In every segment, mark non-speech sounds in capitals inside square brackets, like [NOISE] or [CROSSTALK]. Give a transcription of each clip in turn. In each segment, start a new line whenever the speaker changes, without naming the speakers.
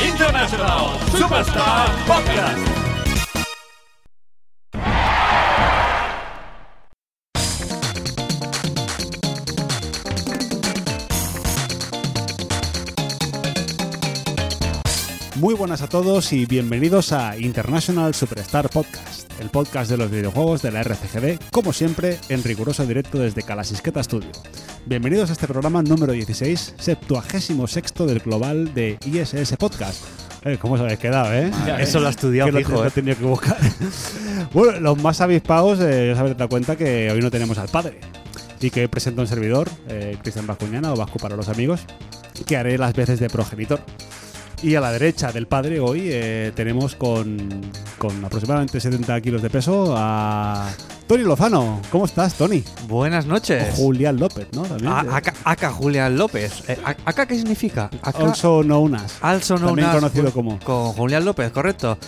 International Superstar Podcast.
Muy buenas a todos y bienvenidos a International Superstar Podcast, el podcast de los videojuegos de la RCGD, como siempre, en riguroso directo desde Calasisqueta Studio. Bienvenidos a este programa número 16, 76 del global de ISS Podcast. Eh, ¿Cómo se habéis quedado, eh?
Eso lo ha estudiado,
Que lo,
fijo,
lo he
eh.
tenido que buscar. [LAUGHS] bueno, los más avispados, eh, os habéis dado cuenta que hoy no tenemos al padre. Y que presento un servidor, eh, Cristian Bascuñana o Vasco para los amigos, que haré las veces de progenitor. Y a la derecha del padre hoy eh, tenemos con, con aproximadamente 70 kilos de peso a Tony Lozano. ¿Cómo estás, Tony?
Buenas noches.
O Julián López, ¿no? También. eh,
A- Acá acá Julián López. Eh, a- ¿Acá qué significa? Acá,
Also no unas.
also known
también
as-
conocido como.
Con Julián López, correcto.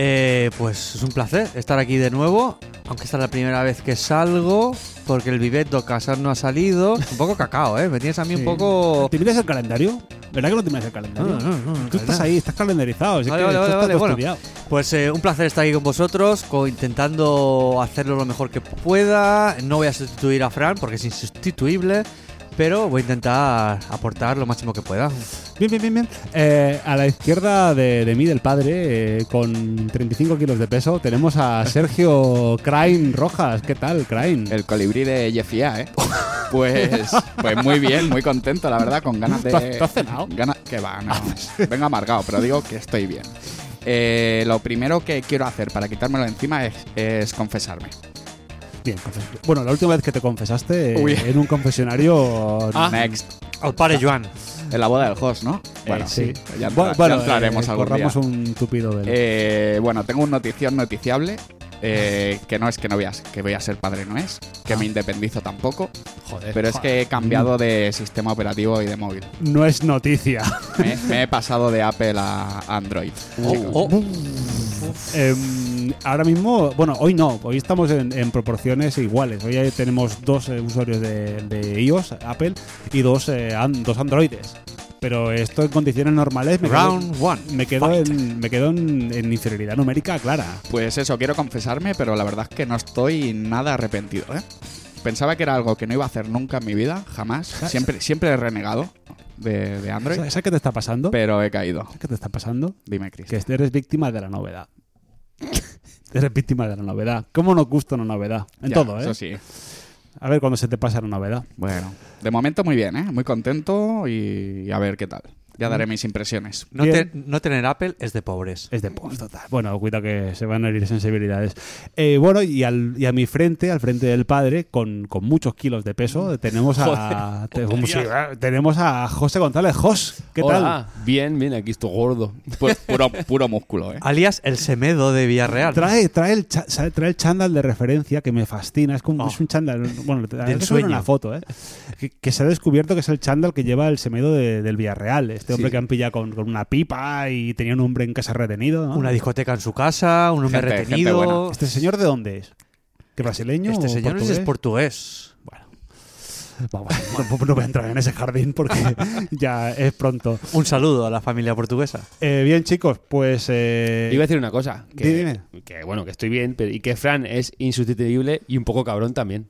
Eh, pues es un placer estar aquí de nuevo, aunque esta es la primera vez que salgo, porque el Vivetto Casar no ha salido. Un poco cacao, ¿eh? Me tienes a mí un poco...
¿Te miras el calendario? ¿Verdad que no te miras el calendario?
No, no, no, no,
Tú estás
no.
ahí, estás calendarizado. si es
Vale,
que
vale,
tú
vale,
estás
vale, bueno.
estudiado.
Pues eh, un placer estar aquí con vosotros, co- intentando hacerlo lo mejor que pueda. No voy a sustituir a Fran porque es insustituible, pero voy a intentar aportar lo máximo que pueda.
Bien, bien, bien, bien. Eh, a la izquierda de, de mí, del padre, eh, con 35 kilos de peso, tenemos
[LAUGHS]
a Sergio Crane Rojas. ¿Qué tal, Crane?
El colibrí de Jeffy A, ¿eh? Pues, pues muy bien, muy contento, la verdad, con ganas de.
¿Tú has- tú has cenado?
Gana, que va, no. Vengo amargado, pero digo que estoy bien. Eh, lo primero que quiero hacer para quitármelo de encima es, es confesarme.
Bien, confes- Bueno, la última vez que te confesaste eh,
Uy. Ah.
en un
[LAUGHS]
confesionario. eh,
Next.
Al pare Joan.
En la boda del host, ¿no?
Bueno, Eh, sí.
Ya, entra-
Bu-
ya
bueno,
entraremos
eh,
algún día.
corramos un tupido velo.
Eh, bueno, tengo un notición noticiable. eh, que no es que no voy a, que voy a ser padre, no es. Que me independizo tampoco.
Ah. Joder, Mm.
Pero es que he cambiado de sistema operativo y de móvil.
No es
[LAUGHS]
noticia.
Me, me he pasado de Apple a Android. chicos.
Oh,
Em, ahora mismo, bueno, hoy no, hoy estamos en, en proporciones iguales. Hoy ahí tenemos dos eh, usuarios de, de iOS, Apple, y dos, eh, an- dos androides. Pero esto en condiciones normales me
round
quedo,
one.
me quedo, en, me quedo en, en inferioridad numérica clara.
Pues eso, quiero confesarme, pero la verdad es que no estoy nada arrepentido, ¿eh? Pensaba que era algo que no iba a hacer nunca en mi vida, jamás. Siempre, siempre he renegado de, de Android,
¿Sabes qué te está pasando? ¿Sabes
pero he caído.
qué te está pasando?
Dime, Chris.
Que eres víctima de la novedad. [LAUGHS] Eres víctima de la novedad. ¿Cómo nos gusta una novedad? En
Ya,
todo, ¿eh?
Eso sí.
A ver cuando se te pasa la novedad.
Bueno, de momento muy bien, ¿eh? Muy contento y, y a ver qué tal. Ya
Mm.
daré mis impresiones.
No,
Bien.
te- no tener Apple es de
Eh.
pobres.
Es de post, total. Bueno, cuidado que se van a herir sensibilidades. Eh, bueno, y, al- y a mi frente, al frente del padre, con, con muchos kilos de peso,
[LAUGHS]
tenemos a, te- como si- ah, tenemos a José González. Jos, ¿qué
Hola, bien, bien, aquí estoy gordo.
Pu- puro, puro músculo, ¿eh?
Alias el Semedo de Villarreal.
tal? Trae, trae, el cha- sa- trae el chándal de referencia que me fascina. Es como
Oh.
es un chándal. Bueno, te
Del
que subir una
sueño.
foto, ¿eh? Que, que se ha descubierto que es el chándal que lleva el semedo de- del Villarreal. Este hombre
Sí.
que han pillado con, con una pipa y tenía un hombre en casa retenido. ¿no?
Una discoteca en su casa, un hombre
Gente- gente
retenido.
buena.
¿Este señor de dónde es? ¿Que brasileño?
Este
o
señor es-
portugués?
es portugués.
Bueno, vamos, no, no voy a entrar en ese jardín
[LAUGHS]
porque ya es pronto.
Un saludo a la familia portuguesa.
Eh, bien, chicos, pues. eh,
Iba a decir una cosa. Que,
Dime,
que, bueno, que estoy bien, pero y que Fran es insustituible y un poco cabrón también.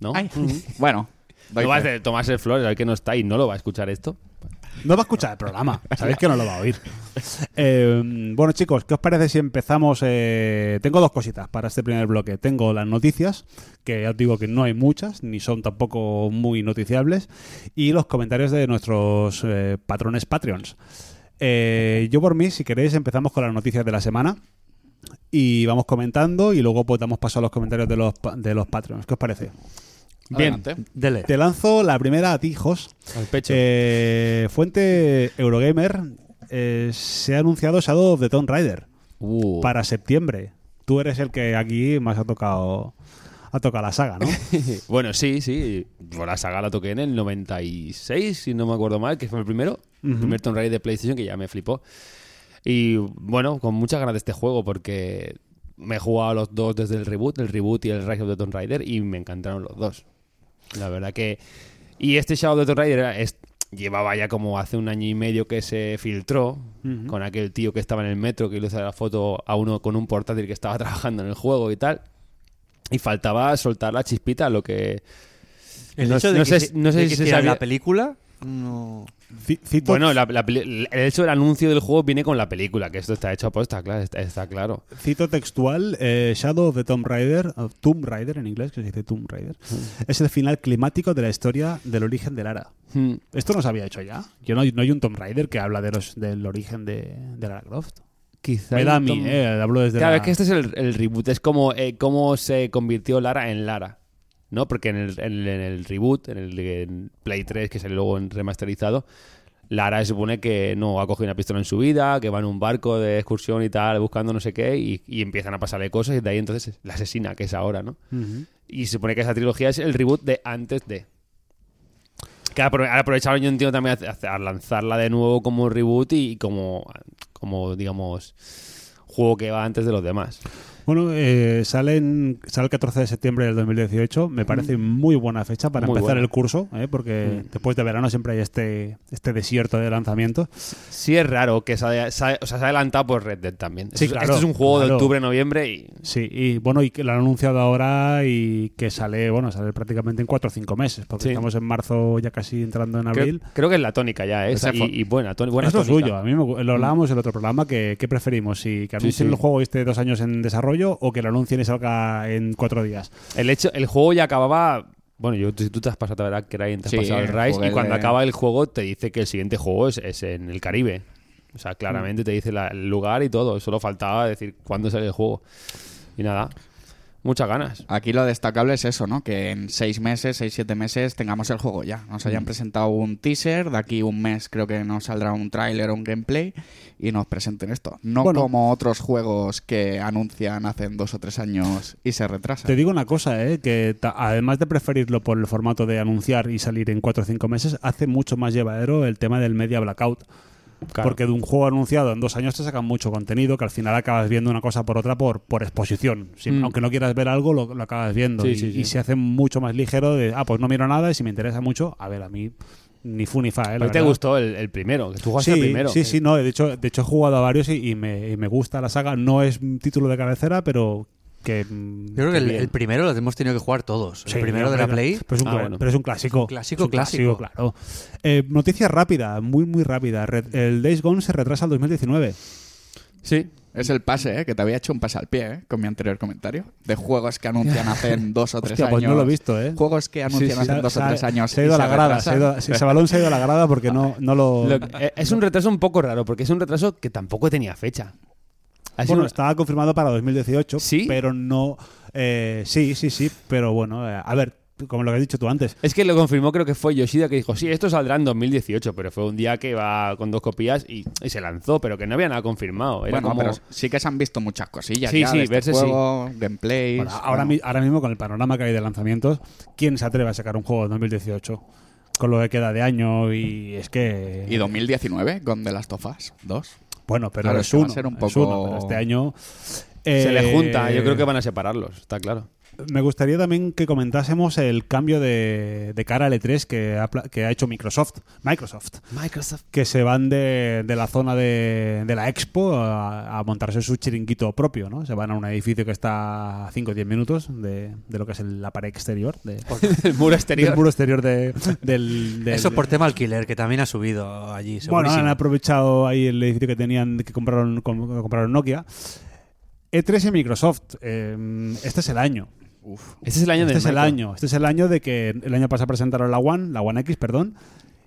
¿No?
Ay.
[LAUGHS]
Bueno, doy
No vas
fe.
de tomarse flores, al que no está y no lo va a escuchar esto.
No va a escuchar el programa, sabéis que no lo va a oír. Eh, bueno, chicos, ¿qué os parece si empezamos? eh, tengo dos cositas para este primer bloque. Tengo las noticias, que ya os digo que no hay muchas, ni son tampoco muy noticiables, y los comentarios de nuestros eh, patrones Patreons. Eh, yo por mí, si queréis, empezamos con las noticias de la semana. Y vamos comentando y luego pues, damos paso a los comentarios de los, pa- de los Patreons. ¿Qué os parece?
Bien,
Adelante.
Dele.
Te lanzo la primera a ti, Jos.
al pecho.
Eh, fuente Eurogamer eh, se ha anunciado Shadow of the Tomb Raider
Uh.
para septiembre. Tú eres el que aquí más ha tocado ha tocado la saga,
[LAUGHS]
¿no?
bueno, sí, sí. Yo la saga la toqué en el 96, si no me acuerdo mal, que fue el primero. El primer Tomb Raider de PlayStation que ya me flipó. Y bueno, con muchas ganas de este juego porque me he jugado a los dos desde el reboot, el reboot y el Rise of the Tomb Raider y me encantaron los dos. La verdad que... Y este Shadow of the Tomb Raider era- es- llevaba ya como hace un año y medio que se filtró
Ujú.
con aquel tío que estaba en el metro que le hizo la foto a uno con un portátil que estaba [LAUGHS] trabajando en el juego y tal. Y faltaba soltar la chispita, lo que... Eh,
El
No-
hecho de
no
que
sé-
se-
no sé
de
si
que
se
hicieran la
sabía-
película. No.
Ci- Cito,
Bueno, la- la peli- el hecho del anuncio del juego viene con la película, que esto está hecho a posta, claro, está, está claro.
cito textual, eh, Shadow of the Tomb Raider, of Tomb Raider en inglés, que se dice Tomb Raider,
Mm.
es el final climático de la historia del origen de Lara.
Hmm.
Esto no se había hecho ya. Yo no, no hay un Tomb Raider que habla de los, del origen de, de Lara Croft.
Quizá...
Me da a mí,
Tom-
eh, hablo desde
Claro,
la-
es que este es el, el reboot, es como eh, cómo se convirtió Lara en Lara, ¿no? Porque en el, en el- en el reboot, en el en Play 3, que es el luego en remasterizado, Lara se supone que no ha cogido una pistola en su vida, que va en un barco de excursión y tal, buscando no sé qué, y, y empiezan a pasarle cosas, y de ahí entonces la asesina, que es ahora, ¿no?
Ujú.
Y se supone que esa trilogía es el reboot de antes de. Que apro- ahora aprovecharon, yo entiendo también, a hace- a lanzarla de nuevo como reboot y como, como digamos, juego que va antes de los demás.
Bueno, eh, sale, en- sale el 14 de septiembre del 2018. Me parece muy buena fecha para
Muy
empezar
buena.
el curso, ¿eh? porque después de verano siempre hay este, este desierto de lanzamientos.
Sí es raro que se, haya- se haya- o sea, se ha adelantado por Red Dead también.
Sí,
Esto-
claro,
Esto es un juego de
claro.
octubre, noviembre y...
Sí, y bueno, y que lo han anunciado ahora y que sale, bueno, sale prácticamente en 4 o 5 meses, porque
Sí.
estamos en marzo ya casi entrando en
Creo,
abril.
creo que es la tónica ya, ¿eh?
Esa
y,
fo-
y buena, tón- buena
es lo
tónica.
suyo, a mí me gu- lo hablábamos en el otro programa, que, ¿qué preferimos? Si que
Sí,
anuncien
sí.
el juego este dos años en desarrollo o que lo anuncien y salga en cuatro días.
El, hecho, el juego ya acababa... Bueno, yo, si tú te has pasado, la verdad, que era te has
Sí,
pasado el Rise
jugué
y cuando
de-
acaba el juego te dice que el siguiente juego es, es en el Caribe. O sea, claramente
Mm.
te dice la- el lugar y todo. Solo faltaba decir cuándo sale el juego. Y nada, muchas ganas.
Aquí lo destacable es eso, ¿no? Que en seis meses, seis, siete meses tengamos el juego ya. Nos
Mm.
hayan presentado un teaser, de aquí un mes creo que nos saldrá un tráiler o un gameplay y nos presenten esto. No
Bueno.
como otros juegos que anuncian hace dos o tres años y se retrasan.
Te digo una cosa, ¿eh? que ta- además de preferirlo por el formato de anunciar y salir en 4 o 5 meses, hace mucho más llevadero el tema del media blackout.
Claro.
Porque de un juego anunciado en dos años te sacan mucho contenido que al final acabas viendo una cosa por otra por, por exposición. Si-
Mm.
Aunque no quieras ver algo, lo, lo acabas viendo.
Sí,
y,
sí, sí.
y se hace mucho más ligero de, ah, pues no miro nada y si me interesa mucho, a ver, a mí ni fu ni fa. ¿eh?
A
la
ti Pues te
verdad.
gustó el, el primero, que tú jugaste
Sí,
el primero. eh.
sí, sí, no. De hecho, de hecho he jugado a varios y, y me, y me gusta la saga. No es un título de cabecera, pero que. mm,
Yo creo que
que
el,
bien.
el primero lo hemos tenido que jugar todos.
Sí,
el Pues primero de la
hombre,
Play.
Pero es un,
Ah,
cla-
bueno.
pero es un clásico.
clásico,
Es un claro. Eh, noticia rápida, muy, muy rápida. Red- el Days Gone se retrasa al 2019.
Sí.
Es el pase, ¿eh? Que te había hecho un pase al pie, ¿eh? Con mi anterior comentario. De juegos que
[LAUGHS]
anuncian hace dos o tres
Hostia,
años.
pues no lo he visto, ¿eh?
Juegos que anuncian
sí,
hace
Se ha-
dos
se
o
ha-
tres años
Se ha
y
ido a la grada. Se
retrasan.
ha ido, se- Sabalón se ha ido a la grada porque no, no lo.
Lo- eh, es un retraso un poco raro, porque es un retraso que tampoco tenía fecha. Ha sido
bueno,
un-
estaba confirmado para 2018,
¿Sí?
pero no. eh, sí, sí, sí, pero bueno, eh, a ver, como lo que has dicho tú antes.
Es que lo confirmó, creo que fue Yoshida que dijo, sí, esto saldrá en 2018, pero fue un día que va con dos copillas y, y se lanzó, pero que no había nada confirmado. Era
Bueno,
como-
pero sí que se han visto muchas cosillas
Sí,
ya
sí,
de este
verse sí.
juego, gameplays...
Ahora, ahora mi-
bueno.
ahora mismo, con el panorama que hay de lanzamientos, ¿quién se atreve a sacar un juego en 2018? Con lo que queda de año y es que.
Y 2019 con The Last of Us 2.
Bueno, pero
Claro,
es
es que va a
uno.
ser un
es
poco-
uno, pero este año.
Se
eh,
le junta, yo creo que van a separarlos, está claro. [LAUGHS]
Me gustaría también que comentásemos el cambio de, de cara al E3 que ha, pla- que ha hecho Microsoft. Microsoft.
Microsoft.
Que se van de, de la zona de, de la expo a, a montarse su chiringuito propio, ¿no? Se van a un edificio que está a 5 o 10 minutos de, de lo que es el- la pared exterior, de-
El muro
del
exterior.
muro exterior de- del, del-
[LAUGHS] Eso por tema alquiler, que también ha subido allí.
Bueno,
segurísimo.
han aprovechado ahí el edificio que tenían, que compraron, com- compraron Nokia. E3 y Microsoft. eh, este es el año.
Este es el año
Este
de
es el
Microsoft.
año. Este es el año de que el año pasado presentaron la One, la One X, perdón.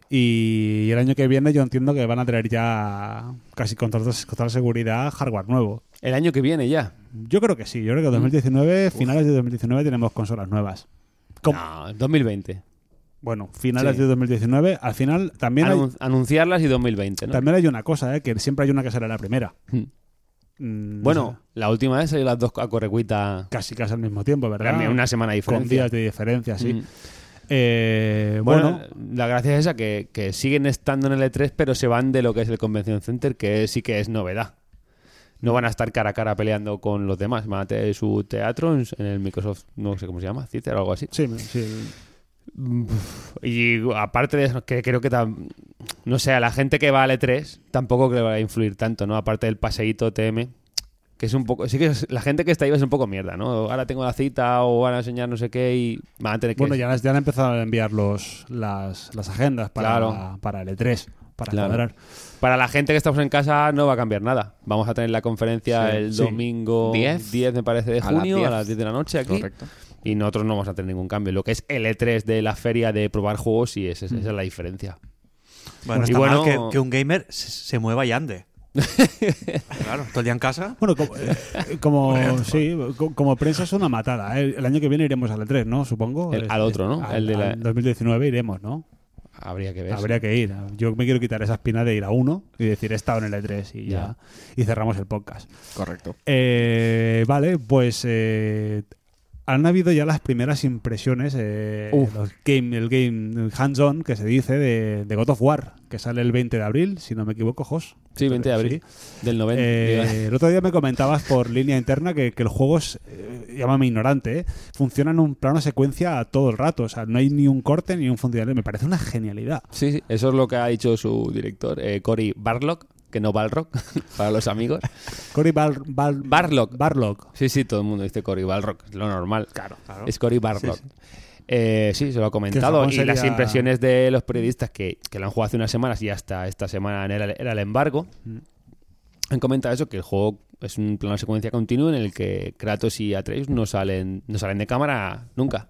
Y el año que viene yo entiendo que van a traer ya casi con toda, con toda seguridad hardware nuevo.
El año que viene ya.
Yo creo que sí. Yo creo
Mm.
que 2019, finales de 2019 tenemos consolas nuevas. Com-
No, 2020.
Bueno, finales
Sí.
de 2019. Al final también hay,
Anun- anunciarlas y 2020, ¿no?
también hay una cosa, ¿eh? que siempre hay una que será la primera.
Hmm.
Mm, no sé.
Bueno, la última vez salió las dos a correcuita.
casi casi al mismo tiempo, ¿verdad?
También una semana de
Ah, Con
diferencia.
días de diferencia, sí.
Mm.
Eh,
Bueno,
bueno,
la gracia es esa, que, que siguen estando en el E3, pero se van de lo que es el Convention Center, que sí que es novedad. No van a estar cara a cara peleando con los demás. Van a tener su teatro en, en el Microsoft, no sé cómo se llama, Theater o algo así.
sí, sí.
Y aparte de eso, que creo que tam- no sé, a la gente que va al E3 tampoco creo que le va a influir tanto, ¿no? Aparte del paseíto TM, que es un poco, sí que es- la gente que está ahí es un poco mierda, ¿no? Ahora tengo la cita o van a enseñar no sé qué y van a tener que
Bueno, ya, las- ya han empezado a enviar los, las, las agendas para,
Claro.
para el E3, para
Claro.
cuadrar.
Para la gente que estamos en casa no va a cambiar nada. Vamos a tener la conferencia
Sí,
el
sí.
domingo
10,
10, me parece, de
a las
junio,
10.
a las 10 de la noche aquí.
Correcto.
Y nosotros no vamos a tener ningún cambio. Lo que es el E3 de la feria de probar juegos y esa, esa es la diferencia.
Bueno,
Y
está
bueno-
mal que, que un gamer se, se mueva y ande.
[LAUGHS]
claro, todo el día en casa.
Bueno, como, eh,
[LAUGHS]
como,
pues.
sí, co- como prensa es una matada. ¿eh? El, año que viene iremos al E3, ¿no? Supongo.
El-
Es-
al otro, ¿no?
al-
El de la-
al 2019 iremos, ¿no?
Habría que ver.
Habría que ir. Yo me quiero quitar esa espina de ir a uno y decir he estado en el E3 y ya. Y cerramos el podcast.
Correcto.
Eh, vale, pues eh, han habido ya las primeras impresiones. eh,
Uf.
los game, el game hands-on que se dice de, de God of War, que sale el 20 de abril, si no me equivoco, Jos.
Sí, 20 de abril del 90.
Eh, el otro día me comentabas por línea interna que, que el juego es, eh, llámame ignorante, ¿eh? funciona en un plano secuencia todo el rato. O sea, no hay ni un corte ni un funcionario. Me parece una genialidad.
[LAUGHS] Sí, sí, eso es lo que ha dicho su director, eh, Cory Barlock, que no Balrock, [LAUGHS] para los amigos.
Cory Bal- Bal-
Barlock.
Barlock.
Sí, sí, todo el mundo dice Cory Balrock, es lo normal. Claro,
claro.
Es Cory Barlock. Eh, sí, se lo ha comentado.
Japón
Y las
sería-
impresiones de los periodistas que, que lo han jugado hace unas semanas y hasta esta semana en el- era el embargo, han comentado eso, que el juego es un plano de secuencia continuo en el que Kratos y Atreus no salen, no salen de cámara nunca.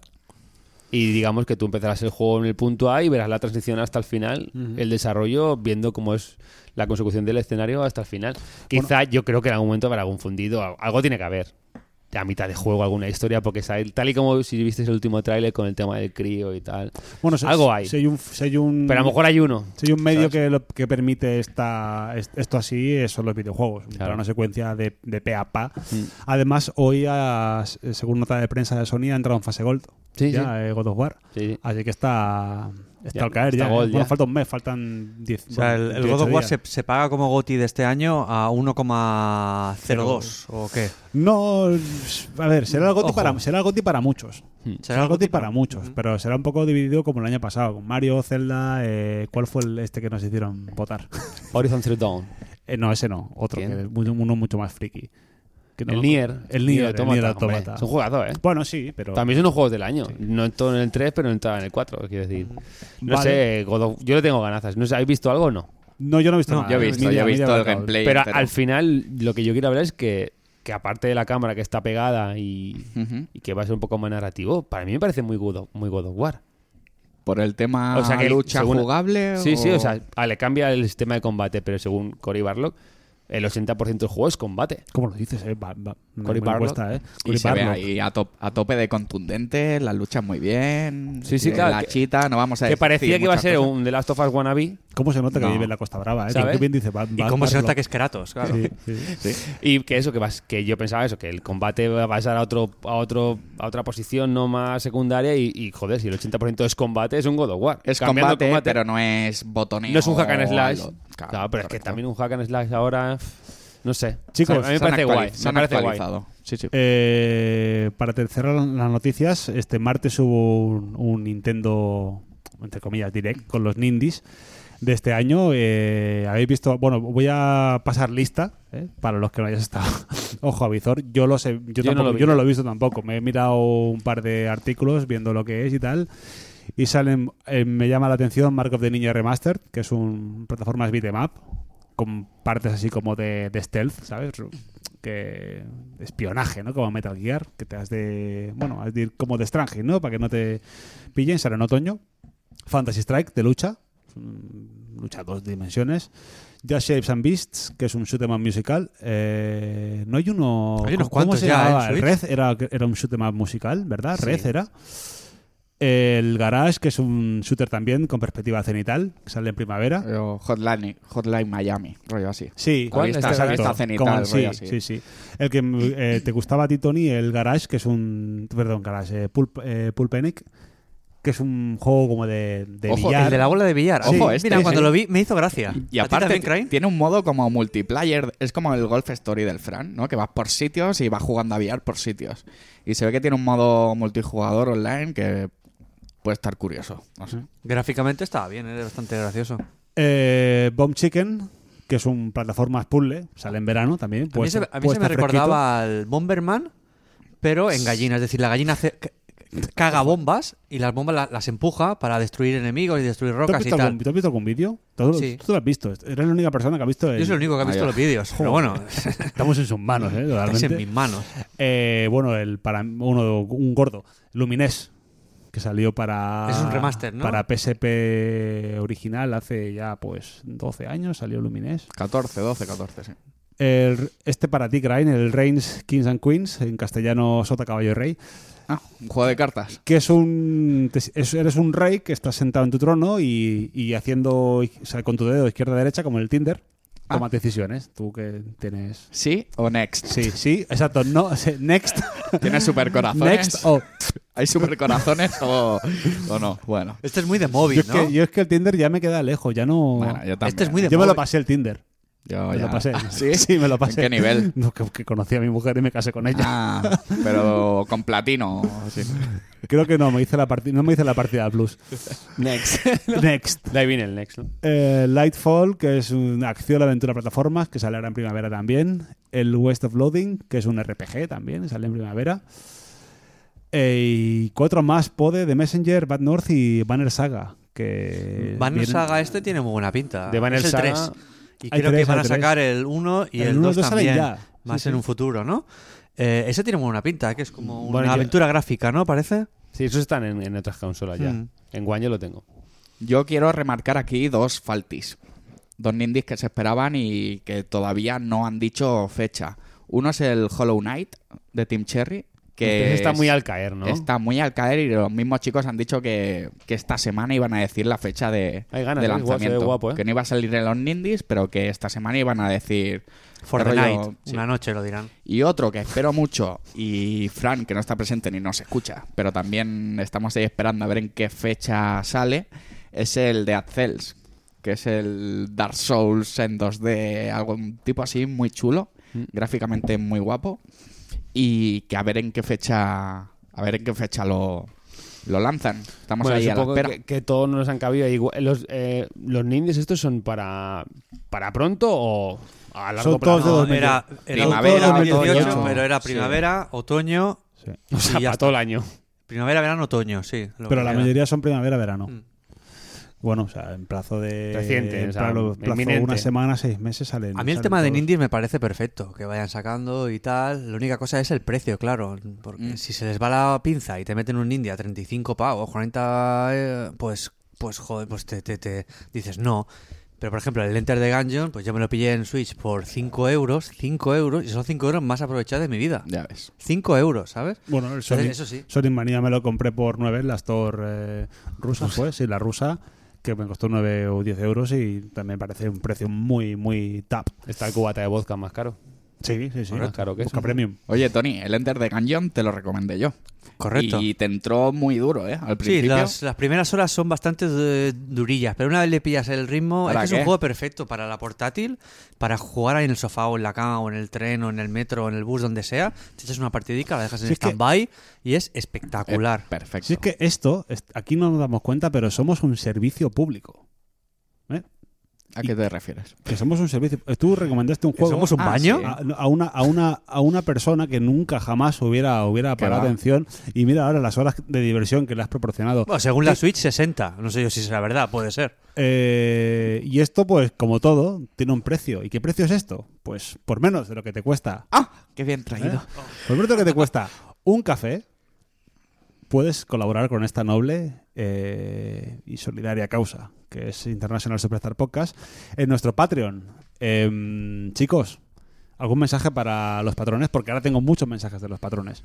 Y digamos que tú empezarás el juego en el punto A y verás la transición hasta el final, el desarrollo, viendo cómo es la consecución del escenario hasta el final. Quizá yo creo que en algún momento habrá algún fundido, al- algo tiene que haber. A mitad de juego, alguna historia, porque sabe- tal y como si viste el último tráiler con el tema del crío y tal.
Bueno, si-
algo hay.
Si hay un, si hay un-
Pero a lo mejor hay uno.
si hay un medio
¿sabes?
que, lo- que permite esta, est- esto así, eh, son los videojuegos. Un
Claro. Mm.
plano secuencia de, de pe a pa. Además, hoy, ha- eh, según nota de prensa de Sony, ha entrado en fase Gold.
Sí,
ya, eh, God of War.
Sí, sí.
Así que está, está
Ya,
al caer
está
ya. ¿eh?
Gold
Bueno,
ya.
falta un mes, faltan 10.
O sea, el, el God of War se, se paga como GOTI de este año a 1,02 o qué.
No, a ver, será el goti,
Ojo.
para, será el GOTY para muchos. Será el
algo
GOTY
tipo-
para muchos, pero será un poco dividido como el año pasado, con Mario, Zelda, eh, ¿cuál fue el este que nos hicieron votar?
Horizon Zero Dawn.
Eh, no, ese no, otro,
¿Quién?
que es muy- uno mucho más friki. Que no-
el Nier.
El Nier, el
Automata,
Nier
hombre.
Automata.
Es un juegazo, ¿eh?
Bueno, sí, pero...
También son los juegos del año. No entró en el 3, pero entraba en el 4, quiero decir. No
Vale.
sé, God of- yo le tengo ganazas. No sé, ¿Habéis visto algo o no?
No, yo no he visto
No,
nada.
Yo he visto,
Ni
yo he
idea, ni idea
visto el
de Blackout.
gameplay.
pero
entero.
al final, lo que yo quiero hablar es que, que aparte de la cámara que está pegada y,
Ujú.
y que va a ser un poco más narrativo, para mí me parece muy God of, muy God of War.
Por el tema
O sea que
lucha
según-
jugable.
Sí, sí, o sea, ah, le cambia el sistema de combate, pero según Cory Barlock, el 80% del juego es combate.
¿Cómo lo dices? Eh? Va, va, me-
Cory
me
Barlog.
cuesta, eh.
Y
Cory
se ve
Barlog.
ahí a, top- a tope de contundente, las luchas muy bien.
Sí, sí,
eh,
claro,
La
que-
chita, no vamos a
Que
decir
parecía que iba a
muchas
ser
cosas.
un The Last of Us wannabe,
¿Cómo se nota que
No.
vive en la Costa Brava? Eh?
¿Sabes?
Qué bien dice Ba-
¿Y
Ba-
cómo se
Barlog.
nota que es Kratos? Claro.
Sí, sí.
Y que eso, que, vas, que yo pensaba eso, que el combate va a pasar a, otro, a, otro, a otra posición no más secundaria y, y, joder, si el 80% es combate, es un God of War.
Es
Cambiando
combate, pero no es botoneo.
no es un hack and
o
slash.
algo.
Claro,
Claro,
pero es que
correcto.
también un hack and slash ahora, pff, no sé.
Chicos,
a mí me
Se han
parece guay.
actualiz-
Me
Se han
parece guay.
actualizado. Sí, sí.
Eh, para te- cerrar las noticias, este martes hubo un, un Nintendo, entre comillas, direct con los Nindies de este año. Eh, Habéis visto, bueno, voy a pasar lista ¿eh? para los que no hayas estado. [LAUGHS] Ojo a visor, yo, lo sé,
Yo
yo,
no
tampoco-
lo vi.
yo no lo he visto tampoco. Me he mirado un par de artículos viendo lo que es y tal. Y salen, eh, me llama la atención Mark of the Ninja Remastered, que es un plataformas beat'em up, con partes así como de, de stealth, ¿sabes? Que espionaje, ¿no? Como Metal Gear, que te has de, bueno, has de ir como de stranging, ¿no? Para que no te pillen, sale en otoño. Fantasy Strike de lucha, mm, lucha a dos dimensiones. Just Shapes and Beasts, que es un shoot 'em up musical. Eh, no hay uno.
Hay
¿cómo- cómo
unos cuantos
se
ya, ¿eh? en
llamaba?
Switch.
Red era, era un shoot 'em up musical, ¿verdad?
Sí.
Red era. El Garage, que es un shooter también con perspectiva cenital, que sale en primavera.
Eh,
O Hotline, Hotline Miami, rollo así.
Sí,
¿Cuál?
Vista-
Este
vista
Garage.
cenital,
Como-
rollo
sí,
así.
sí, sí. El que mm, eh, te gustaba a ti, Tony, el Garage, que es un. Perdón, Garage, eh, Pulp, eh, Pulpenic, que es un juego como de, de
Ojo,
billar.
El de la bola de billar.
Sí,
Ojo,
este,
mira, cuando
sí.
lo vi me hizo gracia.
Y
¿A ti
aparte
también, Crane?
tiene un modo como multiplayer, es como el Golf Story del Fran, ¿no? Que vas por sitios y vas jugando a billar por sitios. Y se ve que tiene un modo multijugador online que puede estar curioso. No sé.
Gráficamente estaba bien, era bastante gracioso.
Eh, Bomb Chicken, que es un plataforma puzzle, sale en verano también.
A mí
puede
se,
estar-
a mí
puede
se me
estar Pues fresquito.
recordaba al Bomberman, pero en gallina. Es decir, la gallina hace- c- c- caga bombas y las bombas la- las, empuja para destruir enemigos y destruir
¿Tú has
rocas y
visto
tal.
algún, ¿tú has visto algún vídeo? ¿Tú,
Sí.
tú lo has visto. Eres la única persona que ha visto. el-
Yo soy el único que ha visto
Vaya.
los vídeos, pero bueno, [LAUGHS] estás
[LAUGHS] Estamos en sus manos, ¿eh? Totalmente.
en mis manos.
Eh, bueno, el para uno un gordo, Lumines, que salió para
Es un remaster, ¿no?
Para PSP original hace ya pues 12 años salió Lumines.
14, 12, 14, sí.
El- este para ti, Grain, el Reigns Kings and Queens, en castellano Sota Caballo y Rey,
Ah, un juego de cartas.
que es un te- es- eres un rey que estás sentado en tu trono y, y haciendo o sea, con tu dedo izquierda derecha como en el Tinder,
Ah.
tomas decisiones, tú que tienes
¿Sí o Next?
Sí, sí, exacto, no,
[LAUGHS]
next
¿Tienes supercorazones?
[LAUGHS] next oh, o
[LAUGHS] ¿Hay supercorazones o, o no? Bueno.
Este es muy de móvil,
Yo es,
¿no?
que, yo es que el Tinder ya me queda lejos, ya no.
Bueno, yo también.
Este es muy de
yo me
móvil.
lo pasé el Tinder.
Yo
Me
ya-
lo pasé. [LAUGHS]
Ah, [LAUGHS] ¿Sí?
me lo pasé.
¿En qué nivel?
[LAUGHS] No, que, que conocí a mi mujer y me casé con ella.
Ah, pero con platino. sí.
Creo que no, me hice la partida, no me hice la partida
[LAUGHS]
plus.
Next.
Next.
De ahí viene el Next, ¿no?
Eh, Lightfall, que es una acción, aventura, plataformas, que sale ahora en primavera también. El West of Loading, que es un RPG también, sale en primavera. Eh, y cuatro más, Pode, The Messenger, Bad North y Banner Saga. Que
Banner
Eh, vienen-
Saga este tiene muy buena pinta.
De Banner
es el
Saga-
3. Y
Hay
creo
tres,
que van
hay
a
tres.
sacar el 1 y
El
el
uno y
2
el dos salen
también.
ya.
Más
Sí,
en
sí.
un futuro, ¿no? Eh, ese tiene muy buena pinta, que es como una
Bueno, ya-
aventura gráfica, ¿no? Parece.
Sí, esos están en, en otras consolas ya.
Mm.
En One yo lo tengo.
Yo quiero remarcar aquí dos faltis. Dos nindies que se esperaban y que todavía no han dicho fecha. Uno es el Hollow Knight de Team Cherry. Que
Ese está
Eh, es-
muy al caer, ¿no?
Está muy al caer y los mismos chicos han dicho que, que esta semana iban a decir la fecha de,
Hay ganas, ¿eh? Igual se
de
ve
lanzamiento.
guapo, ¿eh?
Que no iba a salir en los Nindies, pero que esta semana iban a decir.
For the
rollo-
Night.
sí.
Una noche lo dirán.
Y otro que espero mucho, y Fran, que no está presente ni nos escucha, pero también estamos ahí esperando a ver en qué fecha sale, es el de Cells, que es el Dark Souls en 2D, algún tipo así, muy chulo, gráficamente muy guapo, y que a ver en qué fecha, a ver en qué fecha lo, lo lanzan. Estamos
Bueno,
ahí a la
supongo
espera.
que, que todos nos han cabido. Igual- los, eh, ¿Los ninjas estos son para, para pronto o a largo
Son
plazo?
todos de dos
No, [LAUGHS] era, era
Primavera,
otoño, 2018,
otoño.
pero era
Sí.
primavera, otoño.
Sí.
O sea,
y ya
para
está.
todo el año.
Primavera, verano, otoño, sí. lo
Pero
que
la
era.
mayoría son primavera-verano.
Mm.
Bueno, o sea, en plazo de.
Reciente,
en
o sea,
plazo, plazo de
inminente.
una semana, seis meses salen.
A mí el
salen
tema de
todos.
Nindies me parece perfecto, que vayan sacando y tal. La única cosa es el precio, claro. Porque
Mm.
si se les va la pinza y te meten un India a 35 pavos, 40, eh, pues, pues joder, pues te, te- te dices no. Pero por ejemplo, el Enter the Gungeon, pues yo me lo pillé en Switch por 5 euros, 5 euros, y son 5 euros más aprovechados de mi vida.
Ya ves.
5 euros, ¿sabes?
Bueno, el
Entonces,
Sonic,
eso sí.
Sonic Mania me lo compré por nueve en la store eh, rusa, pues, sí, la rusa, que me costó nueve o diez euros y también parece un precio muy, muy tap.
Está el cubata de vodka más caro.
Sí, sí, sí.
Correcto. Claro que
Busca
sí.
premium.
Oye, Tony, el Enter de Gungeon te lo recomendé yo.
Correcto.
Y te entró muy duro, ¿eh?
Sí,
Al principio.
las, las primeras horas son bastante eh, durillas, pero una vez le pillas el ritmo, es,
¿Para
que es un
qué?
juego perfecto para la portátil, para jugar ahí en el sofá o en la cama o en el tren o en el metro o en el bus, donde sea, te echas una partidica, la dejas en
Sí, es que-
stand-by y es
Eh,
espectacular.
perfecto.
Si es que esto, es- aquí no nos damos cuenta, pero somos un servicio público.
¿A qué te refieres?
Que somos un servicio. Tú recomendaste un
¿Que
juego.
somos un
Ah,
baño?
sí.
a, a una, a, una, a una persona que nunca jamás hubiera, hubiera
Que
parado
va.
atención y mira ahora las horas de diversión que le has proporcionado.
Bueno, según la Switch, 60. No sé yo si será verdad, puede ser.
Eh, y esto, pues, como todo, tiene un precio. ¿Y qué precio es esto? Pues por menos de lo que te cuesta.
¡Ah! ¡Qué bien
¿eh?
traído!
Por menos de lo que te cuesta un café, puedes colaborar con esta noble eh, y solidaria causa, que es International Superstar Podcast, en nuestro Patreon. Em, chicos, ¿algún mensaje para los patrones? Porque ahora tengo muchos mensajes de los patrones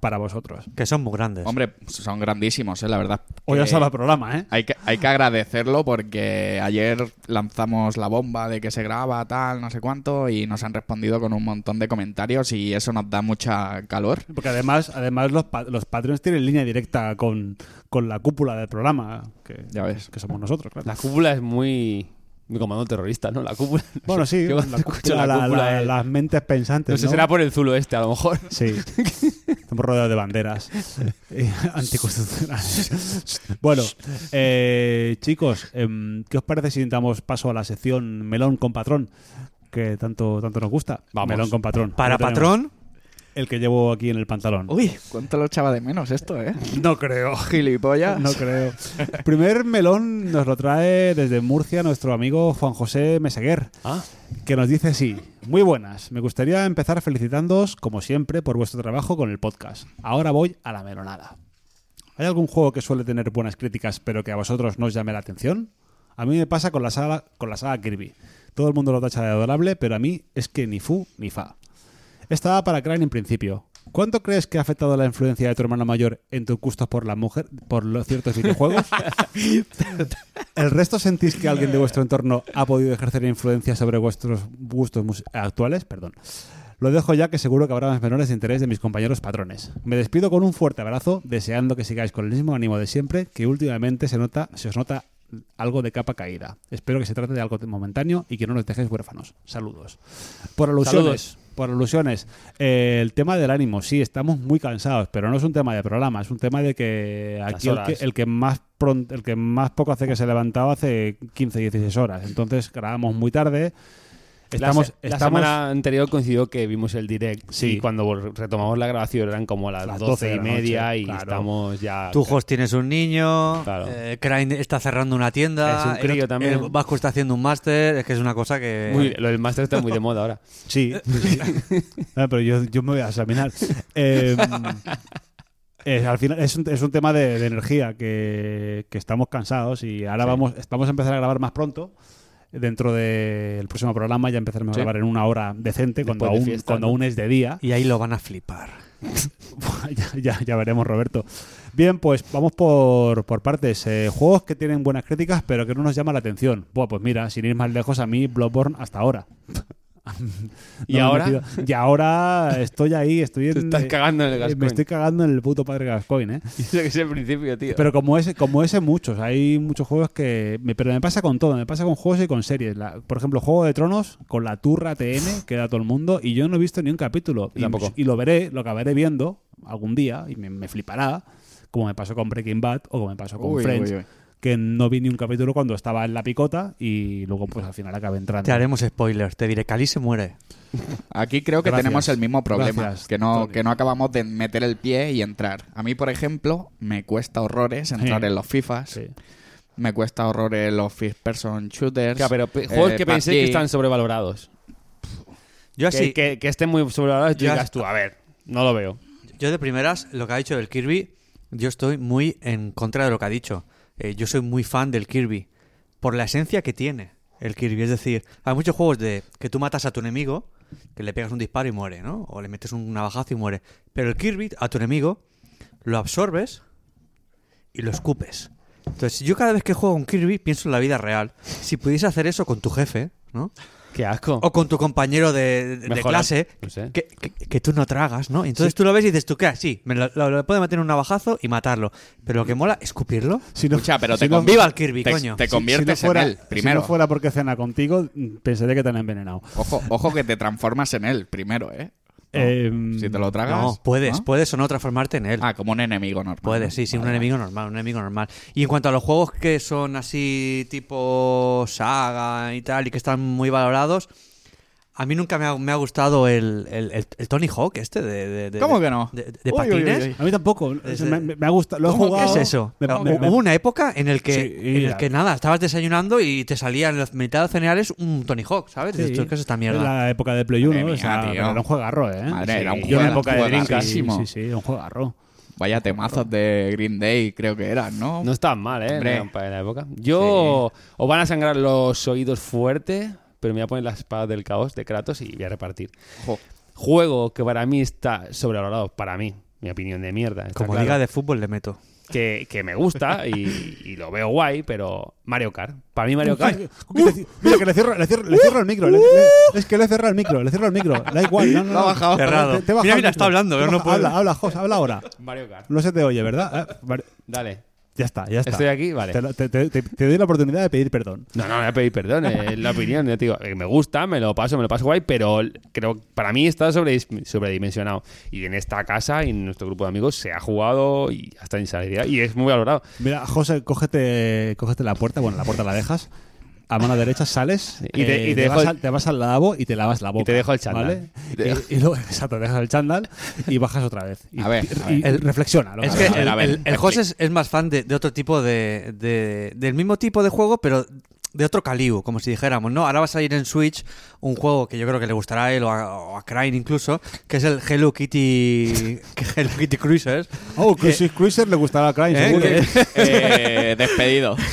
para vosotros.
¿Eh? Que son muy grandes.
Hombre, son grandísimos, ¿eh? la verdad.
Hoy
Que
os salva el programa, ¿eh?
hay que, hay que agradecerlo porque ayer lanzamos la bomba de que se graba tal, no sé cuánto, y nos han respondido con un montón de comentarios y eso nos da mucha calor.
Porque además, además los, pa- los Patreons tienen línea directa con, con la cúpula del programa, que,
Ya ves.
que somos nosotros, claro.
La cúpula es muy, Mi comando terrorista, ¿no? La cúpula. No
Bueno,
sé [LAUGHS]
sí,
qué va a
la
hacer escuchar
cúpula, la-
cúpula
la-
de-
las mentes pensantes.
No sé,
¿no?
será por el Zulo este, a lo
[LAUGHS]
mejor.
Sí. Estamos rodeados de banderas
[LAUGHS]
eh, anticonstitucionales. bueno, eh, chicos, em, ¿qué os parece si damos paso a la sección Melón con Patrón? Que tanto, tanto nos gusta.
Vamos.
Melón con Patrón.
Para
Lo tenemos.
patrón,
El que llevo aquí en el pantalón.
Uy, cuánto lo echaba de menos esto, ¿eh?
No creo.
Gilipollas.
No creo. El primer melón nos lo trae desde Murcia nuestro amigo Juan José Meseguer.
Ah.
que nos dice así. Muy buenas, me gustaría empezar felicitándoos, como siempre, por vuestro trabajo con el podcast. Ahora voy a la melonada. ¿Hay algún juego que suele tener buenas críticas pero que a vosotros no os llame la atención? A mí me pasa con la saga, con la saga Kirby. Todo el mundo lo tacha de adorable, pero a mí es que ni fu ni fa. Estaba para Crane en principio. ¿Cuánto crees que ha afectado la influencia de tu hermano mayor en tus gustos por la mujer, por los ciertos videojuegos? ¿El resto sentís que alguien de vuestro entorno ha podido ejercer influencia sobre vuestros gustos mus- actuales? Perdón. Lo dejo ya que seguro que habrá más menores de interés de mis compañeros patrones. Me despido con un fuerte abrazo, deseando que sigáis con el mismo ánimo de siempre, que últimamente se nota, se os nota algo de capa caída. Espero que se trate de algo momentáneo y que no nos dejéis huérfanos. Saludos. Por alusiones.
Saludos.
Por alusiones, eh, el tema del ánimo, sí, estamos muy cansados, pero no es un tema de programa, es un tema de que aquí el
horas.
que, el que más pron- el que más poco hace que se levantaba hace 15, 16 horas. Entonces grabamos muy tarde. Estamos,
la, se- la
estamos
semana anterior coincidió que vimos el direct
Sí.
y cuando vol- retomamos la grabación eran como las,
Las 12
12,
de
y
la
media
noche,
y
claro.
estamos ya...
Tujos tienes un niño,
Claro.
eh, Crane está cerrando una tienda,
Es un crío
el otro-
también.
el Vasco está haciendo un máster, es que es una cosa que...
Muy-
eh.
lo del máster está muy de moda
[LAUGHS]
ahora.
Sí,
[LAUGHS]
sí, sí. Ah, pero yo, yo me voy a examinar. Eh, [LAUGHS] es- al final es un, es un tema de, de energía que, que estamos cansados y ahora vamos, vamos a empezar a grabar más pronto. Dentro del próximo programa ya empezaremos
Sí.
a grabar en una hora decente, cuando,
Después de
aún,
fiesta,
cuando
¿no?
aún es de día.
Y ahí lo van a flipar.
ya, [LAUGHS] ya- ya veremos, Roberto. Bien, pues vamos por, por partes. Eh, juegos que tienen buenas críticas, pero que no nos llama la atención. Buah, pues mira, sin ir más lejos, a mí Bloodborne
[LAUGHS]
hasta ahora. No
¿Y
me he
ahora?
metido. Y ahora estoy ahí, estoy en,
Te estás
eh,
cagando en el
me
Gascoigne. [LAUGHS]
estoy cagando en el puto padre Gascoigne, ¿eh?
Y Eso que es el principio, tío.
Pero como ese, como ese muchos, hay muchos juegos que... me- pero me pasa con todo, me pasa con juegos y con series. La- por ejemplo, Juego de Tronos, con la turra TN que da todo el mundo, y yo no he visto ni un capítulo.
Yo
Y,
tampoco.
y lo veré, lo acabaré viendo algún día, y me, me flipará, como me pasó con Breaking Bad o como me pasó con
Uy,
Friends,
uy, uy.
que no vi ni un capítulo cuando estaba en la picota y luego pues al final acabé entrando.
Te haremos spoilers, te diré, Cali se muere.
Aquí creo que
Gracias.
tenemos el mismo problema,
Gracias,
que no
Tony.
que no acabamos de meter el pie y entrar. A mí, por ejemplo, me cuesta horrores entrar
Sí.
en los FIFAs.
Sí.
Me cuesta horrores los first person shooters.
Ya, pero pe-
eh,
juegos que penséis que
PUBG.
están sobrevalorados.
Yo
Que-
así,
Que, que estén muy sobrevalorados y tú
Yo
digas
hasta-
tú, a ver, no lo veo.
yo de primeras, lo que ha dicho del Kirby, yo estoy muy en contra de lo que ha dicho. Eh, yo soy muy fan del Kirby, por la esencia que tiene el Kirby. Es decir, hay muchos juegos de que tú matas a tu enemigo, que le pegas un disparo y muere, ¿no? O le metes un navajazo y muere. Pero el Kirby, a tu enemigo, lo absorbes y lo escupes. Entonces, yo cada vez que juego a un Kirby pienso en la vida real. Si pudiese hacer eso con tu jefe, ¿no?
Qué asco.
O con tu compañero de, de
Mejor, ¿eh?
clase
no
¿eh?
sé.
que, que- que tú no tragas, ¿no? Entonces tú lo ves y dices, ¿tú qué? Ah, Sí, me lo, lo- lo puede meter en un navajazo y matarlo. Pero lo que mola, escupirlo.
Si no-
Escucha, pero
si
te
no-
conv-
¡Viva el Kirby,
te-
coño!
Te
si- si no
conviertes
fuera-
en él
si
primero.
no fuera porque cena contigo, pensaría que te han envenenado.
ojo, ojo que te transformas en él primero, ¿eh?
Em,
Si te lo tragas.
No, puedes,
¿no?
puedes o no transformarte en él.
Ah, como un enemigo normal.
Puede, sí, sí, un
Vale, vale.
enemigo normal, un enemigo normal. Y en cuanto a los juegos que son así tipo saga y tal, y que están muy valorados, a mí nunca me ha, me ha gustado el, el- el- el Tony Hawk este de, de- de-
¿Cómo que no?
de- de
Uy, uy, uy,
patines.
uy.
A mí tampoco.
Es
me,
de-
me ha gustado. Lo he
¿Cómo
jugado.
que es eso? Ah, oh,
Me- me- me-
Hubo una época en el que,
Sí,
en el
ya.
que nada, estabas desayunando y te salían en la mitad de los cereales un Tony Hawk, ¿sabes?
sí.
Dices, "Tú, ¿Qué es esta
En
mierda?
la época de Play 1.
Madre
o sea,
mía, tío.
pero era un juegarro, ¿eh?
Madre, era un
Yo en la
juego-
época de Dreamcast. Sí,
juegarrísimo.
sí, sí, era un juegarro.
Vaya temazos de Green Day, creo que eran, ¿no?
No estaban mal, ¿eh?
Hombre.
En la- en la época. Yo. Os van a sangrar los oídos fuerte, pero me voy a poner la espada del caos de Kratos y voy a repartir.
Ojo. [LAUGHS]
Juego que para mí está sobrevalorado, para mí. Mi opinión de mierda. está
Como
claro.
liga de fútbol le meto.
que, que me gusta y, y lo veo guay, pero Mario Kart. Para mí Mario Kart.
Mira, que le cierro, le cierro, le cierro el micro. le- le- es que le he cerrado el micro. Le cierro el micro. Da igual. No, no,
Lo ha
no.
bajado.
Cerrado.
Te- te he bajado
Mira,
el
mira,
micro.
está hablando,
Te he
pero no
bajado-
puede.
Habla, habla, Jos, habla ahora.
Mario Kart.
No se te oye, ¿verdad? Ah, vale.
Dale.
Ya está, ya está.
Estoy aquí, vale.
Te, te- te- te- te doy la oportunidad de pedir perdón.
No, no, voy a pedir perdón, es la opinión. ya te digo, eh, me gusta, me lo paso, me lo paso guay, pero creo para mí está sobre, sobredimensionado. Y en esta casa y en nuestro grupo de amigos se ha jugado y hasta insanidad y es muy valorado.
Mira, José, cógete, cógete la puerta. Bueno, la puerta la dejas. A mano derecha sales
Y te-
eh,
y te dejo
vas
el-
al, te vas al lavabo y te lavas la boca.
te dejo el chándal.
¿vale? Y, y luego, [LAUGHS] exacto, dejas el chándal y bajas otra vez. Y,
A ver, a
y-
ver.
y reflexiona. lo
Es
has
que
hecho.
el,
a ver,
el- el
explica.
José es, es más fan de, de otro tipo de, de- del mismo tipo de juego, pero de otro caliu, como si dijéramos, ¿no? Ahora va a salir en Switch un juego que yo creo que le gustará a él o a, o a Crane incluso, que es el Hello Kitty [LAUGHS] Hello Kitty Cruisers.
Oh, Cruiser, Cruiser le gustaba a Crane,
Eh,
seguro.
que-
Eh, despedido.
[LAUGHS]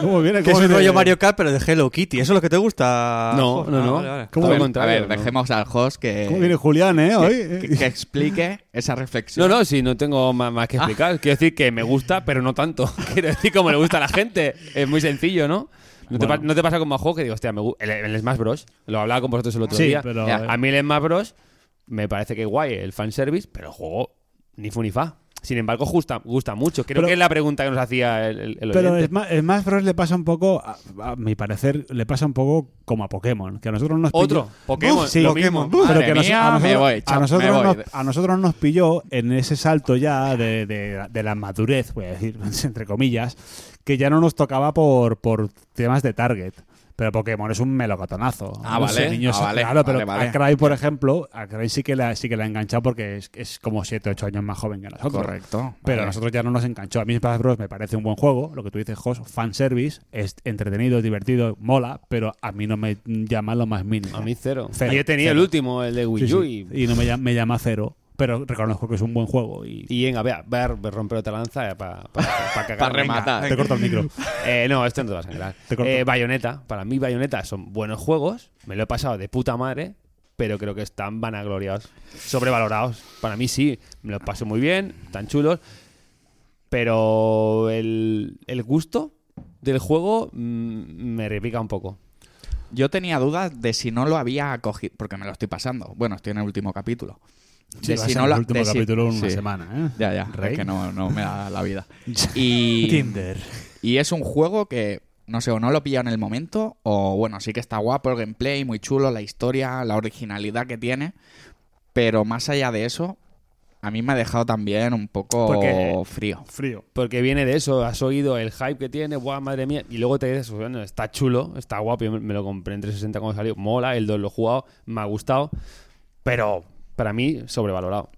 ¿Cómo viene?
Que es
¿Cómo
un
viene?
rollo Mario Kart, pero de Hello Kitty. ¿Eso es lo que te gusta?
No,
Jo?
no,
Ah,
no.
vale, vale.
¿Cómo
a ver,
contrario,
a ver,
no?
dejemos al host que,
¿Cómo viene Julián, eh? Hoy.
que, que explique esa reflexión.
No, no, sí, no tengo ma- más,
Ah.
que explicar. Quiero decir que me gusta, pero no
[LAUGHS]
tanto. Quiero decir como le gusta a la gente. Es muy sencillo, ¿no? No, te, pa- no te pasa con más juegos que digo, hostia, me gu- el, el Smash Bros. Lo hablaba con vosotros el otro
Sí,
día.
pero- eh.
Ya. A mí el Smash Bros. me parece que guay el fanservice, pero el juego ni fu ni fa. Sin embargo, gusta, gusta mucho. Creo
Pero-
que es la pregunta que nos hacía el, el- el
Pero
oyente.
es más, Smash Bros. le pasa un poco, a, a mi parecer, le pasa un poco como a Pokémon. Que a nosotros nos pilló-
Otro, Pokémon,
Buf, sí,
lo
Pokémon.
mismo.
Pero
Madre
que nos-
mía,
a nosotros,
me voy,
a
chao,
nosotros
me voy.
Nos, a nosotros nos pilló en ese salto ya de, de- de la madurez, voy a decir, [LAUGHS] entre comillas, que ya no nos tocaba por, por temas de target. Pero Pokémon es un melocotonazo.
Ah,
No sé,
vale,
niños-
ah, vale,
claro, pero
vale, vale.
a Cry, por ejemplo, a Cry sí que la, sí que la ha enganchado porque es, es como 7 8 años más joven que nosotros.
Correcto.
Pero
vale.
a nosotros ya no nos enganchó. A mí Smash Bros. me parece un buen juego. Lo que tú dices, Jos, fanservice, es entretenido, es divertido, mola, pero a mí no me llama lo más mínimo.
A mí cero.
Cero,
y he tenido
cero.
el último, el de Wii
Sí,
U.
sí.
Y,
Y no me llama, me llama cero. Pero reconozco que es un buen juego. Y,
y venga, ve a ver, ve- romper otra lanza eh, para
[LAUGHS]
cagar.
Para
Venga.
rematar.
te corto el micro.
Eh, no, esto no te va a sangrar.
Te corto.
Eh, Bayonetta. Para mí, Bayonetta son buenos juegos. Me lo he pasado de puta madre. Pero creo que están vanagloriados. Sobrevalorados. Para mí sí. Me los paso muy bien. Están chulos. Pero el, el gusto del juego mm, me repica un poco.
Yo tenía dudas de si no lo había cogido, porque me lo estoy pasando. Bueno, estoy en el último capítulo.
Sí, va a ser
no
el
la-
último
de si-
capítulo en una
sí.
semana. ¿eh?
Ya, ya,
Rey.
es que no, no me da
[LAUGHS]
la vida. Y,
Tinder.
y es un juego que, no sé, o no lo pilla en el momento, o bueno, sí que está guapo el gameplay, muy chulo, la historia, la originalidad que tiene, pero más allá de eso, a mí me ha dejado también un poco
Porque-
frío.
Frío.
Porque viene de eso, has oído el hype que tiene, guau, madre mía, y luego te dices, bueno, está chulo, está guapo, yo me- me lo compré en 360 cuando salió, mola, el 2 lo he jugado, me ha gustado, pero para mí sobrevalorado.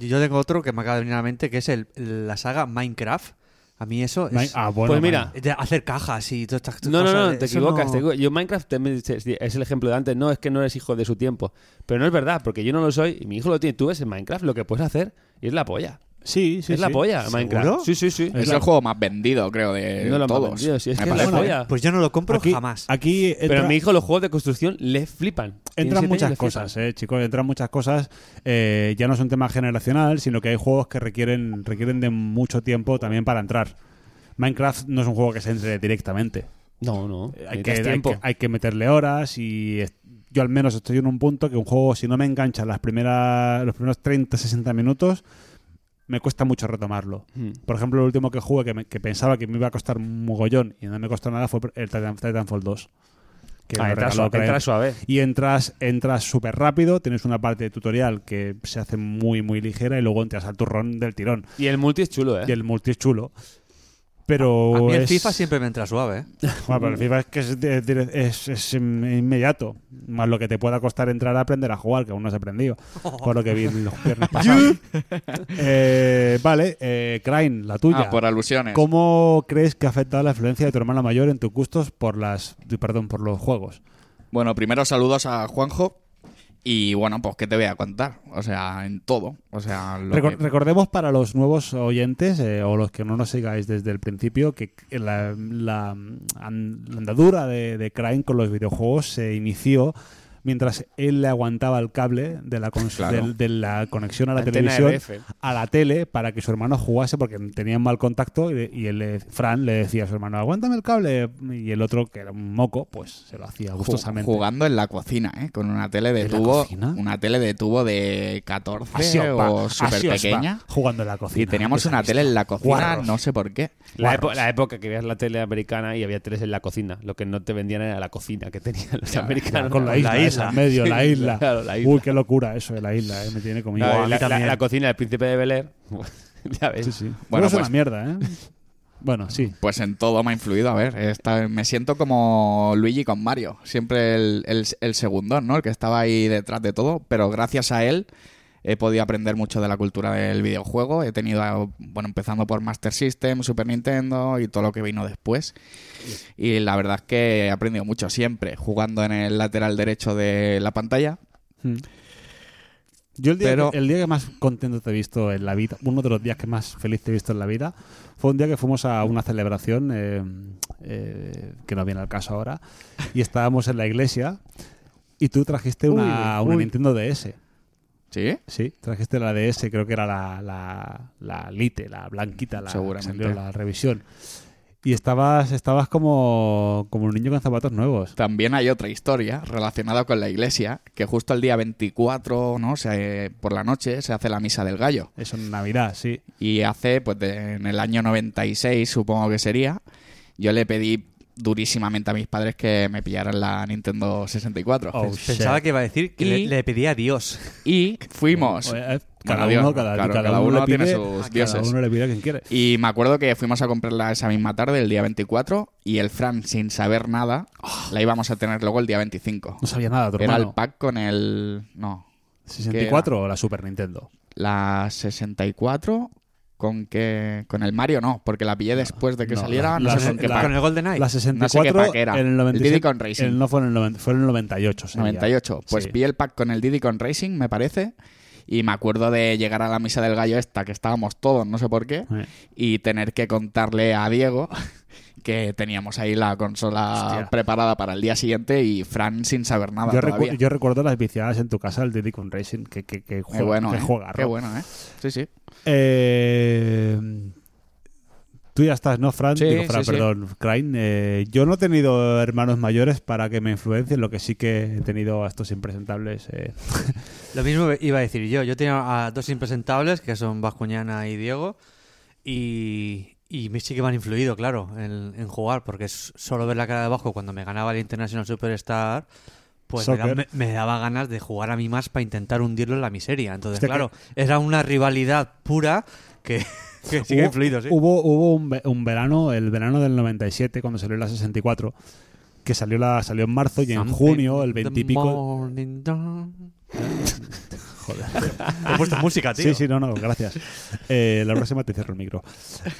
Y yo tengo otro que me acaba de venir a la mente, que es el, la saga Minecraft. A mí eso es...
Mine- Ah, bueno,
Pues mira,
vale.
de hacer cajas y todas estas
No, no,
cosas.
no, te
Eso
equivocas.
no-
te equivocas. Yo Minecraft también es- es es el ejemplo de antes. No, es que no eres hijo de su tiempo. Pero no es verdad, porque yo no lo soy y mi hijo lo tiene. Tú ves en Minecraft lo que puedes hacer y es la polla.
Sí, sí.
es la
sí. Eh,
polla, Minecraft. Sí, sí, sí.
Es,
la-
el juego más vendido, creo, de
No lo han
todos.
vendido, sí, es
me
que es la
parece.
polla.
Pues yo no lo compro
Aquí,
jamás.
aquí
Pero
entra-
a mi hijo los juegos de construcción le flipan. Tiene
Entran
siete años,
muchas
le flipan.
cosas, eh, chicos, entran muchas cosas. Eh, ya no es un tema generacional, sino que hay juegos que requieren, requieren de mucho tiempo también para entrar. Minecraft no es un juego que se entre directamente.
No, no.
Eh, Hay
Hay
que, hay,
tiempo.
que, hay que meterle horas y es- yo al menos estoy en un punto que un juego, si no me engancha las primeras, los primeros 30, 60 minutos, me cuesta mucho retomarlo.
Mm.
Por ejemplo, el último que jugué que, me- que pensaba que me iba a costar un mogollón y no me costó nada fue el Titan- Titanfall 2. Que
Ah,
me
entra
regaló
suave,
Crane
entra suave.
y entras entras súper rápido, tienes una parte de tutorial que se hace muy muy ligera y luego entras al turrón del tirón.
Y el multi es chulo, ¿eh?
Y el multi es chulo. Pero
a mí el
es-
FIFA siempre me entra suave. ¿eh?
[LAUGHS] Bueno, pero el FIFA es que es, de- de- es- es inmediato. Más lo que te pueda costar entrar a aprender a jugar, que aún no has
[LAUGHS]
aprendido. Por lo que vi en los viernes pasados. [LAUGHS] Eh, vale, eh, Crane, la tuya.
Ah, por alusiones.
¿Cómo crees que ha afectado la influencia de tu hermana mayor en tus gustos por las perdón, por los juegos?
Bueno, primero saludos a Juanjo. Y bueno, pues qué te voy a contar. O sea, en todo. O sea, lo
Recor-
que-
Recordemos para los nuevos oyentes eh, o los que no nos sigáis desde el principio que la, la, mm, an- la andadura de, de Crane con los videojuegos se inició mientras él le aguantaba el cable de la, cons-
Claro.
del- de la conexión a la,
Antena
televisión
RF.
a la tele para que su hermano jugase porque tenían mal contacto y, y él le- Fran le decía a su hermano, aguántame el cable. Y el otro, que era un moco, pues se lo hacía gustosamente.
Jugando en la cocina, ¿eh? Con una tele de
¿En la
tubo.
cocina?
Una tele de tubo de 14
Así os va,
o
así os va,
súper pequeña.
Jugando en la cocina.
Y teníamos una
Esa
tele en la cocina,
Guarros.
no sé por qué.
La, epo- la época que veías la tele americana y había teles en la cocina. Lo que no te vendían era la cocina que tenían los americanos.
[LAUGHS]
[LAUGHS]
con la isla, esa, en medio, la isla.
Claro, la isla.
Uy, qué locura eso de la isla, eh, me tiene
La-
comido.
la, la- la cocina del príncipe de Bel Air. [LAUGHS] ya ves.
Sí, sí. Bueno,
Bueno,
es una
pues-
mierda, ¿eh? Bueno, sí.
Pues en todo me ha influido. A ver, esta- me siento como Luigi con Mario. Siempre el, el, el segundón, ¿no? El que estaba ahí detrás de todo. Pero gracias a él he podido aprender mucho de la cultura del videojuego. He tenido, bueno, empezando por Master System, Super Nintendo y todo lo que vino después. Y la verdad es que he aprendido mucho siempre, jugando en el lateral derecho de la pantalla.
Mm. Yo el día,
Pero-
que, el día que más contento te he visto en la vida, uno de los días que más feliz te he visto en la vida, fue un día que fuimos a una celebración, eh, eh, que no viene al caso ahora, y estábamos en la iglesia y tú trajiste una, una Nintendo DS.
¿Sí?
Sí, trajiste la DS, creo que era la, la, la Lite, la blanquita, la que
Seguramente.
salió en la revisión. Y estabas, estabas como, como un niño con zapatos nuevos.
También hay otra historia relacionada con la iglesia, que justo el día 24, ¿no? Se- por la noche se hace la misa del gallo.
Eso en Navidad, sí.
Y hace, pues de- en el año 96, supongo que sería, yo le pedí durísimamente a mis padres que me pillaran la Nintendo 64.
Oh,
Pensaba
shit.
que iba a decir que
Y-
le, le pedía a Dios.
Y fuimos.
Oye, eh, cada,
Ah, Bueno, Dios,
uno, cada,
claro,
cada
cada
uno,
uno
le pide,
tiene sus
a cada
dioses.
uno le pide a quien quiere.
Y me acuerdo que fuimos a comprarla esa misma tarde, el día 24, y el Fran, sin saber nada, la íbamos a tener luego el día 25.
No sabía nada, Oh. tu
Era el
hermano.
pack con el... No,
64 o la Super Nintendo.
la 64 con que con el Mario no, porque la pillé después de que
no,
saliera, no
la-
[LAUGHS]
sé con qué
Pues la-
pack.
Con el Golden Eye.
La
No sé qué
64
pack era.
en el
El
97.
Diddy Kong Racing.
el- no fue en el, 90 fue en el 98. sería.
98. Pues
Sí.
vi el pack con el Diddy con Racing, me parece. Y me acuerdo de llegar a la misa del gallo esta, que estábamos todos, no sé por qué,
Eh.
y tener que contarle a Diego [LAUGHS] que teníamos ahí la consola
Hostia.
preparada para el día siguiente y Fran sin saber nada
Yo, recu-
Ah, todavía.
yo recuerdo las viciadas en tu casa, el Diddy con Racing, que, que, que
Qué
juega-
bueno,
que
¿eh?
juegarro.
Qué bueno, ¿eh? Sí, sí.
Eh, tú ya estás, ¿no, Fran?
Sí,
Digo, Fran,
sí, sí.
perdón, Crane. Eh, yo no he tenido hermanos mayores para que me influencien, lo que sí que he tenido a estos impresentables. eh.
Lo mismo iba a decir yo. Yo tenía a dos impresentables, que son Bascuñana y Diego, y, y me sí que me han influido, claro, en, en jugar, porque s- solo ver la cara de Vasco cuando me ganaba el International Superstar, pues me, da-
Soccer.
me- me daba ganas de jugar a mí más para intentar hundirlo en la miseria. Entonces,
Hostia,
claro, era una rivalidad pura
[LAUGHS]
que, que sí que ha
Hubo-
influido, sí.
Hubo, hubo un, ve- un verano, el verano del 97, cuando salió la 64, que salió, la, salió en marzo y en
Something
junio, el
in the
20 y pico.
morning dawn. Joder. He puesto música, tío.
Ah, Sí, sí, no, no, gracias. Eh, la próxima te cierro el micro.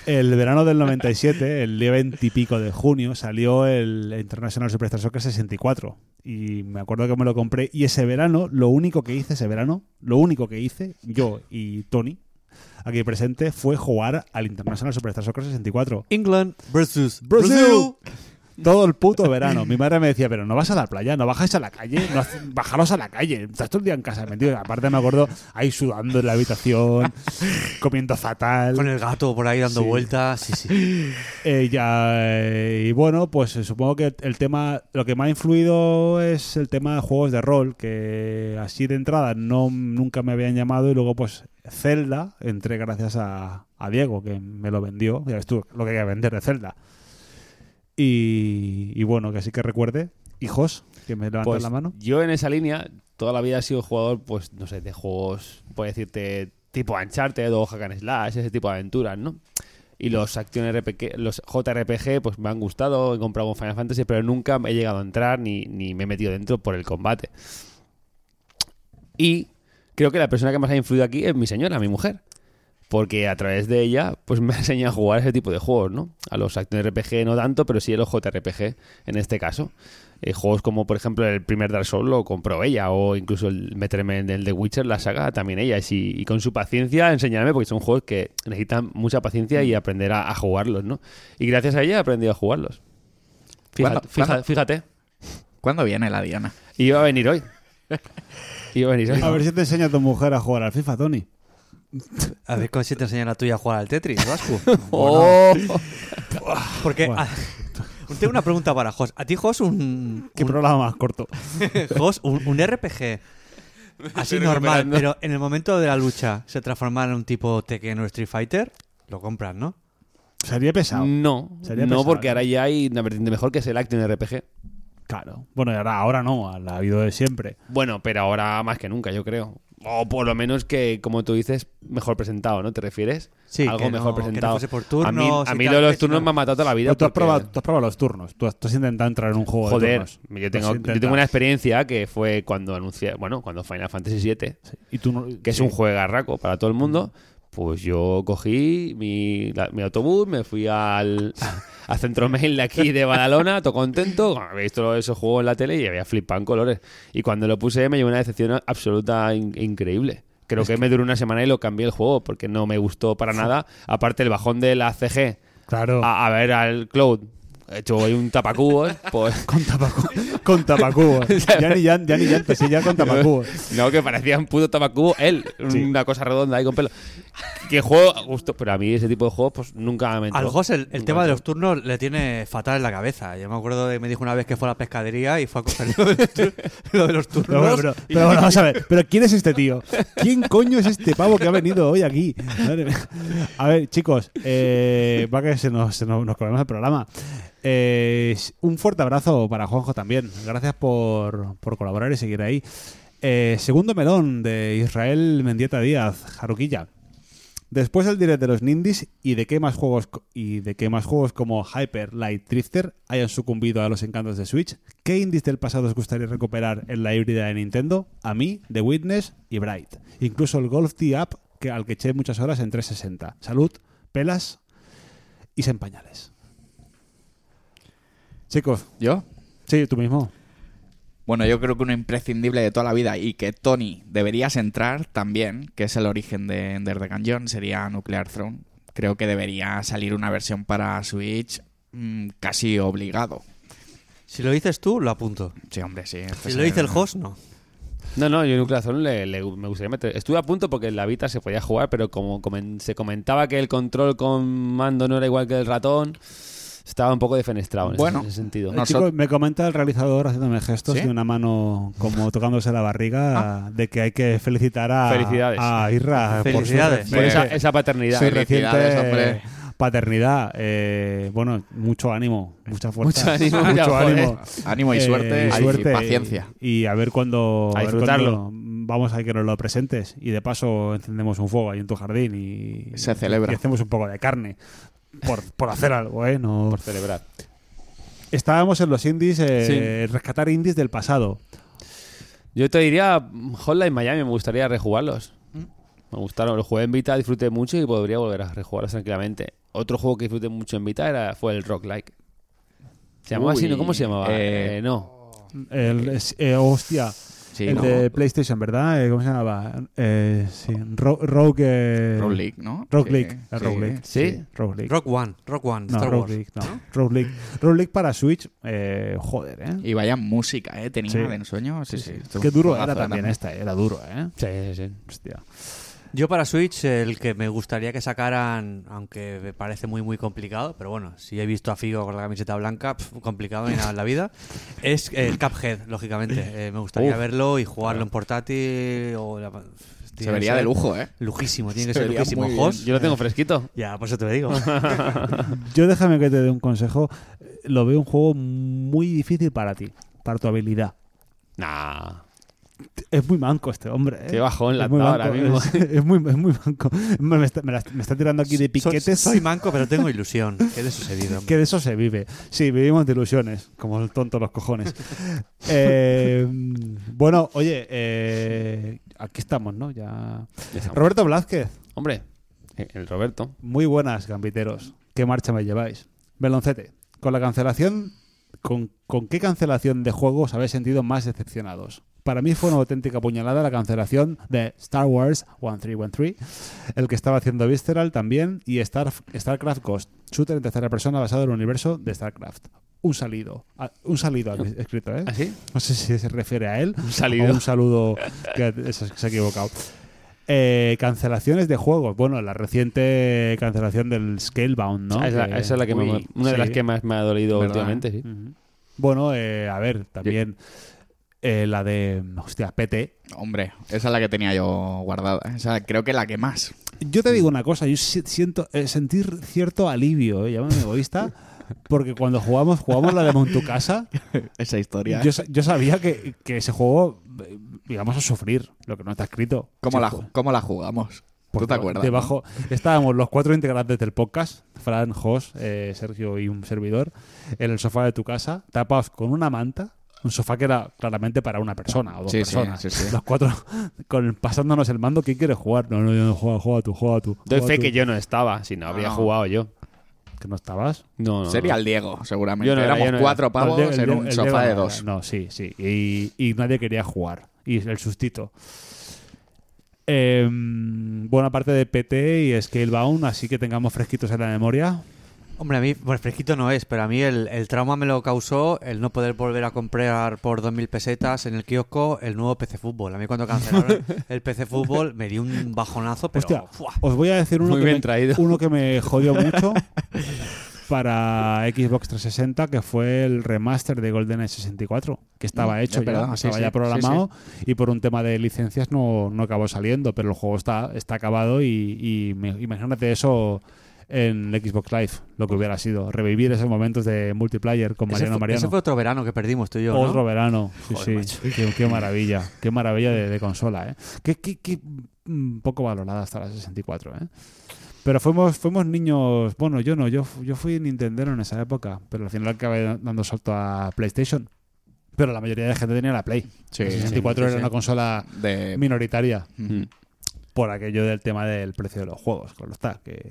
El verano del 97, el día 20 y pico de junio, salió el International Superstar Soccer 64. Y me acuerdo que me lo compré. Y ese verano, lo único que hice ese verano, lo único que hice, yo y Tony, aquí presente, fue jugar al International Superstar Soccer 64.
England versus
Brasil.
Brasil.
Todo el puto verano. Mi madre me decía, pero no vas a la playa, no bajáis a la calle, no hace- bajaros a la calle. Estás todo el día en casa, metido. Aparte me acuerdo ahí sudando en la habitación, comiendo fatal.
Con el gato por ahí dando
Sí.
vueltas. Sí,
[LAUGHS]
sí.
Eh, ya, eh, y bueno, pues eh, supongo que el tema, lo que más ha influido es el tema de juegos de rol, que así de entrada no nunca me habían llamado y luego pues Zelda entré gracias a, a Diego, que me lo vendió, ya ves tú, lo que hay que vender de Zelda. Y, y bueno, que así que recuerde, hijos, que me levantan
Pues
la [LAUGHS] mano.
Yo en esa línea toda la vida he sido jugador, pues no sé, de juegos, puedo decirte, tipo Uncharted o Hack and Slash, ese tipo de aventuras, ¿no? Y los acción RPG, los JRPG, pues me han gustado, he comprado un Final Fantasy, pero nunca he llegado a entrar ni, ni me he metido dentro por el combate. Y creo que la persona que más ha influido aquí es mi señora, mi mujer. Porque a través de ella, pues me ha enseñado a jugar ese tipo de juegos, ¿no? A los acción RPG no tanto, pero sí a los JRPG en este caso. Eh, juegos como, por ejemplo, el primer Dark Souls lo compró ella, o incluso el meterme en el The Witcher, la saga, también ella. Y, si- y con su paciencia enseñarme, porque son juegos que necesitan mucha paciencia
Mm.
y aprender a, a jugarlos, ¿no? Y gracias a ella he aprendido a jugarlos. Fija-
¿Cuándo-
fija-
cuándo-
fíjate.
¿Cuándo viene la Diana?
Y iba a venir
[LAUGHS]
hoy. Iba a venir hoy.
A ver si te enseña a tu mujer a jugar al FIFA, Tony.
A ver con si te enseñan a tuya a jugar al Tetris, Vasco.
Oh.
Porque
Bueno.
ah, tengo una pregunta para Jos. ¿A ti, Jos, un,
Qué programa más corto.
Jos, un, un RPG así
estoy
normal,
recuperando.
pero en el momento de la lucha se transformara en un tipo Tekken o Street Fighter? Lo compras, ¿no?
Sería pesado.
No,
Sería
no
pesado, ¿eh?
porque
¿no?
ahora ya hay una vertiente mejor que es el Action RPG.
Claro. Bueno, y ahora, ahora no, la ha habido de siempre.
Bueno, pero ahora más que nunca, yo creo. O por lo menos que, como tú dices, mejor presentado, ¿no? ¿Te refieres?
Sí,
Algo
que no-
mejor
que no
presentado.
fuese por
a mí,
turnos
a
y
mí
tal,
lo de
que
los
si
turnos
no-
me ha matado toda la vida.
Pero tú, has
porque-
probado, tú has probado los turnos. Tú has, tú has intentado entrar en un juego de
Joder,
turnos.
yo
Tú has
tengo, yo tengo
intentado.
una experiencia que fue cuando anuncié, bueno, cuando Final Fantasy VII,
Y tú no-
que es un juegarraco para todo el mundo, pues yo cogí mi, la- mi autobús, me fui al, al centro mail de aquí de Badalona, todo contento, había visto esos juegos en la tele y había flipado en colores. Y cuando lo puse me llevó una decepción absoluta in- increíble. Creo que, me duró una semana y lo cambié el juego porque no me gustó para nada. Aparte el bajón de la CG
Claro.
a, a ver al Cloud, he hecho ahí un tapacubos, pues...
Con, tapacu- con
[LAUGHS]
tapacubos. ya ni llan- ya ni llantas, sí, ya con tapacubos.
No, que parecía un puto tabacubo él, una cosa redonda ahí con pelo. Que juego a gusto, pero a mí ese tipo de juegos pues nunca me entró.
Al Jos el, el
Nunca
tema
me entró.
de los turnos le tiene fatal en la cabeza. Yo me acuerdo de me dijo una vez que fue a la pescadería y fue a coger lo de los, tur- lo de los turnos.
Pero bueno, pero,
y-
pero bueno, vamos a ver. ¿Pero quién es este tío? ¿Quién coño es este pavo que ha venido hoy aquí? Madre mía. A ver, chicos, eh, va que se nos, se nos, nos comemos el programa. Eh, un fuerte abrazo para Juanjo también. Gracias por, por colaborar y seguir ahí. Eh, segundo melón de Israel Mendieta Díaz, Haruquilla. Después el direct de los Nindies y de qué más juegos co- y de qué más juegos como Hyper Light Drifter hayan sucumbido a los encantos de Switch, ¿qué indies del pasado os gustaría recuperar en la híbrida de Nintendo? A mí, The Witness y Bright. Incluso el Golf Tee Up, que, al que eché muchas horas en 360. Salud, pelas y sin pañales. Chicos,
¿Yo?
sí, tú mismo.
Bueno, yo creo que uno imprescindible de toda la vida y que Tony deberías entrar también, que es el origen de Ender the Gungeon, sería Nuclear Throne. Creo que debería salir una versión para Switch mm, casi obligado.
Si lo dices tú, lo apunto.
Sí, hombre, Pues sí. esto
Si
es
lo dice el Jos, no.
No, no, yo en Nuclear Zone le, le- me gustaría meter. Estuve a punto porque en la Vita se podía jugar, pero como comen- se comentaba que el control con mando no era igual que el ratón, estaba un poco defenestrado en ese-
Bueno.
ese, sentido.
No,
Eh, chicos,
nosot-
me comenta el realizador haciéndome gestos
¿Sí? Ah.
y una mano como tocándose la barriga de que hay que felicitar a,
Felicidades.
a Irra por su-
Felicidades.
eh,
Por esa,
reci-
esa paternidad.
su
Sí. Felicidades,
reciente
hombre.
paternidad. Eh, bueno, mucho ánimo, mucha [LAUGHS]
Mucho
fuerza.
ánimo,
mucho
ya, joder.
ánimo.
Ánimo y suerte,
Eh,
y
suerte
paciencia.
Y, y a ver cuándo.
A
ver
disfrutarlo.
cuándo Vamos a que nos lo presentes y de paso encendemos un fuego ahí en tu jardín y
Se celebra.
y hacemos un poco de carne por, por hacer algo, ¿eh? No-
Por celebrar.
Estábamos en los indies, eh, rescatar indies del pasado.
Yo te diría mm, Hotline Miami, me gustaría rejugarlos. Me gustaron, lo jugué en Vita, disfruté mucho y podría volver a rejugarlos tranquilamente. Otro juego que disfruté mucho en Vita era, fue el Rock Like. ¿Se llamaba así?
Uy,
¿no? ¿Cómo se llamaba?
eh,
Eh, no.
El, es- eh, hostia,
Sí,
el
¿no?
de PlayStation, ¿verdad? Eh, ¿Cómo se llamaba? Eh, sí, Ro- Rogue. eh,
Rogue League, ¿no?
Rogue
Sí,
League. la
sí.
Rogue League.
¿Sí?
Rogue League.
Rock One, Rock One, de
no,
Star
Rogue
Wars.
League, no. Rogue League. Rogue League para Switch, eh, joder, ¿eh?
Y vaya música, ¿eh? Tenía
Sí.
de ensueño. Sí, sí. esto es
Qué
un
duro
juegazo
era también
también.
esta, era duro, ¿eh?
Sí, sí, sí.
Hostia.
Yo para Switch el que me gustaría que sacaran, aunque me parece muy muy complicado, pero bueno, si he visto a Figo con la camiseta blanca, pf, complicado ni nada en la vida,
[LAUGHS]
es el Cuphead, lógicamente. Eh, me gustaría
Uf.
verlo y jugarlo en portátil o la- tiene que
Se vería
ser
de lujo, ¿eh?
Lujísimo, tiene que
Se
ser
vería
lujísimo.
muy bien.
Jos,
Yo lo tengo fresquito.
ya, por eso te lo
[LAUGHS]
digo.
Yo déjame que te dé un consejo. Eh, Lo veo un juego muy difícil para ti, para tu habilidad.
Nah.
Es muy manco este hombre. ¿eh?
Qué bajón la
es muy
ahora
manco,
mismo.
Es, [LAUGHS] es muy, es muy manco. Me está, me la- me está tirando aquí de
soy,
piquetes.
soy manco, pero tengo ilusión. ¿Qué le ha sucedido? hombre?
que de eso se vive. Sí, vivimos de ilusiones, como el tonto los cojones. Eh, bueno, oye, eh, aquí estamos, ¿no? Ya.
Ya estamos.
Roberto Blázquez,
Hombre, eh, el Roberto.
muy buenas, gambiteros. ¿Qué marcha me lleváis? Beloncete, con la cancelación, ¿con, con qué cancelación de juegos habéis sentido más decepcionados? Para mí fue una auténtica puñalada la cancelación de Star Wars 1313, el que estaba haciendo Visceral también, y Star, StarCraft Ghost, shooter en tercera persona basado en el universo de StarCraft. Un salido, ah, un salido ha escrito, ¿eh?
¿Ah, sí?
No sé si se refiere a él. Un
salido.
un saludo que eso es que se ha equivocado. Eh, cancelaciones de juegos. Bueno, la reciente cancelación del Scalebound, ¿no?
Ah, esa, esa es la que me-
Uy,
una de
sí.
las que más me ha dolido
¿Verdad?
últimamente, sí.
Ujú. Bueno, eh, a ver, también eh, la de. Hostia, PT.
Hombre, esa es la que tenía yo guardada. Esa creo que la que más.
Yo te digo una cosa, yo si- siento eh, sentir cierto alivio, eh, llámame egoísta, porque cuando jugamos, jugamos la
[LAUGHS]
de Montucasa,
Esa historia. ¿eh?
yo, sa- yo sabía que, que ese juego eh, íbamos a sufrir, lo que no está escrito.
¿Cómo, la,
Chico.
ju- cómo la jugamos? ¿Tú te acuerdas?
Debajo estábamos los cuatro integrantes del podcast, Fran, Jos, eh, Sergio y un servidor, en el sofá de tu casa, tapados con una manta, un sofá que era claramente para una persona o dos
Sí, sí,
personas.
sí, sí.
Los cuatro con, pasándonos el mando, ¿quién quiere jugar? No, no, yo no juega, juega tú, juega tú.
Doy
juega
fe
tú.
que yo no estaba, si no habría
no.
jugado yo.
¿Que no estabas.
No, no, no.
Sería el Diego, seguramente.
Ah. Yo no era,
Éramos
yo no era.
cuatro pavos
No, el de-
en
el
un
de- el
sofá de
no,
dos.
No, sí, sí. Y, y nadie quería jugar. Y el sustito. Eh, bueno, aparte de PT y Scalebound, así que tengamos fresquitos en la memoria.
Hombre, a mí, pues fresquito no es, pero a mí el, el trauma me lo causó el no poder volver a comprar por 2.000 pesetas en el kiosco el nuevo PC Fútbol. A mí
[LAUGHS]
cuando cancelaron el PC Fútbol me dio un bajonazo, pero...
Hostia,
¡fua!
[LAUGHS] os voy a decir uno,
Muy
que
bien
me,
traído.
uno que me jodió mucho para Xbox 360, que fue el remaster de GoldenEye 64, que estaba
Mm,
hecho
es
ya,
verdad, sí,
estaba
sí,
ya
sí,
programado y por un tema de licencias no, no acabó saliendo, pero el juego está, está acabado y, y me- imagínate eso en el Xbox Live, lo que hubiera sido, revivir esos momentos de multiplayer con
ese,
Mariano
fue,
Mariano.
ese fue otro verano que perdimos tú y yo, ¿no?
Otro verano. Sí,
Joder,
sí. Qué, qué maravilla. Qué maravilla de, de consola, ¿eh? Qué, qué- qué, mm, poco valorada hasta la 64, ¿eh? Pero fuimos, fuimos niños. Bueno, yo no, yo, yo fui Nintendero en esa época, pero al final acabé dando salto a PlayStation. Pero la mayoría de gente tenía la Play.
Sí,
La
sí,
64
sí,
era
sí. Eh.
una consola
De-
minoritaria
Mm.
por aquello del tema del precio de los juegos, claro está. Que...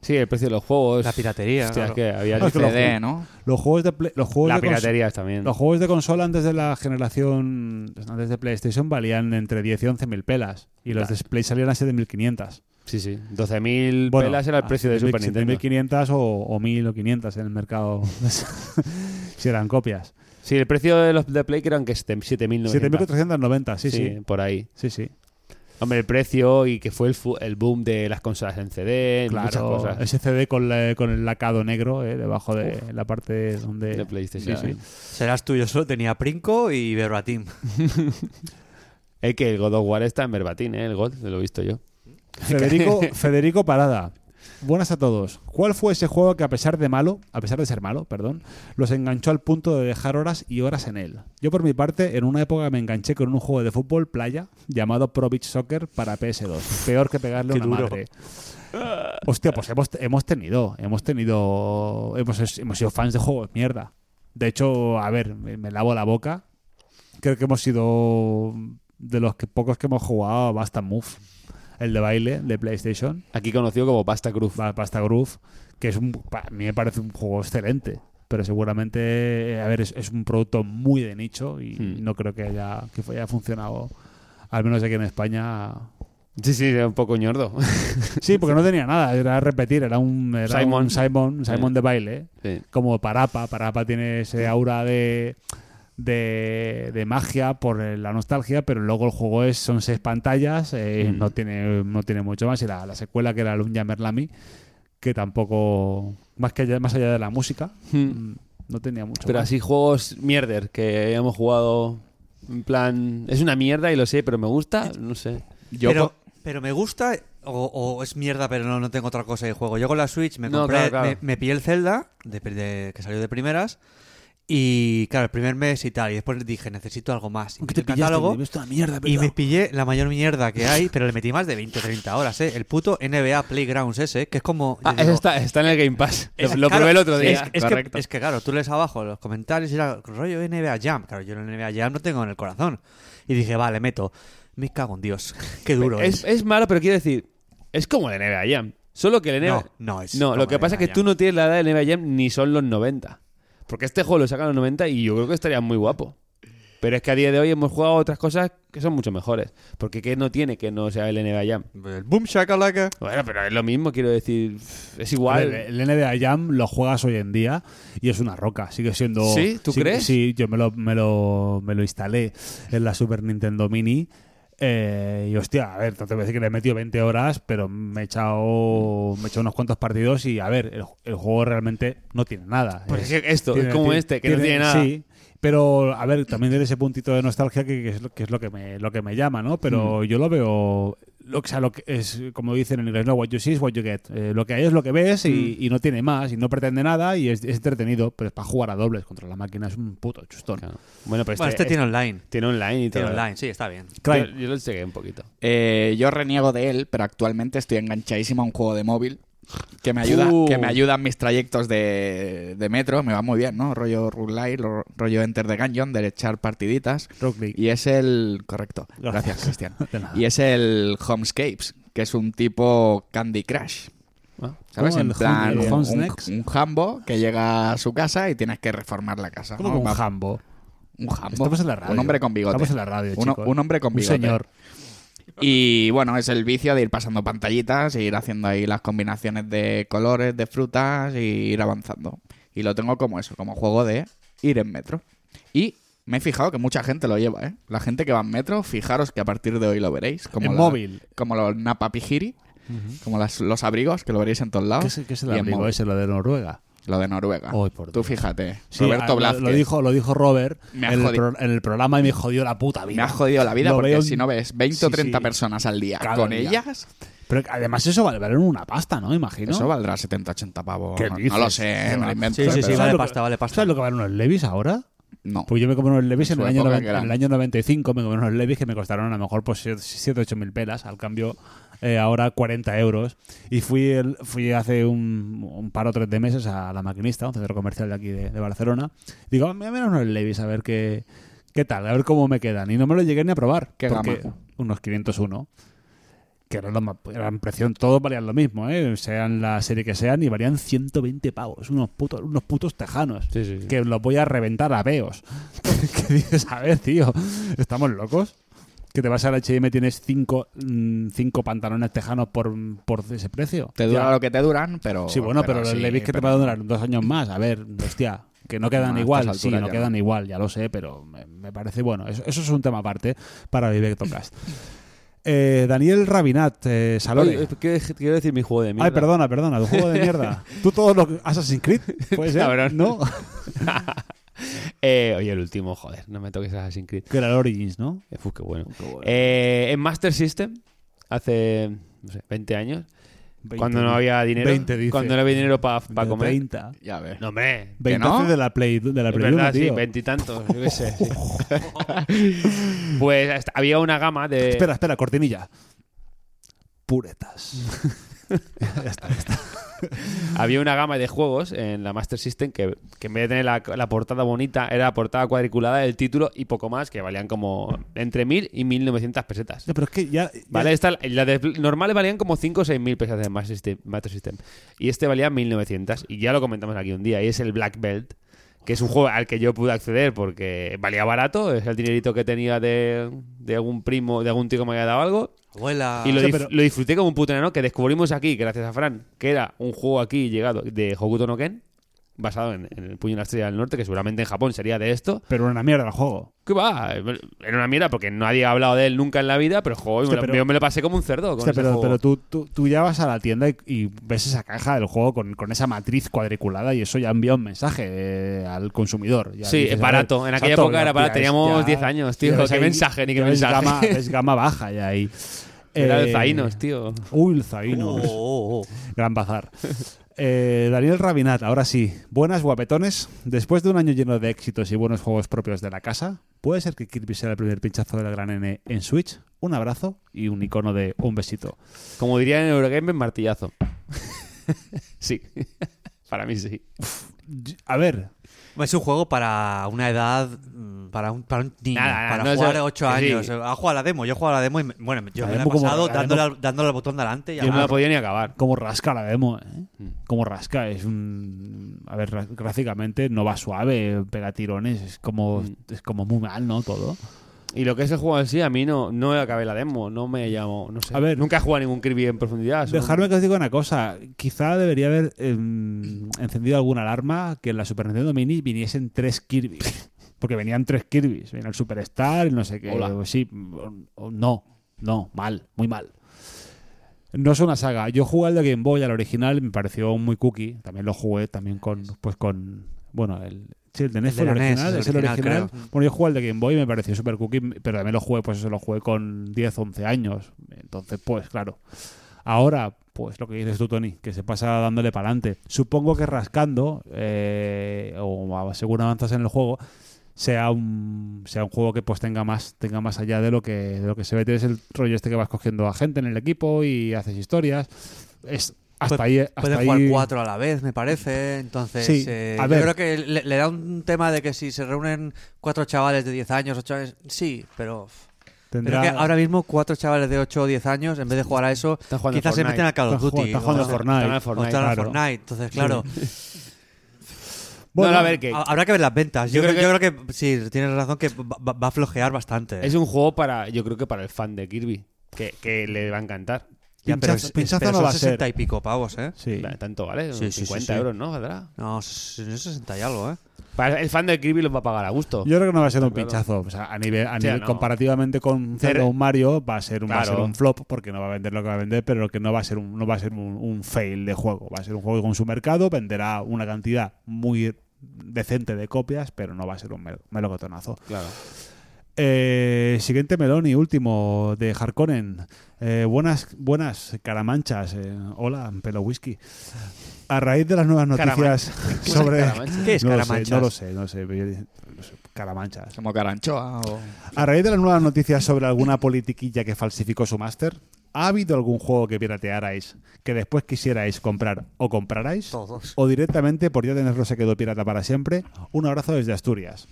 Sí, el precio de los juegos.
La piratería,
Hostia,
claro.
es que
[LAUGHS]
había
Ah, es que lo-
CD, ¿no?
Los juegos de Play- los juegos
la
de cons-
piratería también.
Los juegos de consola antes de la generación, antes de PlayStation, valían entre 10 y 11 mil pelas. Y los de Play salían a 7.500.
Sí, sí. 12.000
Bueno, ah,
pelas era el precio de
a
Super
7.000,
Nintendo.
7.500 o, o 1.000 o 500 en el mercado. [LAUGHS] si eran copias.
Sí, el precio de los de Play eran que 7.900.
7.490, sí, sí.
sí, por ahí.
Sí, sí.
Hombre, el precio y que fue el, fu- el boom de las consolas en CD, muchas
Claro,
cosas.
ese CD con, la- con el lacado negro eh, debajo de la parte donde...
De PlayStation.
Sí, sí.
Serás tú, yo solo tenía Princo y Verbatim.
Es que el God of War está en verbatín, ¿eh? El God, lo he visto yo.
[LAUGHS]
[LAUGHS]
Federico, Federico Parada. Buenas a todos. ¿Cuál fue ese juego que a pesar de malo, a pesar de ser malo, perdón, los enganchó al punto de dejar horas y horas en él? Yo por mi parte, en una época me enganché con un juego de fútbol playa llamado Pro Beach Soccer para PS2. Peor que pegarle
Qué
una
duro.
madre. Hostia, pues hemos, hemos tenido, hemos tenido, hemos, hemos sido fans de juegos mierda. De hecho, a ver, me, me lavo la boca. Creo que hemos sido de los que, pocos que hemos jugado a Basta Move, el de baile de PlayStation.
Aquí conocido como Pasta Cruz.
Ba- Basta Groove, que es un, pa- a mí me parece un juego excelente, pero seguramente, eh, a ver, es, es un producto muy de nicho y
Hmm.
no creo que haya, que haya funcionado, al menos aquí
[LAUGHS]
en España.
Sí, sí, era un poco ñordo. [LAUGHS]
Sí, porque no tenía nada, era repetir, era un, era
Simon. Hmm.
un Simon, un Simon de baile,
Sí.
como Parapa, Parapa tiene ese aura de... De, de magia por la nostalgia pero luego el juego es son seis pantallas eh,
Hmm.
no tiene no tiene mucho más y la, la secuela que era Lunya Merlami que tampoco más que allá, más allá de la música
Hmm.
mm, no tenía mucho
Pero
más.
así juegos mierder que hemos jugado en plan... Es una mierda y lo sé, pero me gusta, no sé.
Yo
pero, pero me gusta o, o es mierda, pero no, no tengo otra cosa de juego. Yo con la Switch me
No,
compré,
claro, claro.
Me, me pillé el Zelda, de, de- que salió de primeras, y claro, el primer mes y tal, y después dije, necesito algo más. Y metí el catálogo, y me pillé la mayor mierda que hay, pero le metí más de 20 o 30 horas, ¿eh? El puto NBA Playgrounds ese, que es como... yo
Ah,
digo,
ese está, está en el Game Pass. Lo-
es-
lo
claro,
probé el otro día.
Es, es que,
correcto.
es que, claro, tú lees abajo los comentarios y era rollo NBA Jam. Claro, yo el NBA Jam no tengo en el corazón. Y dije, vale, meto. Me cago en Dios. [LAUGHS] Qué duro
Es,
es.
es malo, pero quiero decir, es como el NBA Jam. Solo que el NBA.
No, no es
No,
como
lo que
el
pasa es
NBA
que tú
Jam.
no tienes la edad del NBA Jam ni son los 90. Porque este juego lo sacan los 90 y yo creo que estaría muy guapo. Pero es que a día de hoy hemos jugado otras cosas que son mucho mejores. Porque ¿qué no tiene que no sea el NBA Jam?
El boom shakalaka.
Bueno, pero es lo mismo, quiero decir. Es igual.
El, el NBA Jam lo juegas hoy en día y es una roca. Sigue siendo.
¿Sí? ¿Tú crees?
Sí, yo me lo, me lo, me lo instalé en la Super Nintendo Mini. eh, y hostia, a ver, no te voy a decir que le he metido 20 horas, pero me he echado, me he echado unos cuantos partidos y a ver, el, el juego realmente no tiene nada.
Pues
Es-
es que esto, es como
tiene-
este, que no tiene nada.
Sí, pero a ver, también tiene ese puntito de nostalgia que, que es, lo, que es lo que me lo que me llama, ¿no? Pero
Mm.
yo lo veo. Lo, o sea, lo que es como dicen en inglés, ¿no? What you see is what you get. Eh, lo que hay es lo que ves y,
Mm.
y no tiene más, y no pretende nada, y es, es entretenido, pero es para jugar a dobles contra la máquina, es un puto chustón.
Claro. Bueno,
pues
pero este,
Bueno, este
es-
tiene online.
tiene online y todo.
Tiene online, sí, está bien.
Yo,
Claro.
yo lo llegué un poquito.
Eh, yo reniego de él, pero actualmente estoy enganchadísimo a un juego de móvil que me ayuda,
Uh.
que me ayuda en mis trayectos de, de metro. Me va muy bien, ¿no? Rollo Roguelite, lo- rollo Enter the Gungeon, de echar partiditas.
Rock League.
Y es el. Correcto.
Gracias.
Gracias, Cristian.
De nada.
Y es el Homescapes, que es un tipo Candy Crush.
Ah.
¿Sabes?
¿Cómo?
En
¿El
plan,
hom- el
un, un,
Homesnacks?
un jambo que llega a su casa y tienes que reformar la casa.
¿Cómo
¿no?
que un
Va-
jambo?
un jambo.
Estamos en la radio.
Un hombre con bigote.
Estamos en la radio,
Uno-
chicos.
un hombre con bigote.
Un señor.
Y bueno, es el vicio de ir pasando pantallitas, e ir haciendo ahí las combinaciones de colores, de frutas y ir avanzando. Y lo tengo como eso, como juego de ir en metro. Y me he fijado que mucha gente lo lleva, ¿eh? La gente que va en metro, fijaros que a partir de hoy lo veréis. Como
En
la-
móvil.
Como los napapijiri, como las- los abrigos, que lo veréis en todos lados.
¿Qué es, qué es el
Ah, y en
abrigo
móvil.
ese, lo de Noruega?
Lo de Noruega.
Ay, por
Tú
Dios.
fíjate.
Sí, ah,
Roberto
lo-
Blázquez.
Lo dijo, lo dijo Robert en
Me ha
el,
jodido.
pro- en el programa y me jodió la puta vida.
Me ha jodido la vida
Lo veo
porque
en-
si no ves 20 o
Sí,
30
sí.
personas al día
Cada
con
día.
ellas,
Pero además eso vale valer una pasta, ¿no? Imagino.
eso valdrá 70, 80 pavos.
¿Qué
no,
dices?
lo sé, me lo invento.
Sí, sí, sí,
pero-
¿Sabes
vale
lo que-
pasta, vale pasta.
¿Sabes lo que valen unos Levis ahora?
No.
Pues yo me compré unos Levis
En
en,
su
el año,
época
noven-
que eran.
en el año 95, me compré unos Levis que me costaron a lo mejor pues 7 o 8 mil pelas, al cambio eh, ahora 40 euros. Y fui el- fui hace un, un par o tres de meses a la maquinista, un centro comercial de aquí de, de Barcelona. Digo, "Ah, mira, mira unos Levis, a ver qué, qué tal, a ver cómo me quedan. Y no me los llegué ni a probar.
¿Qué
porque
gama?
Unos 501. Que eran, los más- eran precios, todos valían lo mismo, ¿eh? sean la serie que sean, y valían 120 pavos, unos putos, unos putos tejanos
Sí, sí, sí.
que los voy a reventar a [LAUGHS] peos. que dices, a ver, tío, ¿estamos locos? Que te vas al H&M tienes cinco, mm, cinco pantalones tejanos por, por ese precio.
Te dura
Ya.
lo que te duran, pero.
Sí, bueno, pero,
sí,
le veis que te
pero-
va a durar dos años más. A ver, hostia, que no quedan
No, a
igual.
estas
Sí,
alturas
no
ya
quedan
no.
igual, ya lo sé, pero me, me parece bueno. Eso, eso es un tema aparte para
[LAUGHS]
Vivectocast. Eh, Daniel Rabinat, eh, Salore.
Oye, ¿qué- qué- quiero decir mi juego de mierda.
Ay, perdona, perdona, tu juego de
[LAUGHS]
mierda. Tú todo lo que. Assassin's Creed, puede ser.
Cabrón.
¿No?
Eh, oye, el último, joder, no me toques Assassin's Creed.
Que era el Origins, ¿no?
Eh, pues qué bueno. Eh, en Master System, hace no sé, 20 años,
20,
cuando no había dinero,
20 dice.
cuando no había dinero para
De
comer.
30.
Ya ves.
No, hombre.
20
no?
hace de la Play, de la
Es
Play
verdad,
uno,
sí,
tío.
veintitantos, yo qué sé. sí. [LAUGHS] pues hasta- había una gama de.
Espera, espera, cortinilla.
[LAUGHS]
Puretas. ya está, ya está.
Había una gama de juegos en la Master System que, que en vez de tener la, la portada bonita, era la portada cuadriculada, el título y poco más, que valían como entre 1.000 y 1.900 pesetas.
No, pero es que ya. ya-
Vale, esta, la de normales valían como 5 o 6 mil pesos de Master System, Master System. Y este valía 1900. Y ya lo comentamos aquí un día. Y es el Black Belt, que es un juego al que yo pude acceder porque valía barato. Es el dinerito que tenía de, de algún primo, de algún tío que me había dado algo.
Abuela.
Y lo,
sí,
dif-
Ah. pero-
lo disfruté como un puto enano que descubrimos aquí, gracias a Fran, que era un juego aquí llegado de Hokuto no Ken, basado en, en el puño de la estrella del norte, que seguramente en Japón sería de esto.
Pero una mierda el juego.
¿Qué va? Era una mierda porque nadie ha hablado de él nunca en la vida, pero joder, me
Hostia,
lo-
pero-
yo me lo pasé como un cerdo. Con
Hostia,
ese
pero
juego.
pero tú, tú, tú ya vas a la tienda y, y ves esa caja del juego con, con esa matriz cuadriculada y eso ya envía un mensaje eh, al consumidor. Ya
Sí,
dices,
es
a
barato. En aquella época era barato.
es-
Teníamos 10 años, tío.
ya ves
Qué mensaje, ni qué
ya ves
mensaje.
Gama, es gama baja ya ahí.
[LAUGHS] Era
Eh,
de Zainos, Uh. tío.
Uy, el
Oh,
Zainos.
oh, oh.
Gran bazar. Eh, Daniel Rabinat, ahora sí. Buenas guapetones. Después de un año lleno de éxitos y buenos juegos propios de la casa, ¿puede ser que Kirby sea el primer pinchazo de la gran N en Switch? Un abrazo y un icono de un besito.
Como diría en Eurogamer, [LAUGHS] martillazo. sí. Para mí sí.
A ver,
Es un juego para una edad, mm, para un, para un niño,
Nada, nada,
para
no es
jugar
el-
8
que sí.
años. Ha jugado a la demo, yo he jugado a la demo y me- bueno, yo
La
me la he
demo como-
pasado
la
dándole,
demo-
al, dándole al botón delante. y
Yo no la
abajo.
podía ni acabar.
Como rasca la demo, ¿eh? Como rasca, es un... A ver, ra- gráficamente no va suave, pega tirones, es como, es como muy mal, ¿no? Todo.
Y lo que es el juego en sí, a mí no, no acabé la demo, no me llamó, no sé.
A ver.
nunca he jugado a ningún Kirby en profundidad. solo-
Dejarme que os diga una cosa. Quizá debería haber em, encendido alguna alarma que en la Super Nintendo Mini viniesen tres Kirby. Porque venían tres Kirby. Venía el Superstar, el no sé qué.
Hola.
O Sí, o- o no, no, mal, muy mal. No es una saga. Yo jugué al de Game Boy, al original, y me pareció muy cookie. También lo jugué también con, pues con, bueno, el, sí, el de NES
El
fue
de
el
la NES,
original,
el
es el
original,
original.
creo.
Bueno, yo jugué al de Game Boy y me pareció super cookie, pero también lo jugué, pues eso lo jugué con 10, 11 años. Entonces, pues claro. Ahora, pues lo que dices tú, Tony, que se pasa dándole para adelante. Supongo que rascando, eh, o a- según avanzas en el juego, sea un, sea un juego que pues tenga más, tenga más allá de lo que, de lo que se ve. Tienes el rollo este que vas cogiendo a gente en el equipo y haces historias. Es, hasta
Pu-
ahí. Hasta
Pueden
ahí-
jugar cuatro a la vez, me parece. Entonces,
Sí,
eh,
a
yo
ver.
creo que le, le da un tema de que si se reúnen cuatro chavales de 10 años, 8 años, sí, pero...
Tendrá,
Creo que ahora mismo cuatro chavales de 8 o 10 años, en vez de jugar a eso,
Están jugando
quizás
al
se
Fortnite.
meten a Call
está
of
ju-
Duty.
está jugando
o-
al
Están al
Fortnite.
o
Fortnite,
están al
claro.
Fortnite.
[LAUGHS]
Entonces, claro,
Bueno,
Bueno,
a ver, que
ha- habrá que ver las ventas. Yo,
Yo
creo,
creo
yo creo que sí, tienes razón que va, va- va a flojear bastante.
es un juego para, yo creo que para el fan de Kirby, que, que le va a encantar.
Ya, pero
pinchazo-
es-
pinchazo
pero
no
son
va a ser.
60 y pico pavos, ¿eh?
Sí.
Vale, Tanto vale,
Sí, sí, sí,
50
sí.
euros, ¿no? ¿Valdrá?
No, s- no 60 y algo, ¿eh?
Para el fan de Kirby los va a pagar a gusto.
Yo creo que no va a ser un
Claro.
pinchazo. O sea, a nivel, a
Sí,
nivel-
no.
comparativamente con Zelda
Cer-
o Mario, va a ser un, va a ser
Claro.
un flop porque no va a vender lo que va a vender, pero que no va a ser un, no va a ser un, un fail de juego. Va a ser un juego con su mercado, venderá una cantidad muy decente de copias, pero no va a ser un mel- melocotonazo.
Claro.
Eh, siguiente melón y último de Harkonnen. Eh, buenas, buenas caramanchas. Eh, hola, pelo whisky. A raíz de las nuevas
Caraman-
noticias sobre.
caramanchas?
¿Qué
[LAUGHS]
es
no lo sé,
caramanchas?
no lo sé, no sé, pero yo- no sé, Caramanchas.
Como Caranchoa o...
A raíz de las nuevas noticias sobre alguna politiquilla que falsificó su máster, ¿ha habido algún juego que piratearais que después quisierais comprar o comprarais?
Todos.
O directamente, por ya tenerlo, se quedó pirata para siempre. Un abrazo desde Asturias.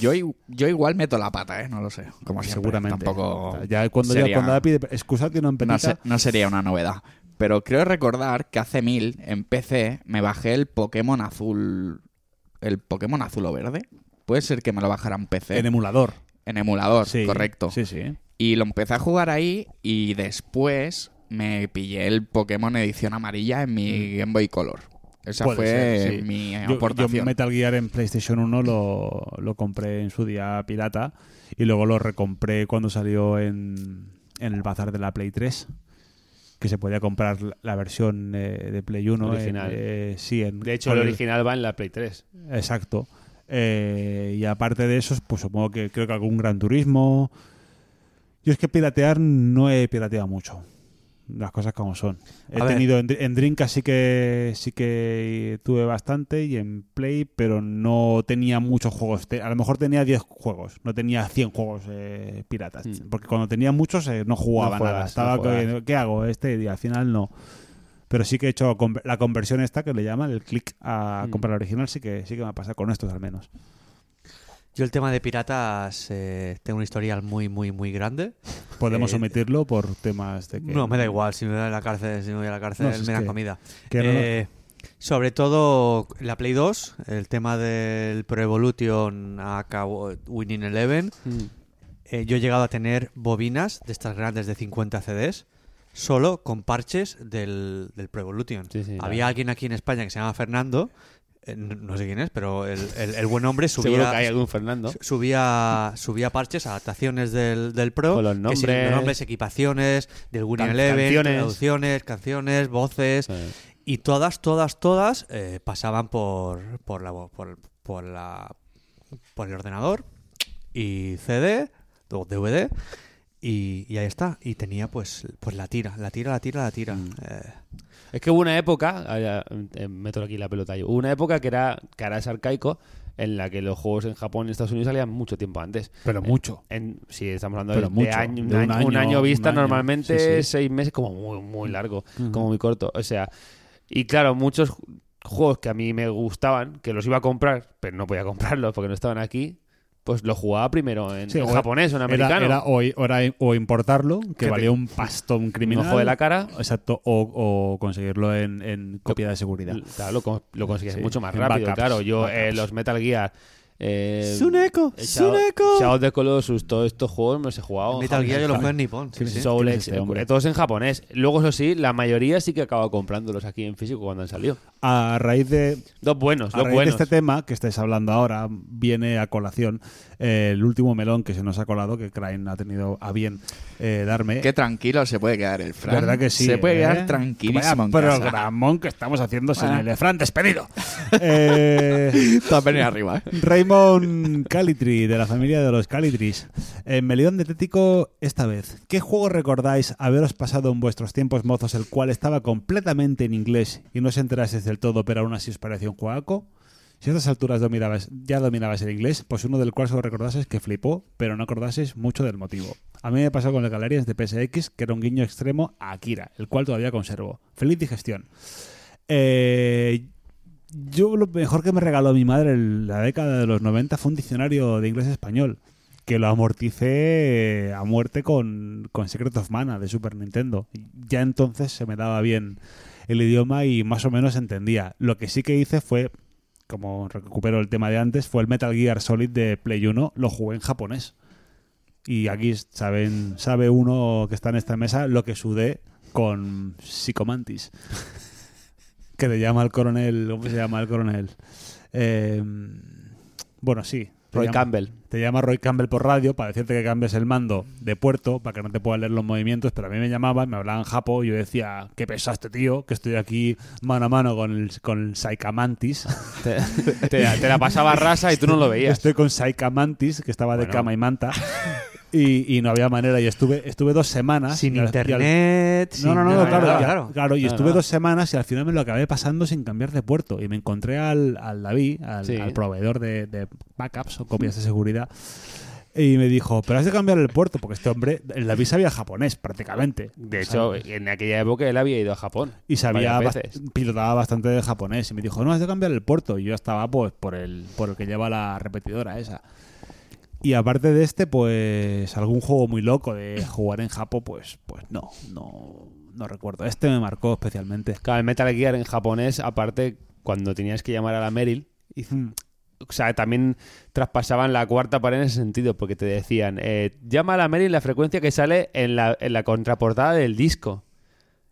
Yo, i- yo igual meto la pata, ¿eh? No lo sé. Como siempre.
Seguramente.
Tampoco
Ya cuando, ya
sería-
cuando la pide, excusate no en
no,
petita.
se- no sería una novedad. Pero creo recordar que hace mil, en PC, me bajé el Pokémon azul... ¿El Pokémon azul o verde? Puede ser que me lo bajara en PC.
en emulador.
En emulador,
Sí,
correcto.
Sí, sí.
Y lo empecé a jugar ahí y después me pillé el Pokémon edición amarilla en mi Game Boy Color. Esa
Mm. Puede
fue
ser, sí.
mi
Yo, yo
aportación.
Metal Gear en PlayStation 1 lo, lo compré en su día pirata y luego lo recompré cuando salió en, en el bazar de la Play 3 que se podía comprar la- la versión eh, de Play 1 en-
Original.
eh, sí, en-
De hecho,
con
el
el-
original va en la Play 3.
Exacto. Eh, y aparte de esos, pues supongo que creo que algún gran turismo. Yo es que piratear no he pirateado mucho. Las cosas como son. He
A ver.
tenido en, Dr- en Drink así que sí que tuve bastante y en Play, pero no tenía muchos juegos. Te- A lo mejor tenía 10 juegos, no tenía 100 juegos eh, piratas.
Mm.
Hmm.
Porque cuando tenía muchos eh, no jugaba
No juegas,
nada.
no
Estaba,
juegas.
que- ¿qué hago este? Y al final no. Pero sí que he hecho con- la conversión esta que le llaman, el clic a
Mm.
comprar la original, sí que sí que me ha pasado con estos al menos.
Yo el tema de piratas eh, tengo un historial muy, muy, muy grande.
Podemos
Eh,
omitirlo por temas de que...
No, me da igual, si me voy a la cárcel, si me voy a la cárcel,
No, si es
me dan
que-
comida.
que no-
Eh, Sobre todo la Play 2, el tema del Pro Evolution AK Winning Eleven.
Hmm.
Eh, yo he llegado a tener bobinas de estas grandes de 50 CDs solo con parches del, del Pro Evolution.
Sí, sí,
Había
claro.
alguien aquí en España que se llama Fernando, eh, n- no sé quién es, pero el, el- el buen
[LAUGHS]
hombre
Seguro
subía,
que hay algún Fernando.
su- Subía, subía parches, adaptaciones del, del Pro.
Con los
que
nombres.
sí, los nombres, equipaciones, del Winning
Can-
Eleven,
canciones.
traducciones, canciones, voces.
Sí.
Y todas, todas, todas eh, pasaban por, por, la, vo- por, por la por el ordenador y CD o DVD y, y ahí está. Y tenía pues, pues la tira, la tira, la tira, la tira. Eh,
Es que hubo una época, ah, ya, eh, meto aquí la pelota yo, hubo una época que era, que ahora es arcaico, en la que los juegos en Japón y Estados Unidos salían mucho tiempo antes.
Pero
Eh,
mucho.
En, sí, estamos hablando
Pero
de,
mucho,
año- un,
de un
año, un
año,
año vista,
un año,
normalmente
sí, sí.
seis meses, como muy, muy largo,
Ujú.
como muy corto. O sea, y claro, muchos juegos que a mí me gustaban, que los iba a comprar, pero no podía [LAUGHS] comprarlos porque no estaban aquí, pues los jugaba primero en,
Sí,
en
o-
japonés o en
Era-
americano.
era o, o era- o importarlo, que
te-
valía un pastón
un
criminal.
ojo de la cara.
Exacto, o, o conseguirlo en, en copia de seguridad.
Claro, lo, con- lo consigues
Sí,
mucho más
en
rápido.
backups,
claro, yo eh,
backups.
los Metal Gear. Eh,
Suneko,
eh, Shadow-
Suneko.
Shadow of the Colossus, todos estos juegos me los he jugado. en
Metal Gear yo lo juego en Nippon. sí,
japonés.
sí.
Soul
¿Quién es
Edge,
este
eh,
hombre?
todos en japonés. Luego, eso sí, la mayoría sí que acabo comprándolos aquí en físico cuando han salido.
A raíz de
Dos buenos,
A
dos
raíz
buenos.
de este tema que estáis hablando ahora, viene a colación eh, el último melón que se nos ha colado, que Crane ha tenido a bien eh, darme.
Qué tranquilo se puede quedar el Fran.
¿Verdad que sí?
Se puede
eh?
quedar tranquilísimo en
Vaya
casa.
programón que estamos haciendo sin
Bueno.
el Efran despedido. Eh,
[LAUGHS] Tú has venido arriba, ¿eh?
Raymond Calitri, de la familia de los Calitris. Eh, En Melidón Detético, esta vez, ¿qué juego recordáis haberos pasado en vuestros tiempos mozos, el cual estaba completamente en inglés y no os enterasteis del todo, pero aún así os pareció un juegaco? Si a estas alturas dominabas, ya dominabas el inglés, pues uno del cual solo recordases que flipó, pero no acordases mucho del motivo. A mí me pasó con las galerías de PSX, que era un guiño extremo a Akira, el cual todavía conservo. Feliz digestión. Eh, yo lo mejor que me regaló mi madre en la década de los 90 fue un diccionario de inglés-español, que lo amorticé a muerte con, con Secret of Mana de Super Nintendo. Ya entonces se me daba bien el idioma y más o menos entendía. Lo que sí que hice fue, como recupero el tema de antes, fue el Metal Gear Solid de Play 1, lo jugué en japonés. Y aquí saben, sabe uno que está en esta mesa lo que sudé con Psicomantis. [LAUGHS] Que le llama al coronel. ¿Cómo se llama el coronel? Eh, bueno, sí. te
Roy
llama-
Campbell.
Te llama Roy Campbell por radio para decirte que cambies el mando de puerto para que no te puedan leer los movimientos, pero a mí me llamaban, me hablaban japo y yo decía, qué pesaste, tío, que estoy aquí mano a mano con el, con el Psychamantis.
Te, [LAUGHS] te- te la pasaba rasa y tú
[LAUGHS]
no lo veías.
Estoy con Saika Mantis, que estaba de
Bueno.
cama y manta. Y, y no había manera. Y estuve, estuve dos semanas.
Sin
y al- y al-
internet. sin
no, no, no,
nada,
claro,
nada,
ya-
claro.
claro, Y
Claro,
estuve
claro.
dos semanas y al final me lo acabé pasando sin cambiar de puerto. Y me encontré al, al David, al,
Sí.
al proveedor de, de backups o copias de seguridad. Y me dijo, pero has de cambiar el puerto, porque este hombre, el David sabía japonés prácticamente.
De
O sea,
hecho, en aquella época él había ido a Japón.
y sabía
varias
bast-
veces.
pilotaba bastante de japonés y me dijo no has de cambiar el puerto y yo estaba pues por el por el que lleva la repetidora esa y aparte de este pues algún juego muy loco de jugar en Japón pues pues no no no recuerdo este me marcó especialmente
Claro, el Metal Gear en japonés, aparte, cuando tenías que llamar a la Meryl, y- o sea, también traspasaban la cuarta pared en ese sentido, porque te decían, eh, llama a la Meryl la frecuencia que sale en la, en la contraportada del disco.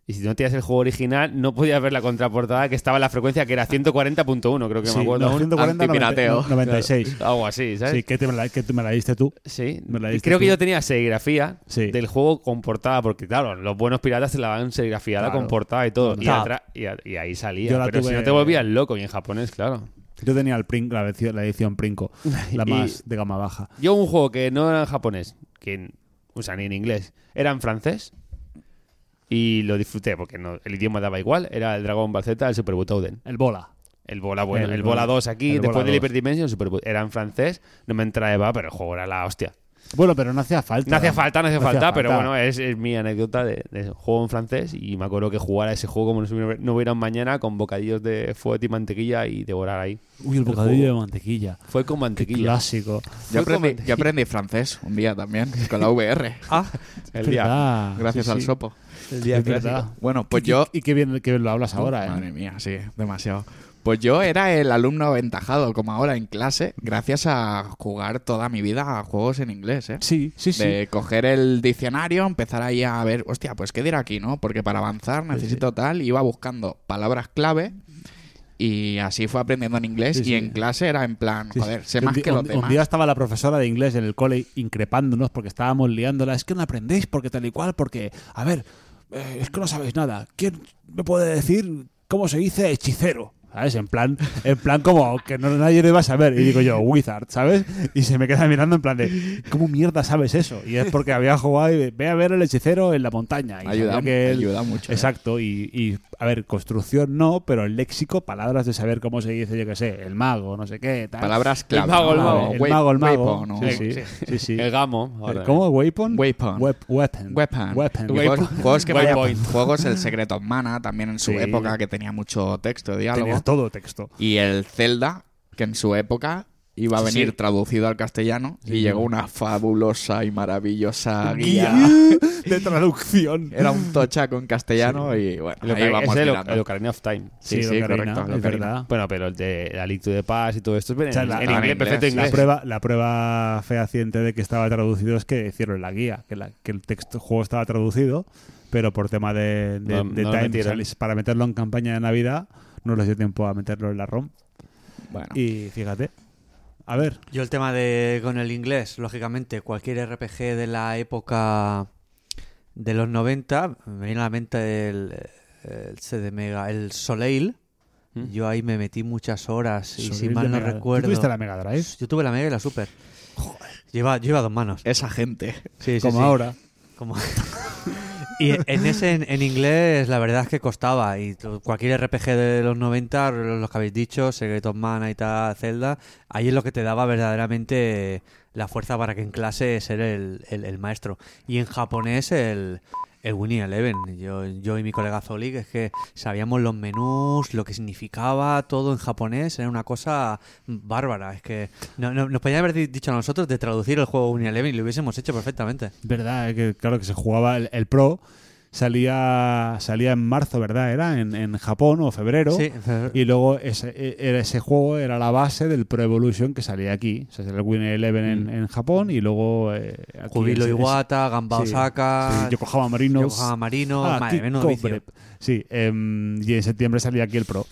Y si no tenías el juego original, no podías ver la contraportada que estaba en la frecuencia, que era 140.1, creo que
Sí,
me acuerdo. aún.
940,
antipirateo.
90, 96
Algo así, ¿sabes?
sí que, te me la, que tú me la diste tú
Sí,
Me la
y
diste
creo que
tú.
yo tenía serigrafía
Sí.
del juego con portada, porque claro, los buenos piratas se la van serigrafiada
Claro.
con portada y todo. Y,
Tap.
atrás- y a- y ahí salía.
Yo la
Pero si
tuve-
no te volvías loco, y en japonés, claro.
yo tenía el Prin- la edición, la
[LAUGHS]
edición Princo la
Y-
más de gama baja
Yo un juego que no era en japonés, que, en- o sea, ni en inglés, era en francés. Y lo disfruté porque no- el idioma daba igual. Era el Dragon Ball Z, el Super Butoden.
el bola
El Bola, bueno,
El
el, Bola
Bola-
2 aquí,
el Bola
después del
2.
Hyper Dimension, Super Bu- Era en francés, no me entraba, pero el juego era la hostia.
bueno pero no hacía falta
No hacía falta, no hacía falta, pero bueno, es, es mi anécdota de, de juego en francés y me acuerdo que jugar a ese juego como no, si hubiera- no hubiera un mañana con bocadillos de fuete y mantequilla y devorar ahí.
uy el bocadillo de mantequilla
Fue con mantequilla.
clásico
Yo
Fue
aprendí,
como-
yo aprendí francés un día también, con la VR,
Ah,
El día.
Verdad,
Ah, gracias
sí,
al
sí.
sopo.
el día
Es
que
verdad.
Bueno, pues yo...
Y qué bien, qué bien lo hablas ahora, ¿eh?
Madre mía, sí, demasiado. Pues yo era el alumno aventajado, como ahora en clase, gracias a jugar toda mi vida a juegos en inglés, ¿eh?
Sí, sí, sí.
De coger el diccionario, empezar ahí a ver, hostia, pues qué dirá aquí, ¿no? Porque para avanzar necesito tal, iba buscando palabras clave y así fue aprendiendo en inglés
Sí,
y
sí.
en clase era en plan,
Sí, sí.
joder, sé
Un
más
di-
que
un,
los demás.
un día estaba la profesora de inglés en el cole increpándonos porque estábamos liándola. Es que no aprendéis porque tal y cual, porque, a ver, eh, es que no sabéis nada. ¿Quién me puede decir cómo se dice hechicero? ¿Sabes? En plan, en plan como que no, nadie lo iba a saber. Y digo yo, wizard, ¿sabes? Y se me queda mirando en plan de, ¿cómo mierda sabes eso? Y es porque había jugado y ve a ver el hechicero en la montaña. Y
Ayuda,
sabía que él-
ayuda mucho. ¿eh?
Exacto, y, y, a ver, construcción no, pero el léxico, palabras de saber cómo se dice, yo qué sé, el mago, no sé qué, tal.
Palabras clave.
El mago, el
¿no?
mago.
Ah, el
Wa-
mago, el mago.
weapon, ¿no?
sí, sí, sí,
[LAUGHS]
sí.
El gamo. ahora.
¿Cómo? ¿Weapon?
Weapon.
Wep- weapon.
Weapon.
Weapon.
Y [LAUGHS] Juegos, juegos que
Waypoint.
vayan- juegos el Secret of Mana, también en su
Sí.
época que tenía mucho texto, diálogo.
Tenías todo texto.
Y el Zelda, que en su época iba a venir traducido al castellano y llegó una fabulosa y maravillosa guía.
[LAUGHS] de
[LAUGHS]
traducción.
Era un tocha con castellano y bueno,
El,
ahí
Ocar- es
vamos
el,
tirando.
el Ocarina of Time.
Sí, sí,
Ocarina,
correcto,
Es
Ocarina.
verdad.
Bueno, pero el de la League to the Pass y todo esto es en,
O sea, la-
Ah, en
la-
inglés,
en
perfecto
inglés,
inglés.
La prueba, la prueba fehaciente de que estaba traducido es que hicieron la guía, que, la- que el texto el juego estaba traducido, pero por tema de, de-
No-
de
no lo
time,
metieron.
o sea, para meterlo en campaña de Navidad, no les dio tiempo a meterlo en la ROM.
Bueno,
Y fíjate, a ver,
Yo el tema de con el inglés, lógicamente, cualquier RPG de la época de los 90, me viene a la mente el, el CD Mega, el Soleil.
¿Mm?
Yo ahí me metí muchas horas y si
Soleil
mal
de
no
Mega- ¿Tú
recuerdo...
tuviste la Mega Eh, Drive?
Yo tuve la Mega y la Super. Lleva, lleva dos manos.
esa gente.
Sí, sí,
como
sí.
ahora.
Como- [LAUGHS] y en ese en, en inglés la verdad es que costaba y to- cualquier RPG de los 90, los que habéis dicho, Secret of Mana y tal, Zelda, ahí es lo que te daba verdaderamente la fuerza para que en clase ser el, el- el maestro. Y en japonés el, el Winnie Eleven, yo, yo y mi colega Zoli, que es que sabíamos los menús, lo que significaba, todo en japonés, era una cosa bárbara. Es que no- no- nos podían haber di- dicho a nosotros de traducir el juego Winnie Eleven y lo hubiésemos hecho perfectamente.
Verdad, eh, que claro que se jugaba el, el Pro, salía salía en marzo, ¿verdad? Era en, en Japón o febrero.
Sí, en febrero.
Y luego ese, e- era ese juego era la base del Pro Evolution que salía aquí. O sea, es el Win Eleven
Mm.
en, en Japón y luego. eh, aquí
Jubilo
ese-
Iwata, Gamba
sí,
Osaka,
sí, Yokohama Marinos.
Yokohama Marinos,
Ah,
madre,
Kid
menudo
Cobra.
vicio.
Sí, em, y en septiembre salía aquí el Pro.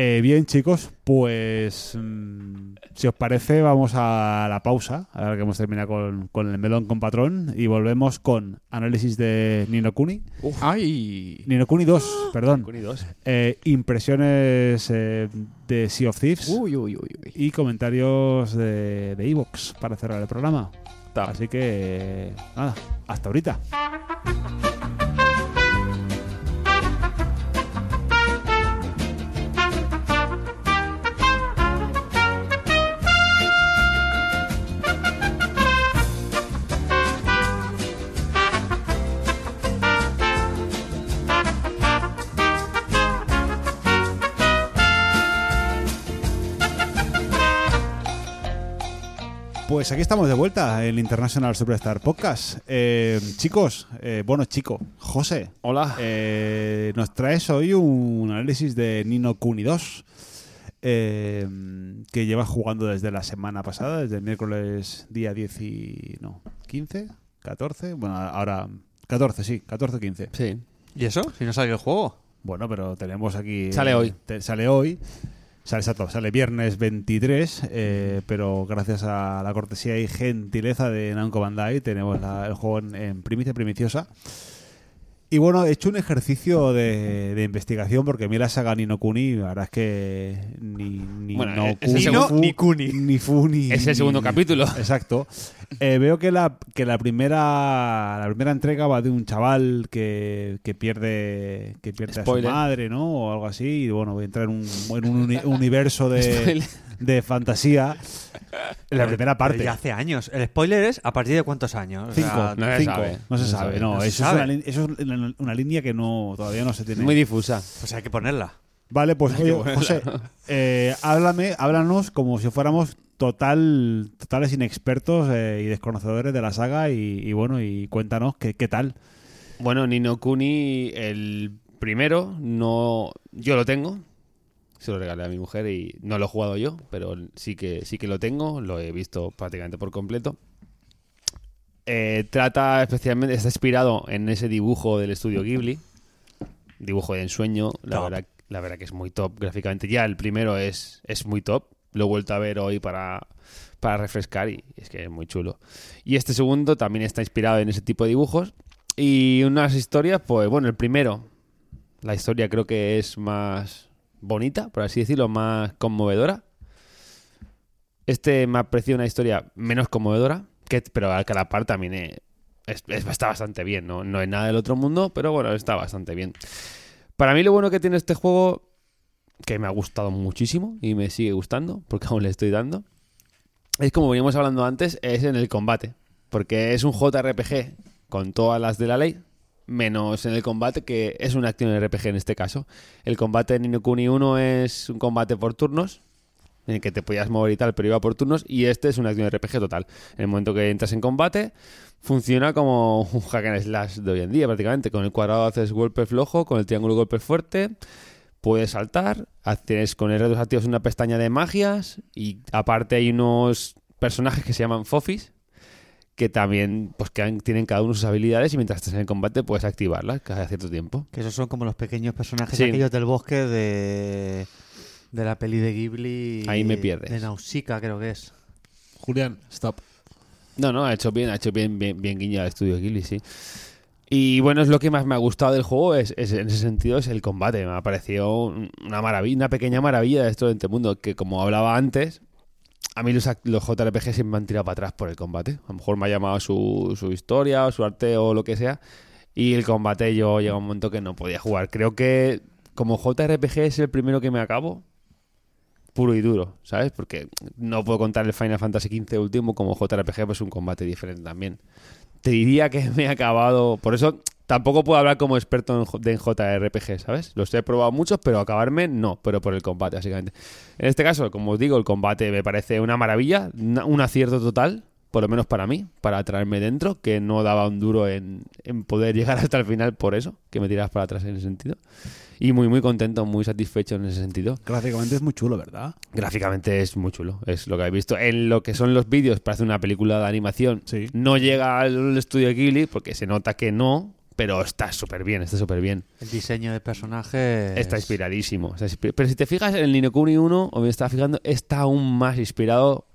Eh, bien, chicos, pues mm, si os parece, vamos a la pausa, ahora que hemos terminado con, con el melón con patrón, y volvemos con análisis de Nino Kuni.
Ay,
Nino Kuni 2, perdón.
Kuni 2.
Eh, impresiones eh, de Sea of Thieves
uy, uy, uy, uy.
y comentarios de de Evox para cerrar el programa.
Ta.
Así que, nada, hasta ahorita. Pues aquí estamos de vuelta en International Superstar Podcast. Eh, chicos, eh, bueno, chico, José,
Hola.
eh, nos traes hoy un análisis de Nino Kuni 2, eh, que lleva jugando desde la semana pasada, desde el miércoles día 10 y... no, 15, 14, bueno, ahora 14, sí, 14, 15.
sí.
¿Y eso? Si no sale el juego.
Bueno, pero tenemos aquí...
Sale hoy.
te- sale hoy. Sale, exacto, sale viernes 23, eh, pero gracias a la cortesía y gentileza de Namco Bandai tenemos la- el juego en, en primicia primiciosa. Y bueno, he hecho un ejercicio de, de investigación porque a mí la saga Nino Kuni, la verdad es que ni, ni
Bueno, e-
no
es el
Kuni,
segundo-
fu-
ni Kuni.
Ni fu, ni-
Es el segundo
ni-
capítulo.
Exacto. Eh, veo que la, que la primera la primera entrega va de un chaval que, que pierde que pierde a
Spoiler.
su madre, ¿no? O algo así. Y bueno, voy a entrar en un, en un uni- universo de, de fantasía. En la primera parte.
Pero ya hace años. El spoiler es a partir de cuántos años. O
Cinco.
sea,
no se
Cinco.
sabe.
No se sabe, no.
No se
eso, Es
sabe.
una, lin- eso es una- una línea que no todavía no se tiene.
Muy difusa.
pues hay que ponerla.
Vale, pues oye, José, eh, háblame, háblanos como si fuéramos total, totales inexpertos eh, y desconocedores de la saga y, y bueno, y cuéntanos qué, qué tal.
Bueno, Nino Kuni, el primero, no. Yo lo tengo. Se lo regalé a mi mujer y no lo he jugado yo, pero sí que, sí que lo tengo. Lo he visto prácticamente por completo. Eh, trata especialmente. Está inspirado en ese dibujo del estudio Ghibli. Dibujo de ensueño. La
Top.
verdad, la verdad que es muy top gráficamente. Ya el primero es, es muy top. Lo he vuelto a ver hoy para, para refrescar y es que es muy chulo. Y este segundo también está inspirado en ese tipo de dibujos. Y unas historias, pues bueno, el primero, la historia creo que es más bonita, por así decirlo, más conmovedora. Este me ha parecido una historia menos conmovedora, que, pero a la par también eh, es- es- está bastante bien, ¿no? No es nada del otro mundo, pero bueno, está bastante bien. Para mí lo bueno que tiene este juego, que me ha gustado muchísimo y me sigue gustando, porque aún le estoy dando, es como veníamos hablando antes, es en el combate. Porque es un JRPG con todas las de la ley, menos en el combate, que es una acción RPG en este caso. El combate de Nino Kuni 1 es un combate por turnos, en el que te podías mover y tal, pero iba por turnos, y este es una acción RPG total. En el momento que entras en combate, funciona como un hack and slash de hoy en día, prácticamente. Con el cuadrado haces golpe flojo, con el triángulo golpe fuerte, puedes saltar, haces con R2 activos una pestaña de magias, y aparte hay unos personajes que se llaman Fofis, que también pues que han- tienen cada uno sus habilidades y mientras estés en el combate puedes activarlas cada cierto tiempo.
Que esos son como los pequeños personajes
Sí.
aquellos del bosque de, de la peli de Ghibli.
Ahí me pierdes.
De Nausicaa, creo que es.
Julián, stop.
No, no, ha hecho bien, ha hecho bien, bien, bien guiño al estudio Ghibli, sí. Y bueno, es lo que más me ha gustado del juego, es, es- en ese sentido, es el combate. Me ha parecido un- una maravilla, una pequeña maravilla de esto de este mundo, que como hablaba antes, a mí los, ac- los JRPG siempre me han tirado para atrás por el combate. A lo mejor me ha llamado su, su historia o su arte o lo que sea. Y el combate yo llega un momento que no podía jugar. Creo que como JRPG es el primero que me acabo, puro y duro, ¿sabes? Porque no puedo contar el Final Fantasy XV último como JRPG, pues es un combate diferente también. Te diría que me he acabado, por eso tampoco puedo hablar como experto en, J- de JRPG, ¿sabes? Los he probado muchos, pero acabarme no, pero por el combate, básicamente. En este caso, como os digo, el combate me parece una maravilla, una- un acierto total, por lo menos para mí, para traerme dentro, que no daba un duro en, en poder llegar hasta el final por eso, que me tiras para atrás en ese sentido. Y muy, muy contento, muy satisfecho en ese sentido
Gráficamente es muy chulo, ¿verdad?
gráficamente es muy chulo, es lo que he visto. En lo que son los vídeos, parece una película de animación.
Sí.
No llega al estudio Ghibli porque se nota que no, pero está súper bien, está súper bien.
El diseño de personajes.
Está inspiradísimo. está inspi- Pero si te fijas en el Ni no Kuni 1, o me estaba fijando, está aún más inspirado,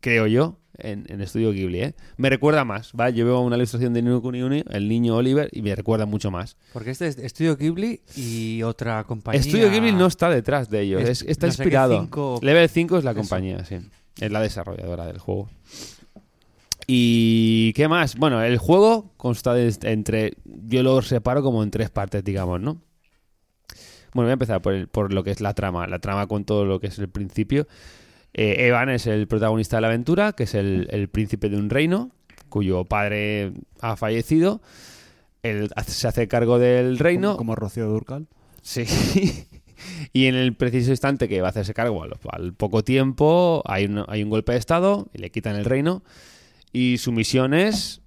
creo yo, en, en Estudio Ghibli. ¿eh? Me recuerda más, ¿vale? Yo veo una ilustración de Ni no Kuni 1, el niño Oliver, y me recuerda mucho más.
Porque este es Estudio Ghibli y otra compañía.
Estudio Ghibli no está detrás de ellos,
Es-
es- está
no sé qué
inspirado.
cinco-
Level 5 es la
Eso.
compañía, sí. Es la desarrolladora del juego. ¿Y qué más? Bueno, el juego consta de entre. Yo lo separo como en tres partes, digamos, ¿no? Bueno, voy a empezar por, el- por lo que es la trama. La trama con todo lo que es el principio. Eh, Evan es el protagonista de la aventura, que es el, el príncipe de un reino, cuyo padre ha fallecido. Él se hace cargo del reino.
Como, como Rocío Durcal.
Sí. [LAUGHS] y en el preciso instante que va a hacerse cargo, al, al poco tiempo, hay un, hay un golpe de estado y le quitan el reino. Y su misión es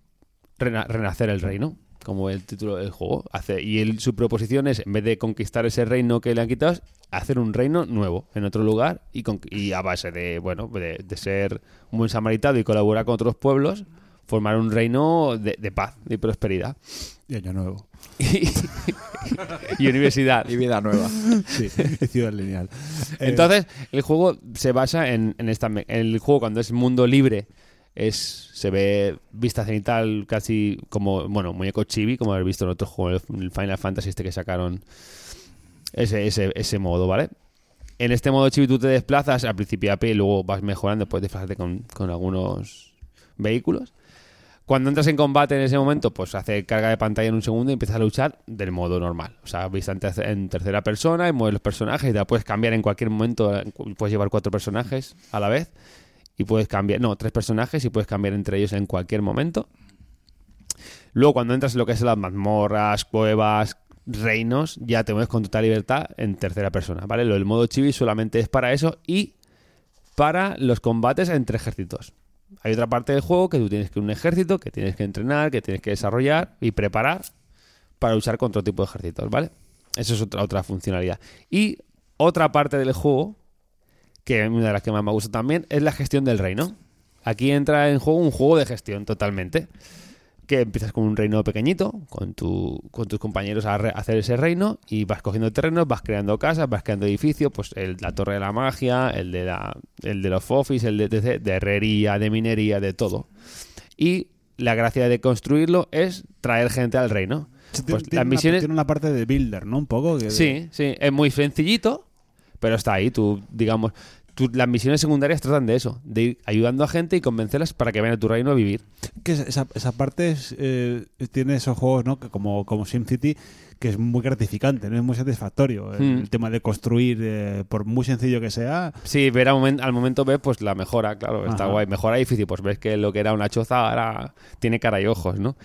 rena- renacer el reino, como el título del juego. Hace, y él- su proposición es, en vez de conquistar ese reino que le han quitado, es hacer un reino nuevo en otro lugar y, con- y a base de, bueno, de, de ser un buen samaritano y colaborar con otros pueblos, formar un reino de, de paz y prosperidad. [LAUGHS]
Y Año Nuevo.
y, y universidad.
Y vida nueva.
[LAUGHS]
Sí, y [LAUGHS] Ciudad Lineal. Eh,
Entonces, el juego se basa en, en esta. me- El juego, cuando es mundo libre, es se ve vista cenital casi como, bueno, muñeco chibi, como habéis visto en otro juego, el Final Fantasy este que sacaron. Ese, ese, ese modo, ¿vale? En este modo chibi tú te desplazas al principio a pie y luego vas mejorando, puedes desplazarte con, con algunos vehículos. Cuando entras en combate en ese momento, pues hace carga de pantalla en un segundo y empiezas a luchar del modo normal. O sea, vista en, terce- en tercera persona y mueves los personajes y te la puedes cambiar en cualquier momento. eh, cu- Puedes llevar cuatro personajes a la vez y puedes cambiar, no, tres personajes y puedes cambiar entre ellos en cualquier momento. Luego, cuando entras en lo que es las mazmorras, cuevas, reinos, ya te mueves con total libertad en tercera persona, ¿vale? Lo del modo chibi solamente es para eso y para los combates entre ejércitos. Hay otra parte del juego que tú tienes que un ejército, que tienes que entrenar, que tienes que desarrollar y preparar para luchar contra otro tipo de ejércitos, ¿vale? Eso es otra, otra funcionalidad. Y otra parte del juego, que es una de las que más me gusta también, es la gestión del reino. Aquí entra en juego un juego de gestión totalmente. Que empiezas con un reino pequeñito, con, tu, con tus compañeros a re- a hacer ese reino, y vas cogiendo terrenos, vas creando casas, vas creando edificios, pues el, la torre de la magia, el de, la, el de los fofis, el de, de, de herrería, de minería, de todo. Y la gracia de construirlo es traer gente al reino.
sí,
Pues
tiene
las
una-
misiones,
Tiene una parte de Builder, ¿no? Un poco. que-
Sí, sí, es muy sencillito, pero está ahí, tú, digamos, tú- las misiones secundarias tratan de eso, de ir ayudando a gente y convencerlas para que vayan a tu reino a vivir.
que es- esa, esa parte es, eh, tiene esos juegos, ¿no? Que como, como SimCity, que es muy gratificante, ¿no? Es muy satisfactorio. El,
Mm.
el tema de construir, eh, por muy sencillo que sea,
Sí, ver a momen- al momento ves pues la mejora, claro, está
Ajá.
guay, mejora difícil, pues ves que lo que era una choza ahora tiene cara y ojos, ¿no?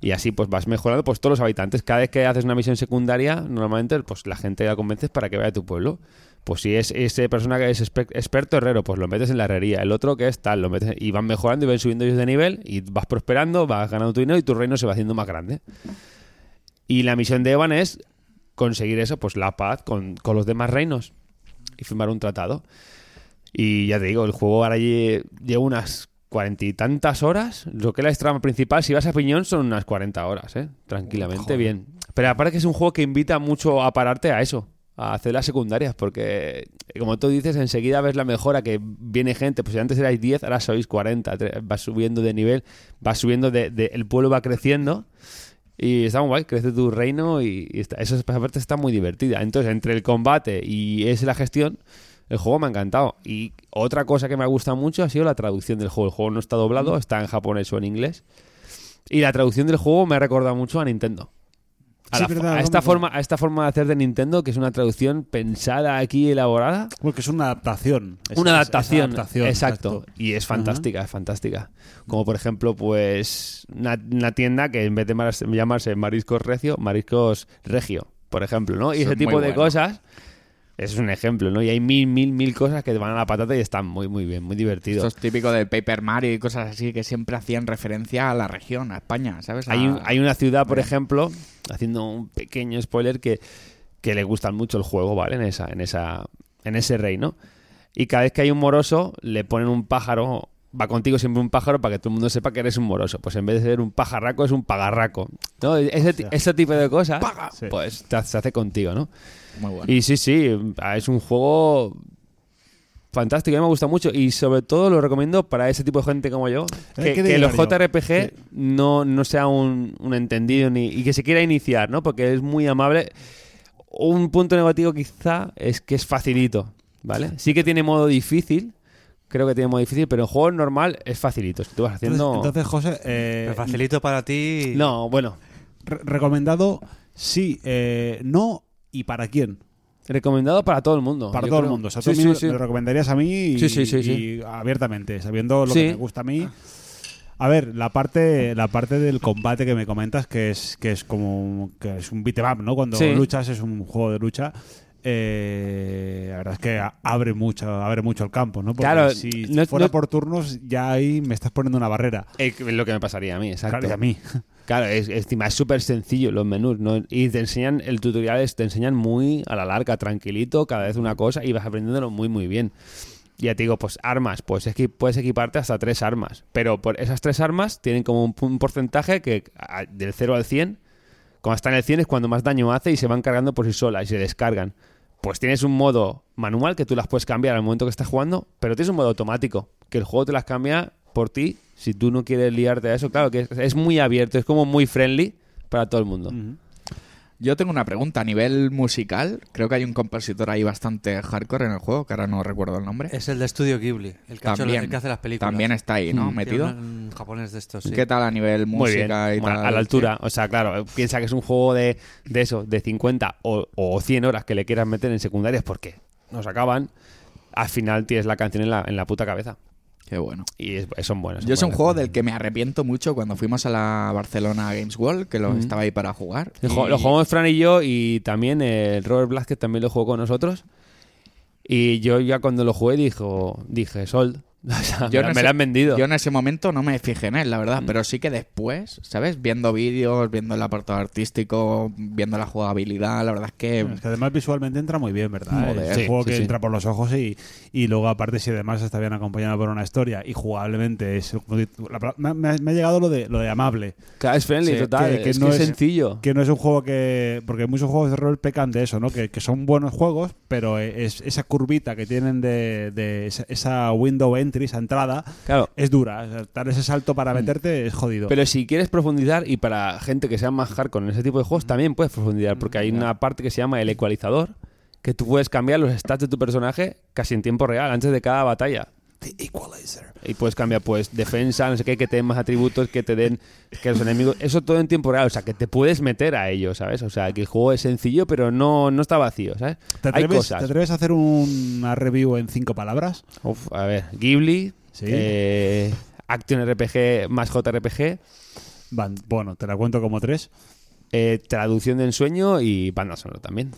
Y así pues vas mejorando pues todos los habitantes. Cada vez que haces una misión secundaria, normalmente pues la gente la convences para que vaya a tu pueblo. Pues si es ese persona que es exper- experto herrero, pues lo metes en la herrería. El otro que es tal, lo metes y van mejorando y van subiendo ellos de nivel y vas prosperando, vas ganando tu dinero y tu reino se va haciendo más grande. Y la misión de Evan es conseguir eso, pues la paz con, con los demás reinos y firmar un tratado. Y ya te digo, el juego ahora lle- lleva unas cuarenta y tantas horas. Lo que es la trama principal, si vas a Piñón, son unas 40 horas, ¿eh? Tranquilamente, bien. Pero aparte que es un juego que invita mucho a pararte a eso, a hacer las secundarias, porque eh, como tú dices, enseguida ves la mejora, que viene gente, pues si antes erais 10, ahora sois 40, tre- vas subiendo de nivel, vas subiendo de, de- el pueblo va creciendo. Y está muy guay, crece tu reino y, y está, esa parte está muy divertida. Entonces, entre el combate y es la gestión, el juego me ha encantado. Y otra cosa que me ha gustado mucho ha sido la traducción del juego. El juego no está doblado, está en japonés o en inglés. Y la traducción del juego me ha recordado mucho a Nintendo. A,
Sí,
la-
verdad,
a
no
esta
me-
forma, a esta forma de hacer de Nintendo, que es una traducción pensada aquí, elaborada.
Porque es una adaptación. Es-
una
es- es
adaptación,
adaptación,
exacto. Y es fantástica, es fantástica. Como por ejemplo, pues una, una tienda que en vez de mar- llamarse Mariscos Recio, Mariscos Regio, por ejemplo, ¿no? Y
Eso
ese
es
tipo
muy
de
bueno.
cosas. Ese es un ejemplo, ¿no? Y hay mil, mil, mil cosas que te van a la patata y están muy, muy bien, muy divertidos.
Esto es típico del Paper Mario y cosas así que siempre hacían referencia a la región, a España, ¿sabes? A-
Hay, un- hay una ciudad, por ejemplo, haciendo un pequeño spoiler, que, que le gustan mucho el juego, ¿vale? En, esa, en, esa, en ese reino. Y cada vez que hay un moroso, le ponen un pájaro. Va contigo siempre un pájaro para que todo el mundo sepa que eres un moroso. Pues en vez de ser un pajarraco, es un pagarraco. ¿no? Ese, ti- ese tipo de cosas,
Sí.
pues te- se hace contigo, ¿no?
Muy bueno.
Y sí, sí, ah, es un juego fantástico, a mí me gusta mucho y sobre todo lo recomiendo para ese tipo de gente como yo,
Hay
que,
que
que los
dedicar yo.
JRPG no, no sea un, un entendido ni, y que se quiera iniciar, ¿no? Porque es muy amable. Un punto negativo quizá es que es facilito, ¿vale? Sí que tiene modo difícil, creo que tiene modo difícil, pero en juego normal es facilito, si tú vas
Entonces,
haciendo...
entonces, José, eh,
Pero facilito para ti.
no, bueno,
re- recomendado sí, eh, no y para quién.
recomendado para todo el mundo. yo
Para todo el
creo.
mundo. O sea,
Sí,
tú
sí,
mismo
sí.
me lo recomendarías a mí y,
Sí, sí, sí, sí.
y abiertamente, sabiendo lo
Sí. Ah.
que me gusta a mí. A ver, la parte, la parte del combate que me comentas, que es, que es como que es un beat 'em up, ¿no? Cuando
Sí.
luchas es un juego de lucha. Eh, la verdad es que a- abre mucho, abre mucho el campo, ¿no? Porque
Claro,
si
no-
fuera
no-
por turnos, ya ahí me estás poniendo una barrera.
Eh, Es lo que me pasaría a mí, exacto.
Claro, y a mí.
Claro, es, encima es súper sencillo los menús, ¿no? Y te enseñan, el tutorial es- te enseñan muy a la larga, tranquilito, cada vez una cosa y vas aprendiéndolo muy, muy bien. Ya te digo, pues armas, pues es que puedes equiparte hasta tres armas, pero por esas tres armas tienen como un, pu- un porcentaje que a- del 0 al 100, cuando está en el 100 es cuando más daño hace y se van cargando por sí solas y se descargan. Pues tienes un modo manual que tú las puedes cambiar al momento que estás jugando, pero tienes un modo automático, que el juego te las cambia por ti si tú no quieres liarte a eso. Claro que es, es muy abierto, es como muy friendly para todo el mundo.
Yo tengo una pregunta a nivel musical. Creo que hay un compositor ahí bastante hardcore en el juego, que ahora no recuerdo el nombre.
Es el de Estudio Ghibli, el que, ha hecho- el que hace las películas. Mm,
También está ahí, ¿no?
Tiene
Metido.
un- un japonés de estos, sí.
¿Qué tal a nivel
Muy bien,
música y
a-
tal?
a la altura. O sea, claro, eh, piensa que es un juego de, de eso, de 50 o, o 100 horas que le quieras meter en secundarias porque nos acaban. Al final tienes la canción en la, en la puta cabeza.
Qué bueno.
Y es- son buenas. son
Yo es un
buenas.
juego del que me arrepiento mucho cuando fuimos a la Barcelona Games World, que lo estaba ahí para jugar.
Lo ju-
y-
Lo jugamos Fran y yo y también el Robert Blázquez también lo jugó con nosotros. Y yo ya cuando lo jugué dijo, dije, Sol, [LAUGHS] o sea, me,
Yo
la-
en
me
ese-
la han vendido.
Yo en ese momento no me fijé en él, la
Mm.
verdad, pero sí que después, ¿sabes? Viendo vídeos, viendo el apartado artístico, viendo la jugabilidad, la verdad es que...
Mm.
Es que además visualmente entra muy bien, ¿verdad?
Joder.
es un
Sí,
juego
sí,
que
sí.
entra por los ojos y, y luego, aparte, si además está bien acompañado por una historia y jugablemente es. la palabra- me, me ha- me ha llegado lo de, lo de amable,
Claro, es friendly,
Sí,
total.
que- que
es
no
que es
es-
sencillo.
que no es un juego que. Porque muchos juegos de rol pecan de eso, ¿no? Que, que son buenos juegos, pero e, es, esa curvita que tienen de, de esa, esa window entry, esa entrada,
Claro.
es dura. O sea, Dar ese salto para meterte es jodido.
Mm. Pero si quieres profundizar, y para gente que sea más hardcore en ese tipo de juegos, también puedes profundizar, porque
Mm,
hay una parte que se llama el ecualizador, que tú puedes cambiar los stats de tu personaje casi en tiempo real, antes de cada batalla. Y puedes cambiar, pues, defensa, no sé qué, que te den más atributos, que te den, que los enemigos, eso todo en tiempo real, o sea, que te puedes meter a ello, ¿sabes? O sea, que el juego es sencillo, pero no, no está vacío, ¿sabes?
¿Te
Hay
atreves,
cosas.
¿Te atreves a hacer una review en cinco palabras?
Uf, a ver, Ghibli,
Sí.
eh, Action RPG más JRPG,
Van- bueno, te la cuento como tres.
Eh, traducción de ensueño y banda sonora también.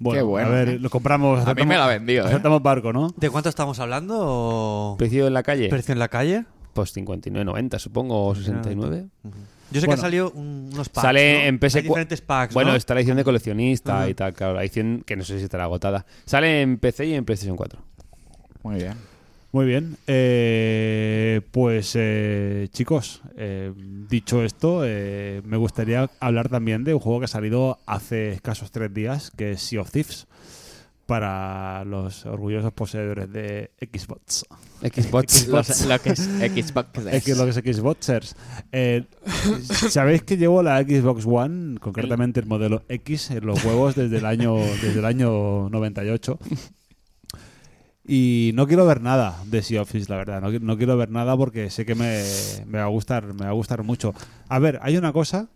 Bueno,
Qué bueno,
a ver,
eh.
lo compramos.
A mí me la ha vendido, ¿eh?
Aceptamos barco, ¿no?
¿De cuánto estamos hablando? o-
¿Precio en la calle?
¿Precio en la calle?
Pues 59,90 supongo, o 69.
Yo sé que
Bueno.
han salido un- unos packs.
Sale
¿no?
en PS4.
Hay diferentes packs.
Bueno, este-
¿no?
está la edición de coleccionista
Ajá.
y tal, claro. La edición que no sé si estará agotada. Sale en PC y en PlayStation 4.
Muy bien.
Muy bien. Eh, pues, eh, chicos, eh, dicho esto, eh, me gustaría hablar también de un juego que ha salido hace escasos tres días, que es Sea of Thieves, para los orgullosos poseedores de Xbox.
[LAUGHS] Xbox.
Lo,
[LAUGHS]
lo que es Xbox.
Es que lo que es Xboxers. Eh, Sabéis que llevo la Xbox One, concretamente el modelo X, en los huevos desde el año, desde el año 98. Y no quiero ver nada de Sea of Thieves, la verdad. No, qui- no quiero ver nada porque sé que me, me va a gustar, me va a gustar mucho. A ver, hay una cosa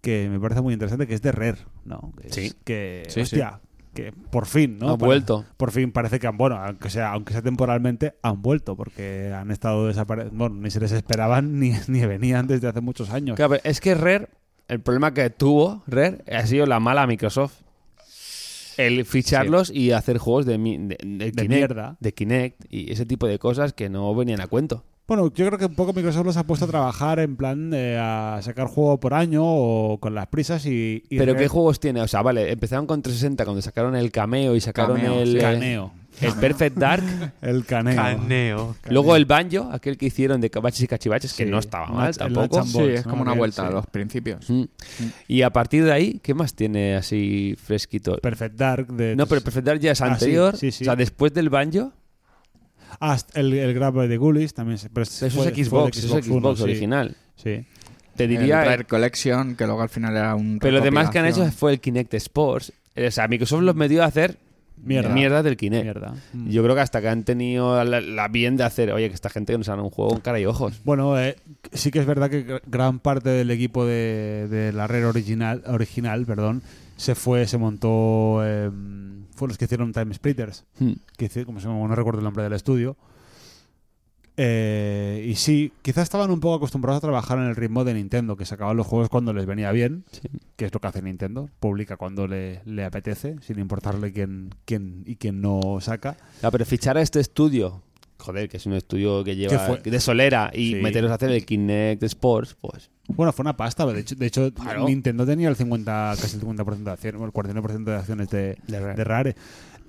que me parece muy interesante que es de Rare, ¿no? Es
Sí.
Que,
Sí, sí.
hostia, que por fin, ¿no?
Han vuelto.
Por fin parece que han, bueno, aunque sea, aunque sea temporalmente, han vuelto porque han estado desaparecidos. Bueno, ni se les esperaban ni, [LAUGHS] ni venían desde hace muchos años.
Claro, pero es que Rare, el problema que tuvo Rare ha sido la mala Microsoft. El ficharlos y hacer juegos de, mi- de, de Kinect,
mierda.
de Kinect y ese tipo de cosas que no venían a cuento.
Bueno, yo creo que un poco Microsoft los ha puesto a trabajar en plan eh, a sacar juego por año o con las prisas y. y
Pero
Rare-
¿qué juegos tiene? O sea, vale, empezaron con 360 cuando sacaron el cameo y sacaron
Cameo,
el, eh,
sí.
Caneo.
el Perfect
[LAUGHS]
Dark.
El caneo.
Caneo.
Luego el banjo, aquel que hicieron de cabaches y cachivaches, que
Sí.
no estaba mal
Nach- el
tampoco.
Nachan
Sí,
Balls,
es
¿no?
como una
Bien,
vuelta
sí.
a los principios.
Mm. Y a partir de ahí, ¿qué más tiene así fresquito?
Perfect Dark. De,
No, pero Perfect Dark ya es
Ah, sí,
anterior.
sí, sí.
O sea, después del banjo,
Ah, el, el Grab de Gullis también. se- Pero
eso
ese
es
fue- fue de
Xbox, eso es Xbox
Uno, sí.
original.
Sí.
Te
Diría el
diría.
eh,
Rare Collection, que luego al final era un.
pero lo demás que han hecho
recopilación.
fue el Kinect Sports. O sea, Microsoft los metió a hacer
Mierda.
mierda del Kinect.
Mierda. Mm.
Yo creo que hasta que han tenido la, la bien de hacer, oye, que esta gente nos haga un juego con cara y ojos.
Bueno, eh, sí que es verdad que gr- gran parte del equipo de, de la red original, original perdón, se fue, se montó. eh, fue los que hicieron Time Splitters,
Hmm.
que hici- como se llama, no recuerdo el nombre del estudio. Eh, y sí, quizás estaban un poco acostumbrados a trabajar en el ritmo de Nintendo, que sacaban los juegos cuando les venía bien, que es lo que hace Nintendo, publica cuando le, le apetece, sin importarle quién, quién y quién no saca.
No, pero fichar a este estudio, joder, que es un estudio que
Que
lleva
fue-
de solera y
Sí.
meterlos a hacer el Kinect Sports, pues
Bueno, fue una pasta. De hecho, de hecho
Claro.
Nintendo tenía el 50, casi el 50% de acciones, bueno, el 49% de acciones de,
De Rare.
de Rare.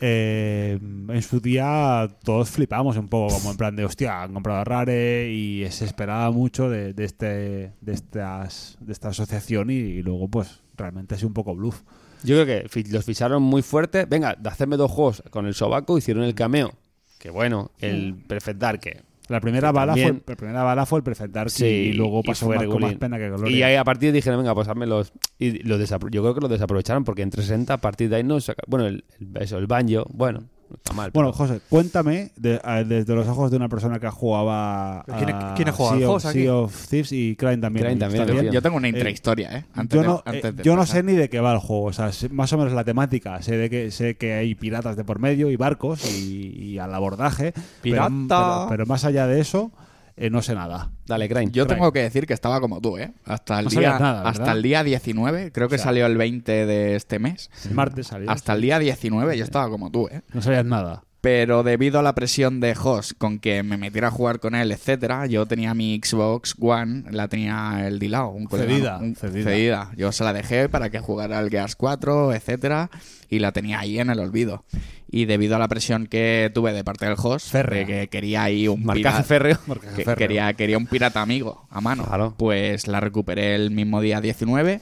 Eh, en su día todos flipamos un poco, como en plan de hostia, han comprado a Rare y se esperaba mucho de, de este, de, estas, de esta asociación y, y luego pues realmente ha sido un poco bluff.
yo creo que fi- los ficharon muy fuerte. Venga, de hacerme dos juegos con el sobaco, hicieron el cameo. Que bueno,
Hmm.
el Perfect Dark. que-
La primera,
Que
bala fue,
también-
la primera bala fue el Perfect Dark y, y luego pasó
fue
más, con
regulín.
más pena que gloria.
Y ahí a partir dijeron, venga, pues házmelos. Y lo desapro- yo creo que lo desaprovecharon porque en 360 a partir de ahí no saca- Bueno, el, el- eso, el banjo, bueno, no está mal.
Bueno,
pero-
José, cuéntame de- a- desde los ojos de una persona que jugaba. a
¿Quién ha- quién ha jugado
Sea of,
al juegos aquí?
Sea of Thieves y Crane también.
Crane también, lo
Está bien.
fío.
Yo tengo una
Eh,
intrahistoria, ¿eh? Antes
Yo,
de-
no, eh,
antes de
yo no
empezar.
sé ni de qué va el juego, o sea, sé- más o menos la temática. Sé de que sé que hay piratas de por medio y barcos y, y al abordaje. pero- Pero,
Pirata.
pero más allá de eso, eh, no sé nada.
Dale, Crane.
Yo
Craig.
tengo que decir que estaba como tú, ¿eh? Hasta el,
No
día,
sabías nada, ¿verdad?
hasta el día 19, creo que
O sea,
salió el 20 de este mes.
El martes salió.
Hasta el día 19 yo estaba como tú, ¿eh?
No sabías nada.
Pero debido a la presión de Hoss con que me metiera a jugar con él, etcétera, yo tenía mi Xbox One, la tenía el Dilao, un colega-
Cedida,
un-
cedida.
Yo se la dejé para que jugara al Gears 4, etcétera, y la tenía ahí en el olvido. Y debido a la presión que tuve de parte del Hoss,
Férrea.
de que quería ahí un
Marcaje
pirata-
férreo.
Marcaje
que-
férreo.
quería, quería un pirata amigo a mano.
Claro.
Pues la recuperé el mismo
[LAUGHS]
día 19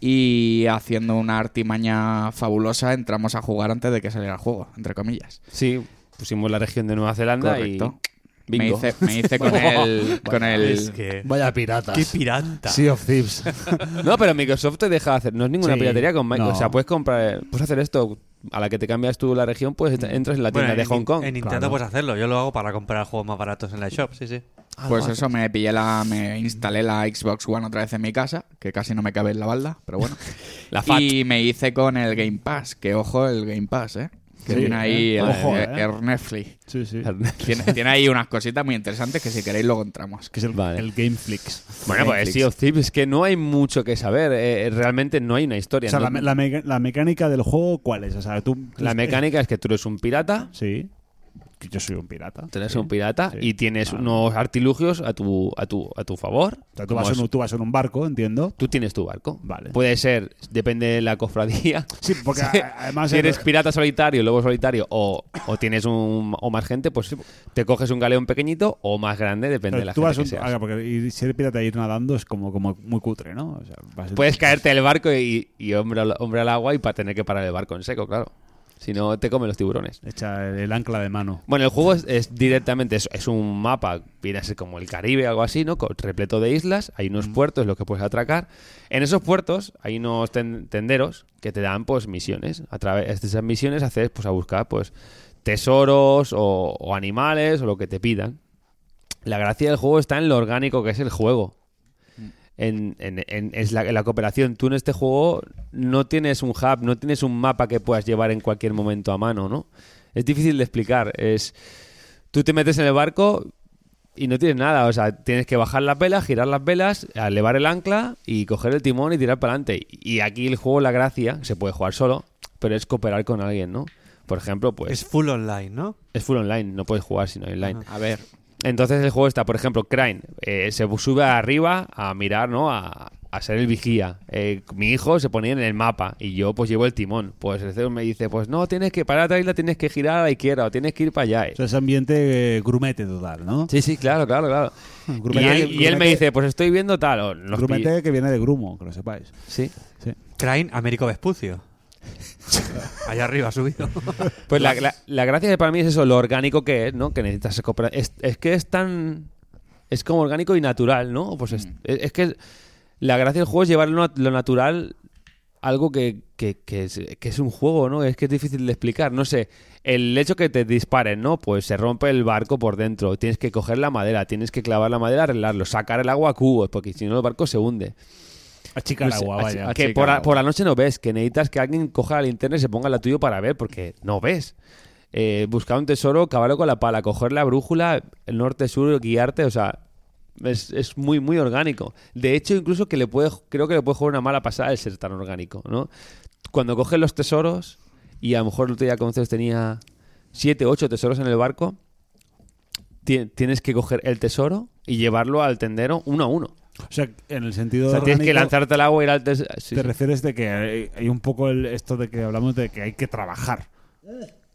y haciendo una artimaña fabulosa entramos a jugar antes de que saliera el juego, entre comillas.
Sí, pusimos la región de Nueva Zelanda
Correcto.
y...
Me
Bingo.
hice, me hice con el... con el
Es que...
Vaya piratas.
¡Qué pirata!
Sea of Thieves. [LAUGHS]
No, pero Microsoft te deja hacer. No es ninguna
Sí,
piratería con Microsoft.
no.
O sea, puedes comprar. Puedes hacer esto. A la que te cambias tú la región, pues
Mm.
ent- entras en la
Bueno,
tienda
en
de Hong
Nin-
Kong. [LAUGHS]
En Nintendo
Claro.
puedes hacerlo. Yo lo hago para comprar juegos más baratos en la eShop, sí, sí.
Pues
ah,
eso, me pillé la... me instalé la Xbox One otra vez en mi casa, que casi no me cabe en la balda, pero bueno.
La FAT.
Y me hice con el Game Pass, que ojo el Game Pass, ¿eh? Que
Sí,
tiene ahí
eh.
el,
Ojo, eh.
Ernefli.
Sí, [LAUGHS] sí.
Tiene, tiene ahí unas cositas muy interesantes que si queréis luego entramos.
Que es el,
Vale.
el Gameflix.
Bueno, pues
Netflix.
Sea of Thieves es que no hay mucho que saber. eh, realmente no hay una historia.
O sea,
¿no?
la, me- la meca- la mecánica del juego, ¿cuál es? O sea, tú, tú-
La mecánica es que tú eres un pirata,
Sí. Que Yo soy un pirata.
tú eres un pirata
Sí.
y tienes
Vale.
unos artilugios a tu, a tu, a tu favor.
O sea, tú
Como
vas,
es-
en un, tú vas en un barco, entiendo.
tú tienes tu barco.
Vale.
Puede ser, depende de la cofradía.
[LAUGHS] Sí,
[LAUGHS]
porque a- además.
si
el-
eres pirata solitario, lobo solitario o, o tienes un, o más gente, pues te coges un galeón pequeñito o más grande, depende de
pero
la
tú
gente
vas
que
un-
seas.
ah, porque ir- si eres pirata y ir nadando es como, como muy cutre, ¿no? O sea, vas-
Puedes caerte del barco y, y hombre, al, hombre al agua y para tener que parar el barco en seco, claro. Si no, te comen los tiburones.
Echa el, el ancla de mano.
Bueno, el juego es, es directamente, es, es un mapa, viene a ser como el Caribe, algo así, ¿no? Co- Repleto de islas, hay unos puertos en los que puedes atracar. En esos puertos hay unos ten- tenderos que te dan, pues, misiones. A través de esas misiones haces, pues, a buscar, pues, tesoros o, o animales o lo que te pidan. La gracia del juego está en lo orgánico que es el juego. En, en- en- es la, en la cooperación. Tú en este juego no tienes un hub, no tienes un mapa que puedas llevar en cualquier momento a mano, ¿no? Es difícil de explicar. Es, tú te metes en el barco y no tienes nada. O sea, tienes que bajar las velas, girar las velas, elevar el ancla y coger el timón y tirar para adelante. Y aquí el juego, la gracia, se puede jugar solo, pero es cooperar con alguien, ¿no? Por ejemplo, pues
Es full online, ¿no?
es full online, no puedes jugar si no hay online.
A ver,
Entonces el juego está, por ejemplo, Crane eh, se sube arriba a mirar, ¿no? A, a ser el vigía. Eh, mi hijo se ponía en el mapa y yo pues llevo el timón. Pues el CEO me dice, pues no, tienes que parar a la isla, tienes que girar a la izquierda o tienes que ir para allá. eh.
O sea, ese ambiente eh, grumete total, ¿no?
Sí, sí, claro, claro, claro. Y
Grumete-
él, y él me
grumete-
dice, pues estoy viendo tal. O nos
grumete
pill-
que viene de grumo, que lo sepáis.
Sí.
Sí.
Crane, Américo Vespucio. Allá arriba, subido.
Pues la, la- la gracia que para mí es eso, lo orgánico que es, ¿no? Que necesitas comprar. Es, es que es tan. Es como orgánico y natural, ¿no? Pues es, es- es que la gracia del juego es llevar lo, nat- lo natural a algo que, que- que es, que es un juego, ¿no? Es que es difícil de explicar, no sé. El hecho que te disparen, ¿no? Pues se rompe el barco por dentro. Tienes que coger la madera, tienes que clavar la madera, arreglarlo, sacar el agua a cubos, porque si no el barco se hunde.
A Chicaragua,
No sé,
vaya.
a- Que
Chicago.
por la, por la noche no ves, que necesitas que alguien coja la linterna y se ponga la tuya para ver, porque no ves. Eh, buscar un tesoro, cavarlo con la pala, coger la brújula, el norte-sur, guiarte, o sea, es, es muy, muy orgánico. De hecho, incluso que le puede, creo que le puede jugar una mala pasada el ser tan orgánico, ¿no? Cuando coges los tesoros, y a lo mejor el otro día que Conceos tenía 7, 8 tesoros en el barco, ti- tienes que coger el tesoro y llevarlo al tendero uno a uno.
O sea, en el sentido.
O sea, tienes que
orgánico-
lanzarte al agua y ir al tesoro.
te refieres de que hay, hay un poco el, esto de que hablamos de que hay que trabajar.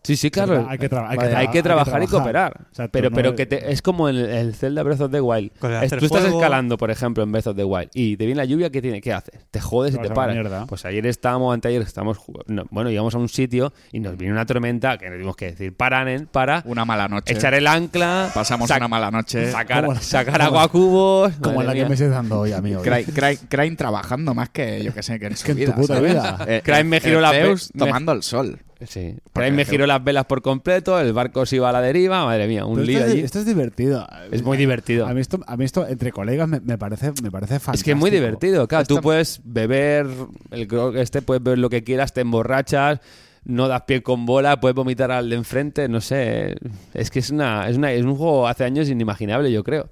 Sí, sí, claro.
¿Verdad? Hay que traba- hay que
Vale,
traba-
hay que
hay que
trabajar y
trabajar.
cooperar.
Exacto,
pero
no
pero
es-
que te- es como en el, el Zelda Breath of the Wild.
Con el
Es-
hacer
tú estás
fuego.
escalando, por ejemplo, en Breath of the Wild. Y te viene la lluvia, ¿qué, tiene, qué haces? Te jodes
Te
y te
vas a la mierda.
paras. Pues ayer estábamos, anteayer estábamos... ju- no, bueno, íbamos a un sitio y nos vino una tormenta que nos tuvimos que decir, paran, en- para,
una mala noche.
echar el ancla...
Pasamos
sac-
una mala noche.
Sacar,
Como la-
sacar
como
agua a
la-
cubos...
Como
madre
la que
mía.
me estoy dando hoy, amigo. [LAUGHS]
Crane- Crane- Crane trabajando más que yo que sé que en su
Que en tu
vida,
puta
¿sabes?
vida.
Eh,
Crane me
el-
giró
el
la pe-
Zeus
me-
tomando el sol.
Sí. Por
Porque
ahí me
el-
giró las velas por completo, el barco se iba a la deriva, madre mía, un
Pero
lío
esto,
allí.
es, esto es divertido.
Es muy divertido.
A mí esto, a mí esto entre colegas me, me parece me parece fantástico.
Es que es muy divertido, claro. Tú
Está-
puedes beber, el grog este puedes beber lo que quieras, te emborrachas, no das pie con bola, puedes vomitar al de enfrente, no sé. Es que es una, es una, es un juego hace años inimaginable, yo creo.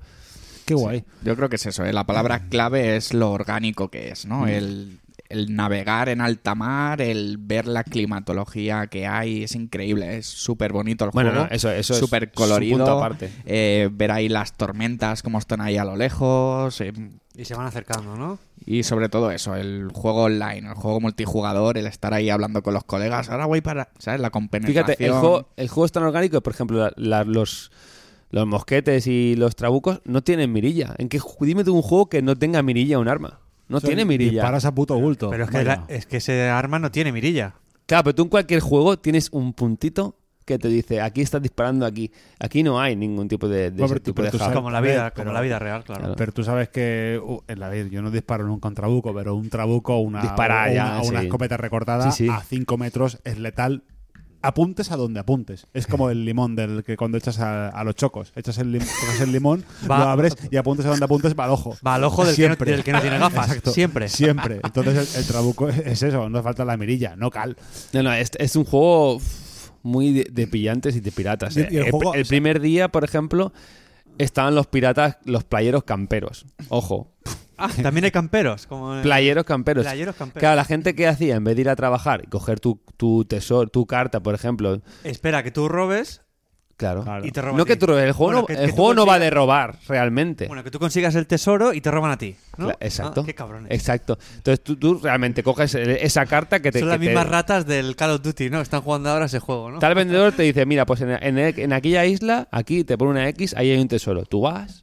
Qué guay.
Yo creo que es eso, ¿eh? la palabra clave es lo orgánico que es, ¿no? El, el navegar en alta mar, el ver la climatología que hay, es increíble, es súper bonito el
Bueno,
juego.
no, eso- eso es
súper
su punto
colorido.
aparte.
Eh, ver ahí las tormentas, cómo están ahí a lo lejos. eh,
Y se van acercando, ¿no?
y sobre todo eso, el juego online, el juego multijugador, el estar ahí hablando con los colegas. Ahora voy para, ¿sabes? La compenetración.
Fíjate, el juego, el juego es tan orgánico que, por ejemplo, la- la- los, los mosquetes y los trabucos no tienen mirilla. ¿En qué, ju- dime tú un juego que no tenga mirilla un arma. No tiene mirilla.
Paras a puto bulto.
Pero es que,
Bueno.
la- es que ese arma no tiene mirilla.
Claro, pero tú en cualquier juego tienes un puntito que te dice, aquí estás disparando aquí. Aquí no hay ningún tipo de, de
Bueno,
ese
pero tú-
tipo de
pero tú
hack.
sabes-
Como la
a ver,
vida,
pero-
como la vida real, claro.
Claro.
eh, Pero tú sabes que uh, en la vida yo no disparo nunca un trabuco, pero un trabuco o una,
Dispara
o una-
ya,
o una
sí.
escopeta recortada
Sí, sí.
a 5 metros es letal. Apuntes a donde apuntes. Es como el limón del que cuando echas a, a los chocos. Echas el, lim- [LAUGHS] coges el limón,
Va.
lo abres y apuntes a donde apuntes para el ojo.
Va al ojo del que, no,
Siempre.
del que no tiene gafas.
Exacto.
Siempre.
Siempre. Entonces el, el trabuco es, es eso, no falta la mirilla, no cal.
No, no, es, es un juego uf, muy de, de pillantes y de piratas.
Y-
eh.
y el
el,
juego,
el
o sea-
primer día, por ejemplo, estaban los piratas, los playeros camperos. Ojo,
Ah, también hay camperos. Como en-
playeros camperos.
Ah, Playeros camperos.
Claro, la gente que hacía, en vez de ir a trabajar y coger tu, tu tesoro, tu carta, por ejemplo.
Espera, que tú robes
Claro.
Claro.
y te roban.
No
a
que
ti.
tú robes, el juego,
Bueno,
no,
que-
el
que tú
juego no va
consigas-
de robar realmente.
Bueno, que tú consigas el tesoro y te roban a ti. ¿no?
Cla- Exacto.
Ah, qué cabrones.
Exacto. Entonces tú, tú realmente coges el- esa carta que te.
Son las
que te-
mismas ratas del Call of Duty, ¿no? Están jugando ahora ese juego, ¿no?
Tal vendedor te dice, mira, pues en, en- en aquella isla, aquí te pone una X, ahí hay un tesoro. Tú vas,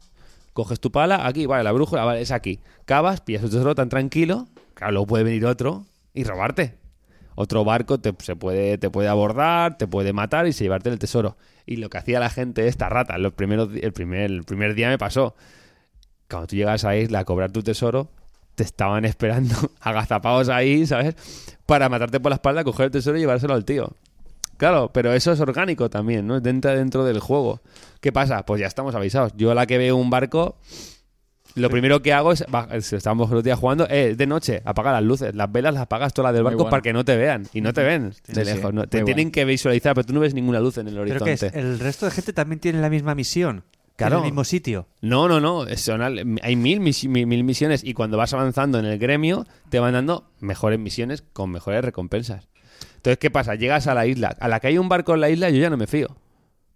coges tu pala, aquí, vale, la brújula, vale, es aquí. Cavas, pillas un tesoro tan tranquilo, claro, luego puede venir otro y robarte. Otro barco te, se puede, te puede abordar, te puede matar y se llevarte el tesoro. Y lo que hacía la gente, esta rata, los primeros, di- el, primer, el primer día me pasó. Cuando tú llegas a la isla a cobrar tu tesoro, te estaban esperando [LAUGHS] agazapados ahí, ¿sabes? Para matarte por la espalda, coger el tesoro y llevárselo al tío. Claro, pero eso es orgánico también, ¿no? Dentro, dentro del juego. ¿Qué pasa? Pues ya estamos avisados. Yo a la que veo un barco, lo primero que hago es, va, es- estamos los días jugando, eh, es de noche, apaga las luces, las velas las apagas todas las del
Muy
barco
bueno.
para que no te vean. Y no te ven de
sí,
lejos, ¿no?
muy
Te tienen
bueno.
que visualizar, pero tú no ves ninguna luz en el
Pero que es,
horizonte.
el resto de gente también tiene la misma misión.
Claro.
En el mismo sitio.
No, no, no. son al- hay mil, misi- mil, mil misiones y cuando vas avanzando en el gremio te van dando mejores misiones con mejores recompensas. Entonces, ¿qué pasa? Llegas a la isla. A la que hay un barco en la isla yo ya no me fío.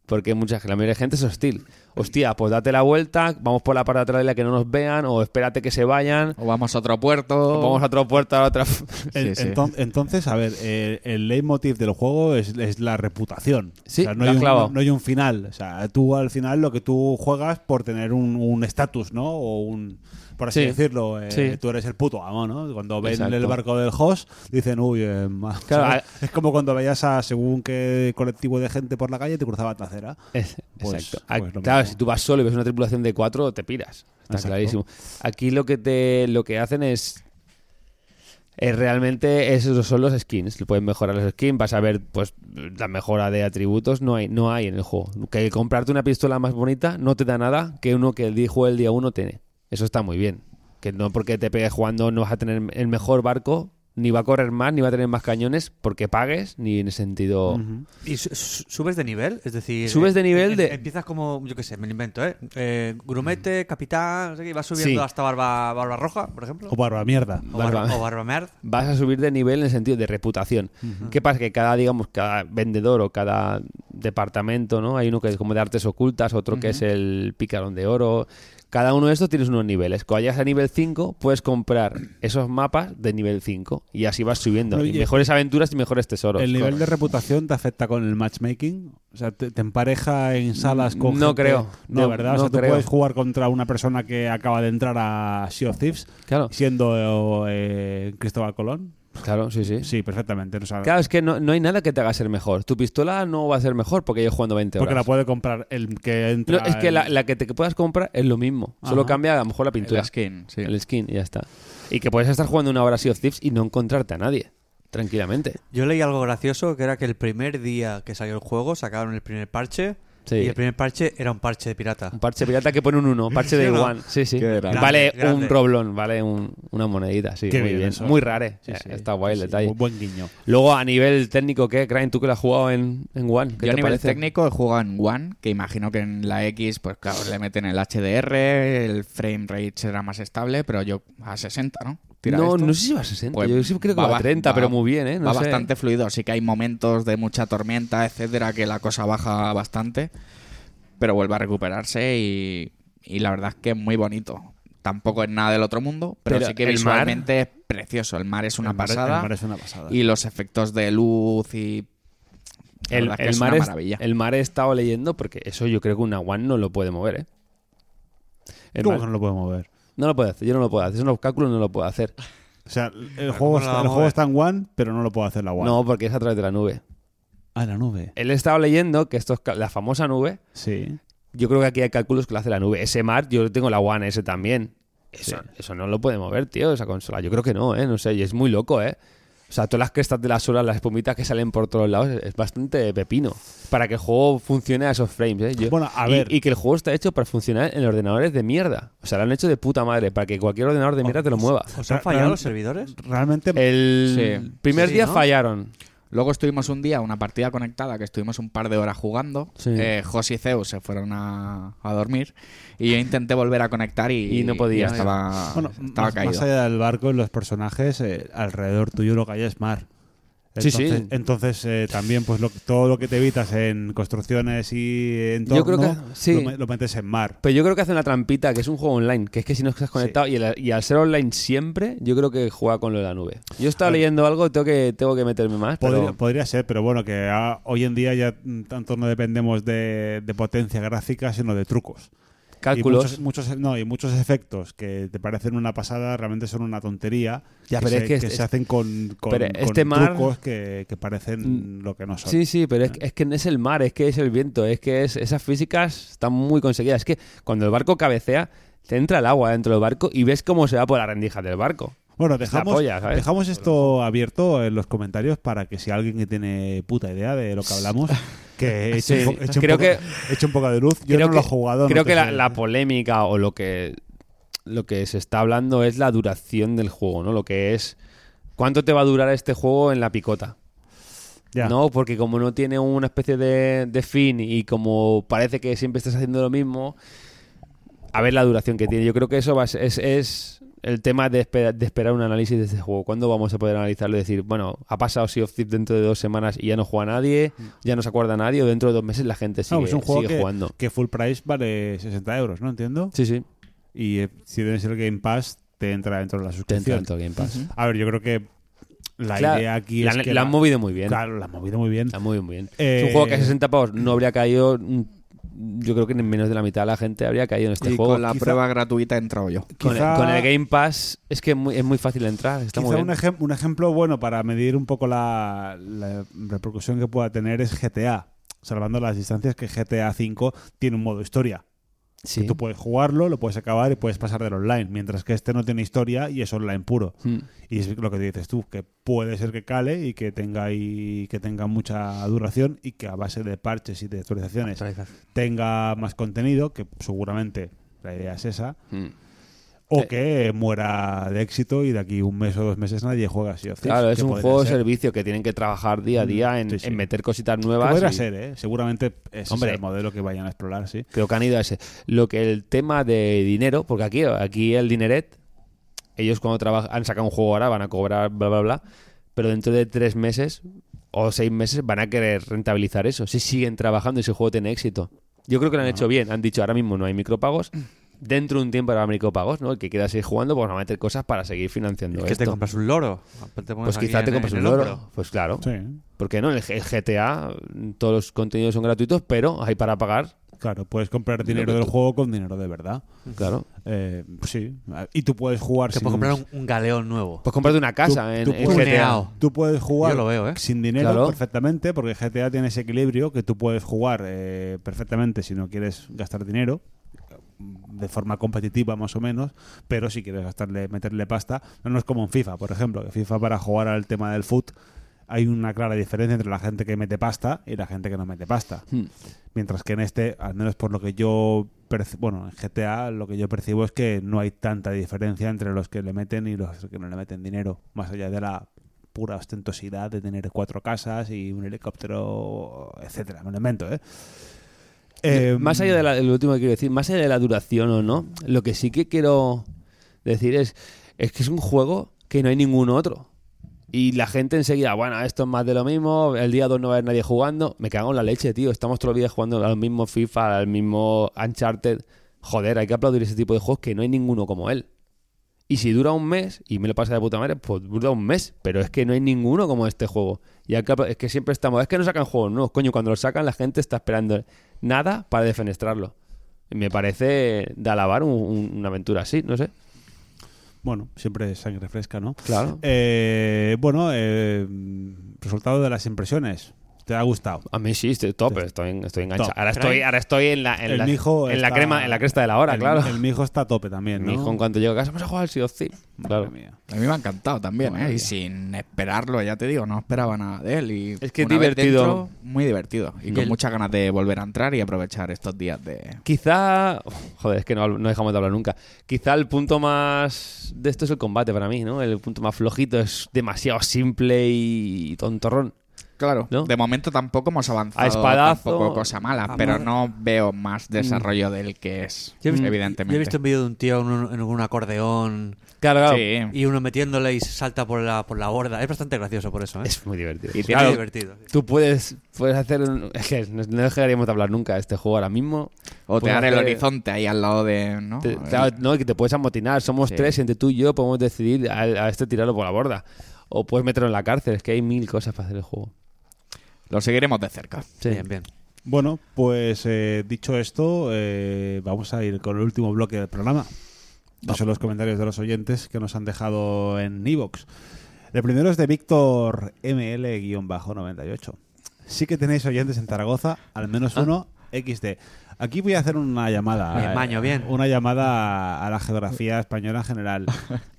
Porque mucha, la mayoría de gente es hostil. Hostia, pues date la vuelta, vamos por la parte de atrás de la que no nos vean o espérate que se vayan.
O vamos a otro puerto.
o vamos a otra puerta, a otra...
En-
Sí, sí.
enton- Entonces, a ver, eh, el leitmotiv del juego es, es la reputación.
Sí,
O sea, no,
lo
hay
has
un,
clavado.
no hay un final. O sea, tú al final lo que tú juegas por tener un un estatus, ¿no? O un. Por así
Sí.
decirlo, eh,
Sí.
tú eres el puto amo, ¿no? Cuando ven
Exacto.
el barco del host, dicen, uy, eh, ma-
Claro,
¿sabes? es como cuando veías a según qué colectivo de gente por la calle te cruzaba la acera.
Es-
Pues-
Exacto.
pues
Ah,
lo
claro,
mismo.
si tú vas solo y ves una tripulación de cuatro, te piras. Está
Exacto.
clarísimo. Aquí lo que te, lo que hacen es. es realmente esos son los skins. Puedes mejorar los skins. Vas a ver, pues, la mejora de atributos no hay, no hay en el juego. Que comprarte una pistola más bonita no te da nada que uno que dijo el día uno tiene. Eso está muy bien. Que no porque te pegues jugando no vas a tener el mejor barco, ni va a correr más, ni va a tener más cañones, porque pagues, ni en el sentido.
¿Y su- su- subes de nivel? Es decir.
Subes de nivel
em-
de- Mm.
em- Empiezas como, yo qué sé, me lo invento, ¿eh? Eh, grumete, capitán, no sé qué, y vas subiendo
Sí.
hasta barba, barba roja, por ejemplo.
O barba mierda.
O barba,
Barba-
o barba merd.
vas a subir de nivel en el sentido de reputación. ¿Qué pasa? Que cada, digamos, cada vendedor o cada departamento, ¿no? Hay uno que es como de artes ocultas, otro que es el picarón de oro. Cada uno de estos tienes unos niveles. Cuando llegas a nivel 5, puedes comprar esos mapas de nivel 5 y así vas subiendo.
Oye,
y mejores aventuras y mejores tesoros.
¿El nivel de
Correcto.
reputación te afecta con el matchmaking? O sea, ¿te, te empareja en salas con
Mm, No
gente-
creo.
No,
No,
¿verdad? o
no
sea, tú
creo.
puedes jugar contra una persona que acaba de entrar a Sea of Thieves
Claro,
siendo eh, eh, Cristóbal Colón.
claro, sí, sí.
Sí, perfectamente. O sea,
Claro, es que no, no hay nada que te haga ser mejor. Tu pistola no va a ser mejor porque yo jugando 20 horas.
porque la puede comprar el que
No,
entra.
es que
en-
la, la que te que puedas comprar es lo mismo. Solo
Ajá.
cambia a lo mejor la pintura.
El skin, sí.
El skin, y ya está. Y que puedes estar jugando una hora Sea of Thieves y no encontrarte a nadie. Tranquilamente.
Yo leí algo gracioso que era que el primer día que salió el juego sacaron el primer parche.
Sí.
Y el primer parche era un parche de pirata.
Un parche pirata que pone un 1,
[LAUGHS]
parche
¿Sí
de
o no?
igual. Sí, sí.
Qué grande.
vale
Grande,
un roblón, vale un- una monedita. Sí,
Qué
muy
bien
bien.
eso.
Muy rare.
Sí,
Eh,
sí.
Está guay el
Sí,
detalle.
bu- buen guiño.
Luego, a nivel técnico, ¿qué? Crane, tú que lo has jugado en, en One. ¿Qué
Yo a
te
nivel
parece?
técnico he jugado en One, que imagino que en la X, pues claro, le meten el HDR, el frame rate será más estable, pero yo a 60, ¿no? Tira
No,
esto.
no sé si va a 60.
Pues
Yo sí creo que va, a
ba-
30,
va-
pero muy bien, ¿eh? No
va
sé.
bastante fluido. Sí que hay momentos de mucha tormenta, etcétera, que la cosa baja bastante, pero vuelve a recuperarse y, y la verdad es que es muy bonito. Tampoco es nada del otro mundo, pero,
Pero
sí que
el mar-
visualmente es precioso. El mar es una
El mar-
pasada
el mar es una pasada.
y los efectos de luz y la
El,
verdad es que
el
es
mar
una
es-
maravilla.
el mar he estado leyendo porque eso yo creo que una One no lo puede mover, ¿eh? El
¿Cómo
mar-
que no lo puede mover?
No lo puedo hacer, yo no lo puedo hacer. Es un obstáculo, no lo puedo hacer.
O sea, el juego,
la va
está,
a
el juego
mover?
está en One, pero no lo puede hacer la One.
No, porque es a través de la nube.
Ah, la nube.
Él estaba leyendo que esto es ca- la famosa nube.
Sí.
Yo creo que aquí hay cálculos que lo hace la nube. Ese mar, yo tengo la One S también. Eso, eso no lo puede mover, tío, esa consola. Yo creo que no, ¿eh? No sé, y es muy loco, ¿eh? O sea, todas las crestas de las olas, las espumitas que salen por todos lados, es- es bastante pepino. Para que el juego funcione a esos frames, ¿eh? Yo-
Bueno, a
y-
ver.
Y, que el juego está hecho para funcionar en ordenadores de mierda. O sea, lo han hecho de puta madre, para que cualquier ordenador de mierda te lo mueva.
¿Os han
Ra-
fallado
ra-
Eh,
los servidores?
Realmente.
El
Sí.
primer
Sí,
día
¿no?
fallaron.
Luego estuvimos un día, una partida conectada, que estuvimos un par de horas jugando.
Sí.
Eh, Jos y Zeus se fueron a, a dormir. Y yo intenté volver a conectar y,
Y no podía. eh. Ah,
estaba,
Bueno,
estaba
más,
caído.
más allá del barco y los personajes, eh, alrededor tuyo lo que hay es mar.
Sí,
Entonces,
sí.
Entonces, eh, también, pues lo- todo lo que te evitas en construcciones y en
Yo creo que- sí.
lo, me- lo metes en mar.
Pero yo creo que hace una trampita, que es un juego online, que es que si no estás conectado y, el- y al ser online siempre, yo creo que juega con lo de la nube. Yo estaba leyendo algo, tengo que, tengo que meterme más, pero-
Podría, podría ser, pero bueno, que ah, hoy en día ya mm, tanto no dependemos de, de potencia gráfica, sino de trucos.
cálculos.
Y muchos, muchos- no, y muchos efectos que te parecen una pasada realmente son una tontería.
Ya,
que
pero
se,
es que es-
se hacen con, con-
pero
con
este mar- Mm.
trucos que, que parecen lo que no son. Ah.
Sí, sí, pero es, es que no es el mar, es que es el viento, es que es, esas físicas están muy conseguidas. Es que cuando el barco cabecea, te entra el agua dentro del barco y ves cómo se va por la rendija del barco.
Bueno,
Es la
dejamos,
polla, ¿sabes?
dejamos esto abierto en los comentarios para que si alguien que tiene puta idea de lo que hablamos, que eche,
[LAUGHS] Sí,
un, po- eche un
creo
poco,
que-
eche un poco de luz. Yo no lo he jugado.
creo
no te
que la,
sé.
la polémica o lo que, lo que se está hablando es la duración del juego, ¿no? Lo que es cuánto te va a durar este juego en la picota.
Ya.
No, porque como no tiene una especie de, de fin y como parece que siempre estás haciendo lo mismo, a ver la duración que tiene. Yo creo que eso va a ser- es, es el tema de, espe- de esperar un análisis de este juego. ¿Cuándo vamos a poder analizarlo y decir, bueno, ha pasado Sea of Thieves dentro de dos semanas y ya no juega nadie, ya no se acuerda nadie, o dentro de dos meses la gente sigue,
Mm. No, pues es un juego
sigue
que,
jugando?
que full price vale 60 euros, ¿no? Entiendo.
Sí, sí,
Y eh, si tienes el Game Pass, te entra dentro de la
te entra
suscripción.
en todo Game Pass.
A ver, yo creo que la
Claro,
idea aquí
la,
es que
la han movido muy bien.
Claro, la han movido muy bien.
Está muy bien, muy bien.
Eh,
es un juego que a 60 pavos no habría caído. mm, Yo creo que en menos de la mitad de la gente habría caído en este
y
juego.
con la
quizá-
prueba gratuita he entrado yo.
Con,
Quizá-
el, con el Game Pass es que muy- es muy fácil entrar. Está muy
Quizá un,
bien.
ejem- un ejemplo bueno para medir un poco la, la repercusión que pueda tener es GTA, salvando las distancias que GTA V tiene un modo historia.
Sí.
Tú puedes jugarlo, lo puedes acabar y puedes pasar del online, mientras que este no tiene historia y es online puro.
Mm.
Y es lo que dices tú, que puede ser que cale y que tenga ahí- que tenga mucha duración y que a base de parches y de actualizaciones tenga más contenido, que seguramente la idea es esa,
Mm.
o
Eh.
que muera de éxito y de aquí un mes o dos meses nadie juega así.
Claro, es un juego de
ser. Mm,
servicio que tienen que trabajar día a día en,
Sí, sí.
en meter cositas
Que
nuevas.
Podría
y-
ser, ¿eh? Seguramente ese
Hombre.
es el modelo que vayan a explorar, sí.
Creo que han ido a ese. Lo que el tema de dinero, porque aquí, aquí el dineret, ellos cuando trabajan, han sacado un juego ahora, van a cobrar bla bla bla, pero dentro de tres meses o seis meses van a querer rentabilizar eso. Si siguen trabajando y ese juego tiene éxito. Yo creo que lo han hecho bien. Han dicho ahora mismo no hay micropagos. Dentro de un tiempo habrá micropagos, ¿no? El que quiera seguir jugando, pues va a meter cosas para seguir financiando
Es que te
esto.
compras un loro. Te pones
pues
aquí
quizá
en-
te compras
en
un
el hombro.
loro. Pues claro.
Sí,
¿Por qué no? El G- el GTA, todos los contenidos son gratuitos, pero hay para pagar.
claro, puedes comprar dinero
que
del
tú-
juego con dinero de verdad.
Claro.
Eh, sí, y tú puedes jugar
Te
sin
puedes comprar un, un galeón nuevo.
Pues comprarte una casa en,
tú
en
puedes-
GTA.
Tuneado.
Tú puedes jugar
Yo lo veo, ¿eh?
sin dinero
Claro.
perfectamente, porque GTA tiene ese equilibrio que tú puedes jugar eh, perfectamente si no quieres gastar dinero, de forma competitiva más o menos, pero si quieres gastarle, meterle pasta, no, no es como en FIFA, por ejemplo, que FIFA para jugar al tema del foot hay una clara diferencia entre la gente que mete pasta y la gente que no mete pasta.
Hmm.
Mientras que en este, al menos por lo que yo perci- bueno, en GTA lo que yo percibo es que no hay tanta diferencia entre los que le meten y los que no le meten dinero, más allá de la pura ostentosidad de tener cuatro casas y un helicóptero, etcétera, me lo invento, ¿eh? Eh,
más allá del último que quiero decir, más allá de la duración o no, lo que sí que quiero decir es, es que es un juego que no hay ningún otro. Y la gente enseguida, bueno, esto es más de lo mismo, el día 2 no va a haber nadie jugando. Me cago en la leche, tío. Estamos todos los días jugando al mismo FIFA, al mismo Uncharted. Joder, hay que aplaudir ese tipo de juegos que no hay ninguno como él. Y si dura un mes, y me lo pasa de puta madre, pues dura un mes. Pero es que no hay ninguno como este juego. Y acá, es que siempre estamos. Es que no sacan juegos nuevos, coño. Cuando lo sacan, la gente está esperando nada para defenestrarlo. Y Me parece de alabar un- un- una aventura así, no sé.
Em, Bueno, siempre es sangre fresca, ¿no?
Claro.
Eh, bueno, eh, resultado de las impresiones. ¿Te ha gustado?
A mí sí, estoy top, estoy, estoy enganchado.
Top.
Ahora estoy, ahora estoy en la, en
el
la,
mijo
en la
está-
crema, en la cresta de la hora,
el-
claro.
El mijo está a tope también, ¿no?
Mi hijo, en cuanto llego a casa, vamos a jugar al Sea of Thieves. Claro.
Madre mía.
A mí me ha encantado también,
Madre
¿eh?
mía.
Y sin esperarlo, ya te digo, no esperaba nada de él. Y
Es que es
una vez
divertido.
dentro, muy divertido. Y
Y
con
el-
muchas ganas de volver a entrar y aprovechar estos días de...
Quizá. Joder, es que no, no dejamos de hablar nunca. Quizá el punto más. De esto es el combate para mí, ¿no? El punto más flojito es demasiado simple y tontorrón.
Claro,
¿No?
de momento tampoco hemos avanzado
A espadazo,
tampoco cosa mala,
a
pero
madre.
no veo
Mm.
más desarrollo del que es,
Yo he visto-
evidentemente.
Yo he visto un vídeo de un tío en un, en un acordeón
Claro,
Sí.
y uno metiéndole y salta por la, por la borda. Es bastante gracioso por eso, ¿eh?
Es muy divertido.
Y
Es
tiene-
muy
Claro,
divertido.
Tú puedes, puedes hacer. un- es que no no dejaríamos de hablar nunca de este juego ahora mismo. Puedes
Otear el
hacer-
horizonte ahí al lado de. ¿no? Eh,
te- claro, no, que te puedes amotinar. Somos
Sí.
tres, entre tú y yo podemos decidir a, a este tirarlo por la borda. O puedes meterlo en la cárcel. Es que hay mil cosas para hacer el juego.
Lo seguiremos de cerca.
Sí.
Bien, bien.
Bueno, pues eh, dicho esto, eh, vamos a ir con el último bloque del programa. Que son los comentarios de los oyentes que nos han dejado en Evox. El primero es de Víctor ML-98. Sí que tenéis oyentes en Zaragoza, al menos uno, XD. Aquí voy a hacer una llamada.
Ah.
eh,
Bien, Maño, bien.
Una llamada a la geografía española
[LAUGHS]
en general.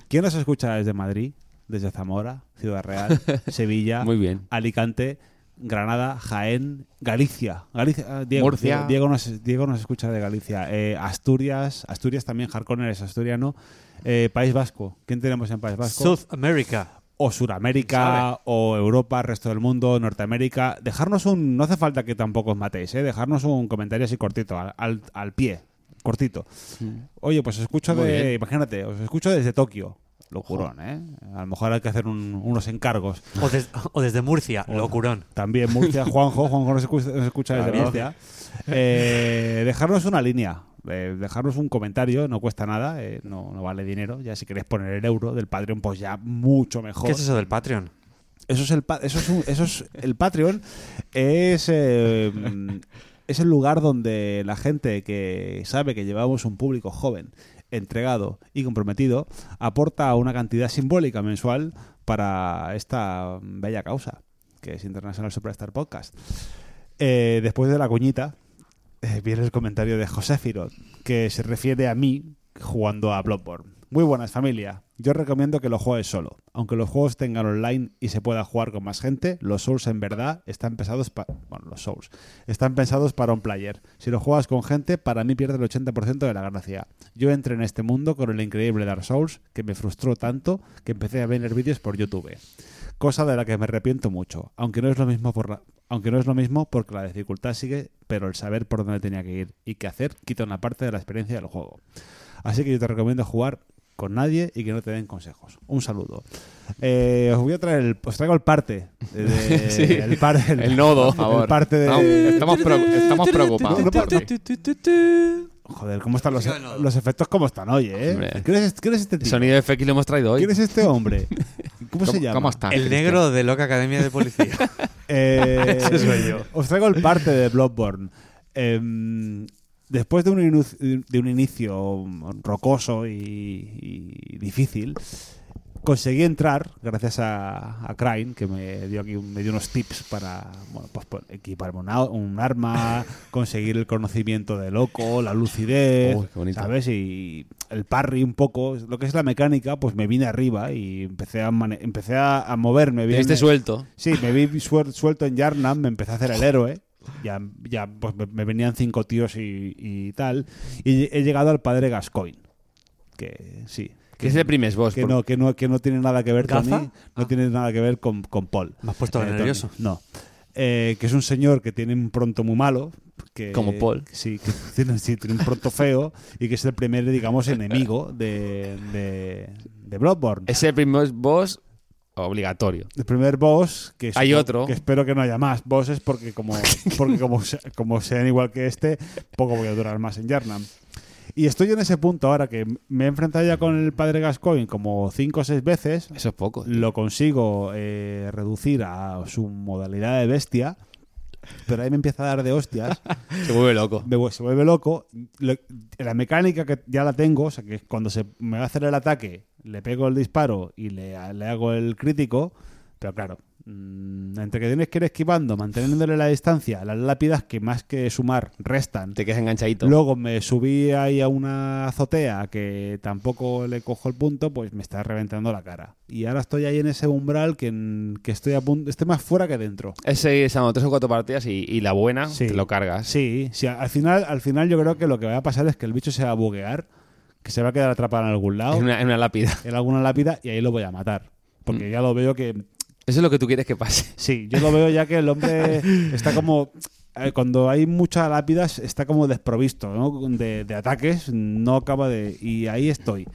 ¿Quién nos escucha desde Madrid, desde Zamora, Ciudad Real, Sevilla,
Muy bien.
Alicante, Granada, Jaén, Galicia. Galicia ah, Diego,
Murcia.
Diego, Diego nos, Diego nos escucha de Galicia. Eh, Asturias, Asturias también, Harkonnen es asturiano. Eh, País Vasco, ¿quién tenemos en País Vasco?
South America.
o Suramérica, o Europa, resto del mundo, Norteamérica. Dejarnos un. No hace falta que tampoco os matéis, ¿eh? Dejarnos un comentario así cortito, al, al- al pie, cortito. Oye, pues os escucho
Mm. Muy
de.
bien.
Imagínate, os escucho desde Tokio. Locurón, ¿eh? A lo mejor hay que hacer un- unos encargos.
O, des- o desde Murcia, locurón.
[LAUGHS]
También Murcia, Juanjo, Juanjo nos escucha, nos escucha desde
Claro.
Murcia. Eh, dejarnos una línea, eh, dejarnos un comentario, no cuesta nada, eh, no, no vale dinero. Ya si queréis poner el euro del Patreon, pues ya mucho mejor.
¿Qué es eso del Patreon?
Eso es el, pa- eso es un- eso es- el Patreon. Es, eh, mm, es el lugar donde la gente que sabe que llevamos un público joven, entregado y comprometido, aporta una cantidad simbólica mensual para esta bella causa, que es International Superstar Podcast. Eh, después de la cuñita, eh, viene el comentario de José Firot, que se refiere a mí jugando a Bloodborne. Muy buenas, familia. Yo recomiendo que lo juegues solo. Aunque los juegos tengan online y se pueda jugar con más gente, los Souls en verdad están pensados para... Bueno, los Souls. Están pensados para un player. Si lo juegas con gente, para mí pierde el 80% de la gracia. Yo entré en este mundo con el increíble Dark Souls, que me frustró tanto que empecé a ver vídeos por YouTube cosa de la que me arrepiento mucho, aunque no es lo mismo por la- aunque no es lo mismo porque la dificultad sigue, pero el saber por dónde tenía que ir y qué hacer quita una parte de la experiencia del juego. Así que yo te recomiendo jugar con nadie y que no te den consejos. Un saludo. Eh, os voy a traer el, os traigo el parte de-
Sí.
el, par- el-
El nodo.
Por favor.
el parte de
No, estamos, preocu- estamos preocupados.
No, no,
por ti.
joder, cómo están los,
Música de nodo.
los efectos cómo están hoy, ¿eh?
Hombre.
¿Quién es, quién es este tío?
Sonido de FX lo hemos traído hoy.
¿Quién es este hombre? ¿Cómo, se
¿Cómo-
llama?
cómo
Ah,
está?
El
Cristian?
negro de Loca Academia de Policía.
[LAUGHS]
Eh, Os traigo el parte de Bloodborne. Em, después de un, inu- de un inicio rocoso y, y difícil, conseguí entrar gracias a, a Crane, que me dio aquí un- me dio unos tips para bueno, pues, por- equiparme un, au-
[LAUGHS]
un arma, conseguir el conocimiento de loco, la lucidez,
Uy, qué bonito.
¿sabes? Y el parry un poco, lo que es la mecánica, pues me vine arriba y empecé a, mane- empecé a, a moverme bien.
Este suelto.
Sí, me vi suel- suelto en Yarnam, me empecé a hacer el héroe. Ya, ya pues me, me venían cinco tíos y, y tal. Y he llegado al padre Gascoigne. Que sí.
Que es el primer boss.
que
por-
no, que no, que no tiene nada que ver
¿Gaza?
con mí, no
Ah.
tiene nada que ver con, con Paul. Eh,
Me has puesto
Tony.
nervioso.
No. Eh, que es un señor que tiene un pronto muy malo. Que,
Como Paul.
Sí, que tiene, sí, tiene un pronto feo y que es el primer, digamos, enemigo de, de, de Bloodborne.
Es el primer boss obligatorio.
El primer boss, que
Hay
supo-
otro.
que espero que no haya más bosses porque
[LAUGHS]
como, porque como, se- como sean igual que este, poco voy a durar más en Yarnam. Y estoy en ese punto ahora que me he enfrentado ya con el padre Gascoigne como cinco o seis veces,
Eso es poco.
lo consigo eh, reducir a su modalidad de bestia, pero ahí me empieza a dar de hostias
Se vuelve loco.
me vu- se vuelve loco. Lo- la mecánica que ya la tengo, o sea, que cuando se me va a hacer el ataque, le pego el disparo y le, a- le hago el crítico, pero claro, mm, entre que tienes que ir esquivando, manteniéndole la distancia, las lápidas que más que sumar restan.
Te quedas enganchadito.
Luego me subí ahí a una azotea que tampoco le cojo el punto, pues me está reventando la cara. Y ahora estoy ahí en ese umbral que, en- que estoy a punto, estoy más fuera que dentro.
Ese es tres o cuatro partidas y, y la buena
Sí.
te lo cargas.
Sí, sí, al final, al final yo creo que lo que va a pasar es que el bicho se va a buguear, que se va a quedar atrapado en algún lado,
En, una, en una lápida.
en alguna lápida, y ahí lo voy a matar. Porque ya lo veo que,
Eso es lo que tú quieres que pase.
Sí, yo lo veo ya que el hombre está como. eh, Cuando hay muchas lápidas, está como desprovisto ¿no? de, de ataques, no acaba de. Y ahí estoy.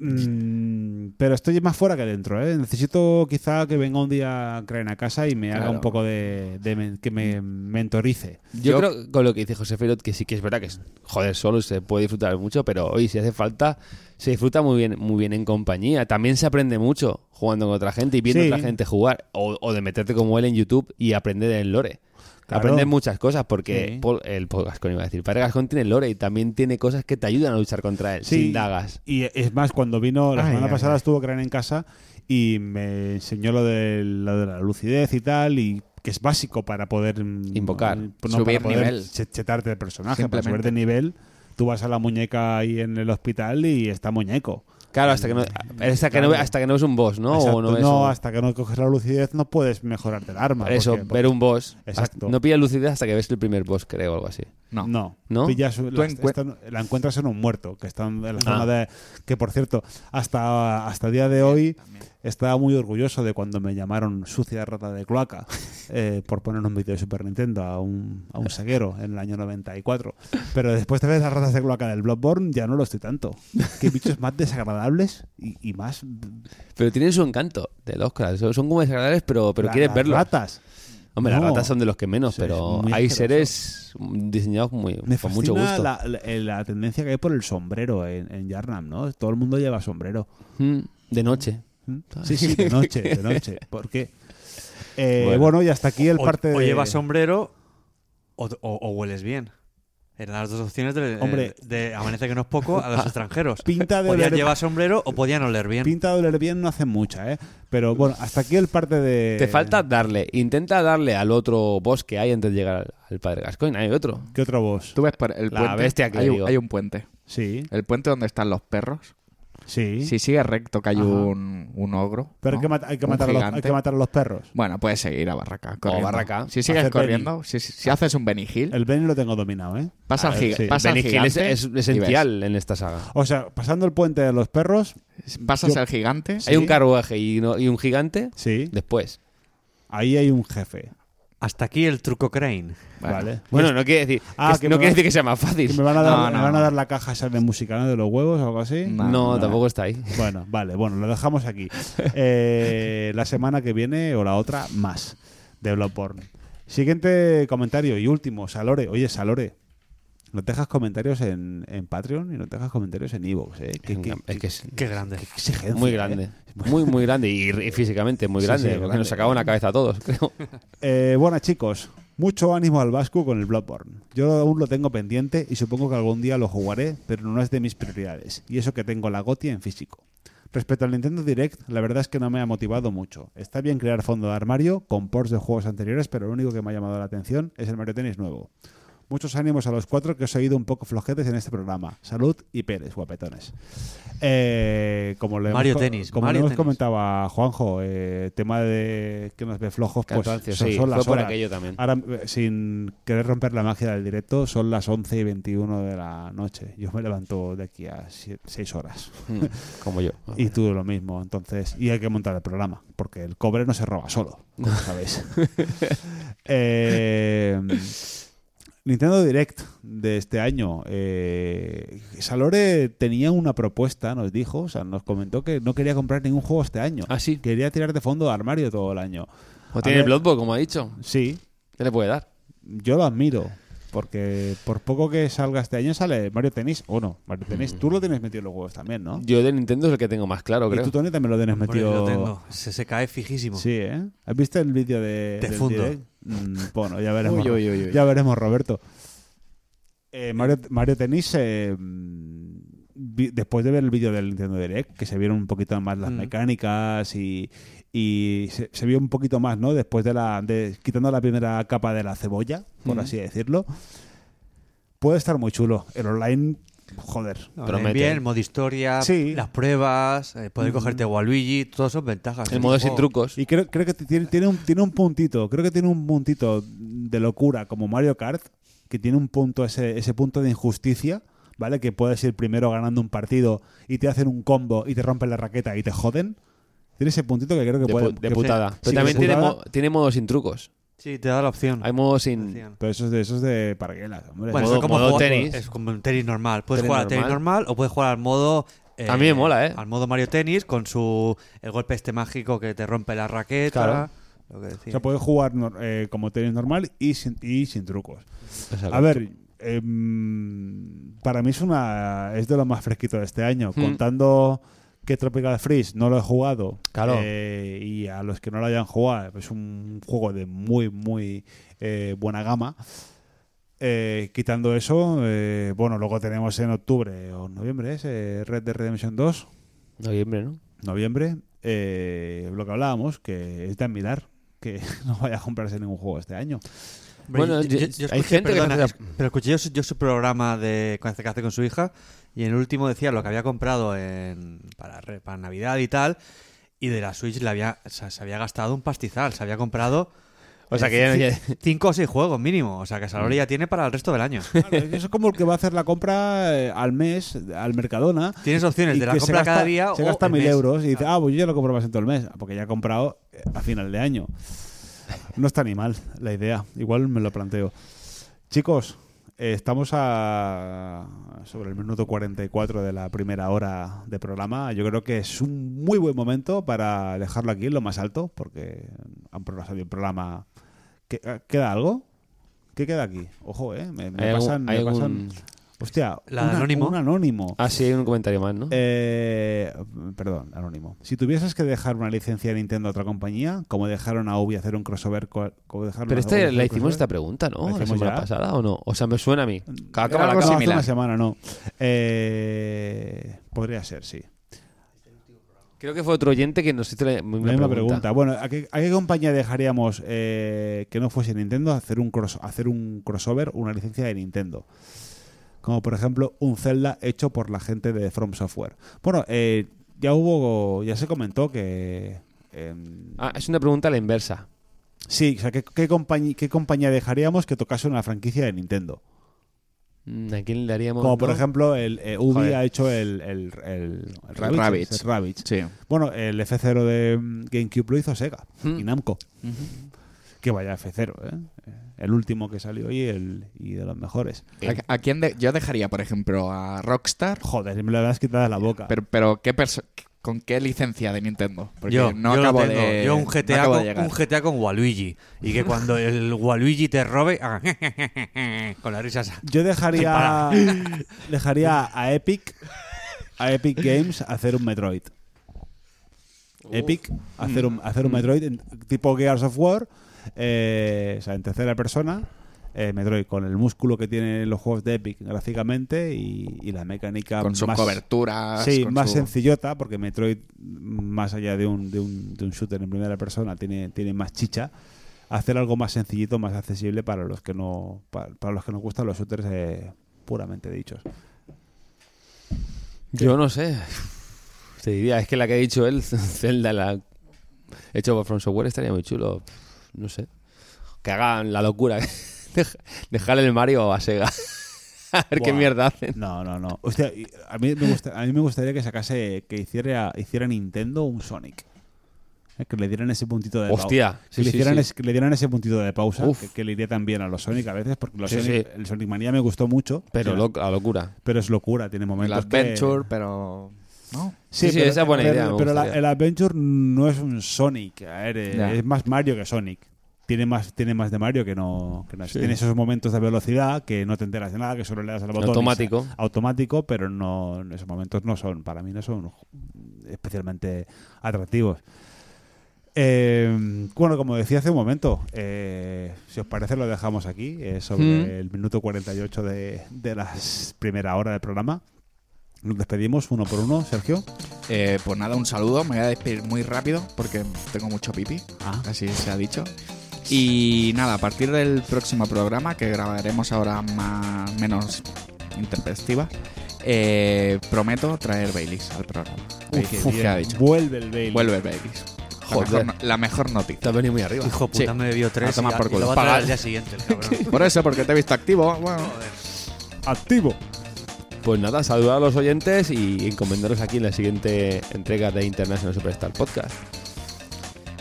Mm, pero estoy más fuera que dentro. ¿eh? Necesito quizá que venga un día Crane a casa y me haga
Claro.
un poco de. de men- que me mentorice.
Yo,
Yo-
creo que con lo que dice José Ferot que sí que es verdad que es- joder solo se puede disfrutar mucho, pero hoy si hace falta se disfruta muy bien, muy bien en compañía. También se aprende mucho jugando con otra gente y viendo
Sí.
a otra gente jugar o, o de meterte como él en YouTube y aprender el lore.
Claro.
Aprendes muchas cosas porque
Sí.
Paul- el Paul Gascon iba a decir, Padre Gascon tiene lore y también tiene cosas que te ayudan a luchar contra él sin dagas.
Y es más, cuando vino la
Ay,
semana
ay,
pasada
ay.
estuvo Crane en casa y me enseñó lo de, lo de la lucidez y tal, y que es básico para poder mm,
Invocar,
no,
subir
para poder
nivel.
che- Chetarte de personaje, para
Simplemente.
subir de nivel. Tú vas a la muñeca ahí en el hospital y está muñeco.
Claro, hasta que no hasta que no
Claro.
hasta que no es un boss, ¿no?
Exacto,
O no, es un-
hasta que no coges la lucidez no puedes mejorarte el arma.
eso,
porque-
ver un boss.
Exacto.
No pillas lucidez hasta que ves el primer boss, creo, o algo así.
No.
No,
¿No?
pillas- la,
encue- Ah.
esta- la encuentras en un muerto, que está en la zona de... Que por cierto, hasta, hasta el día de hoy estaba muy orgulloso de cuando me llamaron sucia rata de cloaca [LAUGHS] eh, por poner un vídeo de Super Nintendo a un, a un seguero en el año 94. Pero después de ver las ratas de cloaca del Bloodborne ya no lo estoy tanto. Qué bichos más desagradables y, y más...
Pero tienen su encanto del Oscar. Son son como desagradables, pero, pero
la-
quieres
las
verlos.
ratas.
Hombre,
No.
las ratas son de los que menos,
Sí,
pero
es muy
hay
asqueroso.
seres diseñados muy,
Me
Pues con
fascina
mucho gusto.
La, la- la tendencia que hay por el sombrero en, en Yarnam, ¿no? Todo el mundo lleva sombrero.
Mm, De noche.
¿Mm? Sí, sí, de noche, de noche. ¿Por qué? Eh, bueno.
Bueno.
y hasta aquí el
o,
parte
o
de-
llevas sombrero o, o- o hueles bien. Eran las dos opciones de,
Hombre.
de Amanece que no es poco
[LAUGHS]
a los extranjeros.
Pinta de
podían
oler-
llevar sombrero o podían oler bien.
Pinta de oler bien no hace mucha, ¿eh? Pero bueno, hasta aquí el parte de...
Te falta darle. Intenta darle al otro boss que hay antes de llegar al, al padre Gascoigne. Hay otro.
¿Qué otra voz?
Tú ves por el
La
puente.
bestia
hay,
clérigo.
un, hay un puente.
Sí,
El puente donde están los perros.
sí.
Si sigue recto que hay
Ajá.
un, un ogro.
Pero hay,
¿no?
que mat- hay que
Un
matar a los, hay
gigante.
que matar a los perros.
Bueno, puedes seguir a Barraca. corriendo.
Barraca.
Si sigues
Hacer Ah.
corriendo, si, si- si haces un Benigil,
El Benny lo tengo dominado, ¿eh?
pasa al giga-
sí.
pasa al
Benny Hill es,
gigante.
es
y ves.
esencial en esta saga.
O sea, pasando el puente de los perros,
Pasas
Yo-
al gigante.
Hay un carruaje y, no- y un gigante
sí.
después.
Ahí hay un jefe,
Hasta aquí el truco Crane.
Vale.
¿vale?
Bueno, no quiere decir,
Ah,
que-
que
no
me
quiere
va-
decir que sea más fácil.
Que Me van a dar,
No, no.
me van a dar la caja esa de música, ¿no? De los huevos o algo así.
No.
No,
no.
tampoco está ahí.
Bueno, vale, bueno, lo dejamos aquí. Eh, la semana que viene o la otra más de Bloodborne. Siguiente comentario y último, Salore. Oye, Salore, nos dejas comentarios en, en Patreon y nos dejas comentarios en Evox. ¿eh? [LAUGHS] Qué- qué-
es que es
Qué grande.
qué exigencia,
muy
¿eh? [LAUGHS]
grande. Muy, muy grande. Y, y físicamente muy
Sí,
grande.
sí,
porque
grande.
nos acabó en la cabeza a todos, [LAUGHS] creo.
Eh, bueno, chicos, mucho ánimo al Vasco con el Bloodborne. Yo aún lo tengo pendiente y supongo que algún día lo jugaré, pero no es de mis prioridades. Y eso que tengo la Goti en físico. Respecto al Nintendo Direct, la verdad es que no me ha motivado mucho. Está bien crear fondo de armario con ports de juegos anteriores, pero lo único que me ha llamado la atención es el Mario Tennis nuevo. Muchos ánimos a los cuatro que os he ido un poco flojetes en este programa. Salud y Pérez, guapetones. Eh, como le
Mario
hemos, co-
Tennis,
como le
Mario
hemos
Tennis.
comentado a Juanjo, eh, tema de que nos ve flojos, pues
Cansancio,
son,
sí,
son las
fue por
horas.
aquello también.
Ahora, eh, sin querer romper la magia del directo, son las 11 y 21 de la noche. Yo me levanto de aquí a 6 horas.
Mm, Como
[LAUGHS]
yo.
Y tú lo mismo, entonces. Y hay que montar el programa, porque el cobre no se roba solo,
[LAUGHS]
como sabéis. Eh, Nintendo Direct de este año. eh, Salore tenía una propuesta, nos dijo, o sea, nos comentó que no quería comprar ningún juego este año.
Ah, sí.
Quería tirar de fondo de armario todo el año.
O
A
Pues tiene el
ver,
Blood Bowl, como ha dicho.
Sí,
¿Qué le puede dar?
yo lo admiro. Porque por poco que salga este año sale Mario Tennis o no. Mario Tennis, tú lo tienes metido en los juegos también, ¿no?
Mm. Yo de Nintendo es el que tengo más claro,
y
creo.
tú, Tony, también lo tienes
Hombre,
metido.
lo tengo. Se, se cae fijísimo.
Sí, ¿eh? ¿Has visto el vídeo de,
Te
del
fundo.
direct? Mm, bueno, ya veremos.
Uy, uy, uy, uy.
Ya veremos, Roberto. Eh, Mario, Mario Tenis, eh, mm, vi- después de ver el vídeo del Nintendo Direct, que se vieron un poquito más las
Mm.
mecánicas y, y se, se vio un poquito más, ¿no? Después de la. de- quitando la primera capa de la cebolla, por
Mm.
así decirlo. Puede estar muy chulo. El online, joder.
Ahora,
Promete.
Bien, el modo historia,
Sí. Mm.
las pruebas, eh, poder cogerte a Waluigi, todas son ventajas.
El modo sin
Oh,
trucos.
Y creo, creo que tiene, tiene, un, tiene un puntito, creo que tiene un puntito de locura como Mario Kart, que tiene un punto, ese, ese punto de injusticia, ¿vale? Que puedes ir primero ganando un partido y te hacen un combo y te rompen la raqueta y te joden. Tiene ese puntito que creo que
de,
puede.
pu- de
que-
putada.
sí,
Pero
que
también
de
tiene,
putada. Mm.
mo- tiene modo sin trucos.
Sí, te da la opción.
Hay modo sin.
Decían.
Pero eso es de, eso es de parguelas, hombre.
Bueno,
modo-
es como
modo
jugar-
tenis.
Es como un tenis normal. Puedes
Tenis
jugar al tenis normal o puedes jugar al modo. eh,
A mí me mola, ¿eh?
Al modo Mario Tenis con su. El golpe este mágico que te rompe la raqueta.
Claro. pues,
Lo que
O
decía.
sea, puedes jugar nor- eh, como tenis normal y sin, y sin trucos.
Pues
A ver, em, para mí es una es de lo más fresquito de este año. Contando que Tropical Freeze no lo he jugado
Claro.
eh, y a los que no lo hayan jugado, es un juego de muy, muy eh, buena gama. Eh, quitando eso, eh, bueno, luego tenemos en octubre o noviembre, ¿es? Eh, Red Dead Redemption 2,
Noviembre, ¿no?
noviembre, eh, lo que hablábamos, que es de admirar que [LAUGHS] no vaya a comprarse ningún juego este año.
Hombre,
Bueno,
yo-
yo-
yo- yo
hay
escuché-
gente que
perdona,
hace la-
Pero escuché yo, su- yo su programa de con- este que hace con su hija y en el último decía lo que había comprado en, para, re- para Navidad y tal. Y de la Switch le había, o sea, se había gastado un pastizal. Se había comprado.
O sea, que ya- Mm.
eh,
ya-
c- Cinco o seis juegos mínimo. O sea, que Salori ya tiene para el resto del
[LAUGHS]
año.
Claro, eso es como el que va a hacer la compra eh, al mes, al Mercadona.
Tienes opciones
y
de la
que se
compra
gasta-
cada día
Se
o
gasta
el
mil
mes.
euros y dice, ah, pues yo ya lo compro más en todo el mes, porque ya he comprado eh, a final de año. No está ni mal la idea, igual me lo planteo. Chicos, eh, estamos a sobre el minuto 44 de la primera hora de programa. Yo creo que es un muy buen momento para dejarlo aquí en lo más alto, porque han programado un programa. ¿Qué- eh, ¿Queda algo? ¿Qué queda aquí? Ojo, eh. Me, me
¿Hay algún-
pasan, me
hay
pasan-
algún-
Hostia,
¿La
un
de
an-
Anónimo?
Un anónimo.
Ah, sí, hay un comentario más, ¿no?
Eh, perdón, anónimo. Si tuvieses que dejar una licencia de Nintendo a otra compañía, como dejaron a Ubi hacer un crossover, co- como dejaron
Pero
a Ubi
este,
hacer
le
un
hicimos esta
crossover-
pregunta, ¿no?
¿La
La
hicimos
semana
ya? Mm.
pasada o no. O sea, me suena a mí. Cada
Era
cámara
algo
acaba-
hace una
similar.
semana, no. Eh, podría ser, sí.
Creo que fue otro oyente que nos hizo la misma,
Misma
pregunta.
pregunta. Bueno, ¿a qué, a qué compañía dejaríamos eh, que no fuese Nintendo hacer un, cross- hacer un crossover, una licencia de Nintendo? Como por ejemplo un Zelda hecho por la gente de From Software. Bueno, eh, ya hubo, ya se comentó que... em,
Ah, es una pregunta a la inversa.
Sí, o sea, ¿qué, qué compañi- qué compañía dejaríamos que tocase una franquicia de Nintendo?
Mm, ¿A quién le daríamos?
Como por
no?
ejemplo, el eh, Ubi
Joder.
ha hecho el, el, el, el Rabbids,
Rabbids.
el Rabbids.
Sí.
Bueno, el F0 de mm, GameCube lo hizo Sega
Hmm.
y Namco. Que vaya F0, ¿eh? El último que salió y, el, y de los mejores.
¿A, a quién de- yo dejaría, por ejemplo, a Rockstar?
Joder, me lo has quitado de la boca.
Pero, pero ¿qué perso- ¿con qué licencia de Nintendo? Porque
"Ah, yo,
no
yo lo
acabo
tengo.
de.
Yo un
no
GTA,
acabo de
con,
llegar.
un GTA con Waluigi. Y que cuando [LAUGHS] el Waluigi te robe, haga [LAUGHS] con la risa esa.
Yo dejaría, [LAUGHS] dejaría a Epic, a Epic Games hacer un Metroid. Epic hacer
Mm.
un, hacer un Metroid en- tipo Gears of War, eh, o sea, en tercera persona. eh, Metroid con el músculo que tienen los juegos de Epic gráficamente y, y la mecánica
Con sus
más,
coberturas.
Sí,
con
más
su-
sencillota, porque Metroid, más allá de un, de un, de un shooter en primera persona, tiene, tiene más chicha. Hacer algo más sencillito, más accesible para los que no pa- para, los que nos gustan los shooters eh, puramente dichos.
Yo no sé. Te diría, es que la que ha dicho él, [LAUGHS] Zelda, la hecho por From Software, estaría muy chulo. No sé. Que hagan la locura. [LAUGHS] Deja- Dejar el Mario a Sega. [LAUGHS] a ver qué
Buah.
mierda hacen.
No, no, no. Hostia, y a, mí me gusta- a mí me gustaría que sacase, que hiciera, hiciera Nintendo un Sonic. Eh, Que le dieran ese puntito de pau-
Hostia, sí,
que, le
sí,
hicieran
sí.
es- que le dieran ese puntito de pausa,
Uf.
que, que le iría tan bien a los Sonic a veces, porque los
Sí,
Sonic-
sí.
el Sonic Manía me gustó mucho.
Pero
Era-
lo- la locura.
pero es locura, tiene
El
momentos que-
Adventure, pero. ¿No?
Sí, sí, esa es buena
pero-
idea, me
Pero la-
gustaría.
el Adventure no es un Sonic. a ver, eh,
Ya.
es más Mario que Sonic. Tiene más, tiene más de Mario que no. que no es. Tiene esos momentos de velocidad que no te enteras de nada, que solo le das al botón. y
Automático.
sa- automático, pero no, en esos momentos no son, para mí no son especialmente atractivos. Eh, bueno, como decía hace un momento, eh, si os parece lo dejamos aquí, eh, sobre
Mm.
el minuto 48 de, de la primera hora del programa. Nos despedimos uno por uno, Sergio.
Eh, pues nada, un saludo. Me voy a despedir muy rápido porque tengo mucho pipí.
Ah.
Así se ha dicho. Y nada, a partir del próximo programa, que grabaremos ahora más, menos intempestiva, eh, prometo traer Baileys al programa. Ahí
Uf,
que-
uf,
que ha dicho.
Vuelve el Bailey.
Vuelve Baileys. La
Joder.
mejor, no- la mejor noticia.
Te has venido muy arriba.
Hijo puta,
Sí.
me bebió tres.
A tomar
y-
por
y
culo.
lo va a traer
Pagar.
al día siguiente, el cabrón.
Por eso, porque te he visto activo. Bueno,
Activo.
Pues nada, saludar a los oyentes y encomendaros aquí en la siguiente entrega de International Superstar Podcast.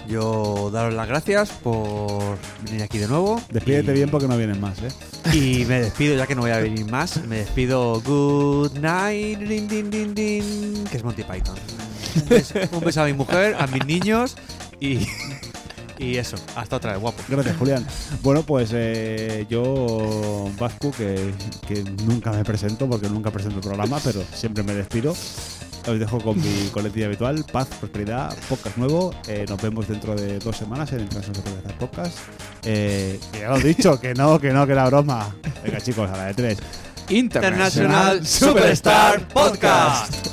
Yo daros las gracias por venir aquí de nuevo.
Despídete
Y-
bien porque no vienen más, ¿eh?
Y me despido, ya que no voy a venir más. Me despido. Good night, din, din, din, din, que es Monty Python. Un beso, un beso a mi mujer, a mis niños y. Y eso, hasta otra vez, guapo.
Gracias, Julián. Bueno, pues eh, yo, Vasco, que, que nunca me presento porque nunca presento el programa, pero siempre me despido. Os dejo con mi coletilla habitual, paz, prosperidad, podcast nuevo. Eh, nos vemos dentro de dos semanas en el Transmisión de Podcast. Eh, que ya lo he dicho, que no, que no, que era broma. Venga, chicos, a la de tres.
International
International Superstar Podcast.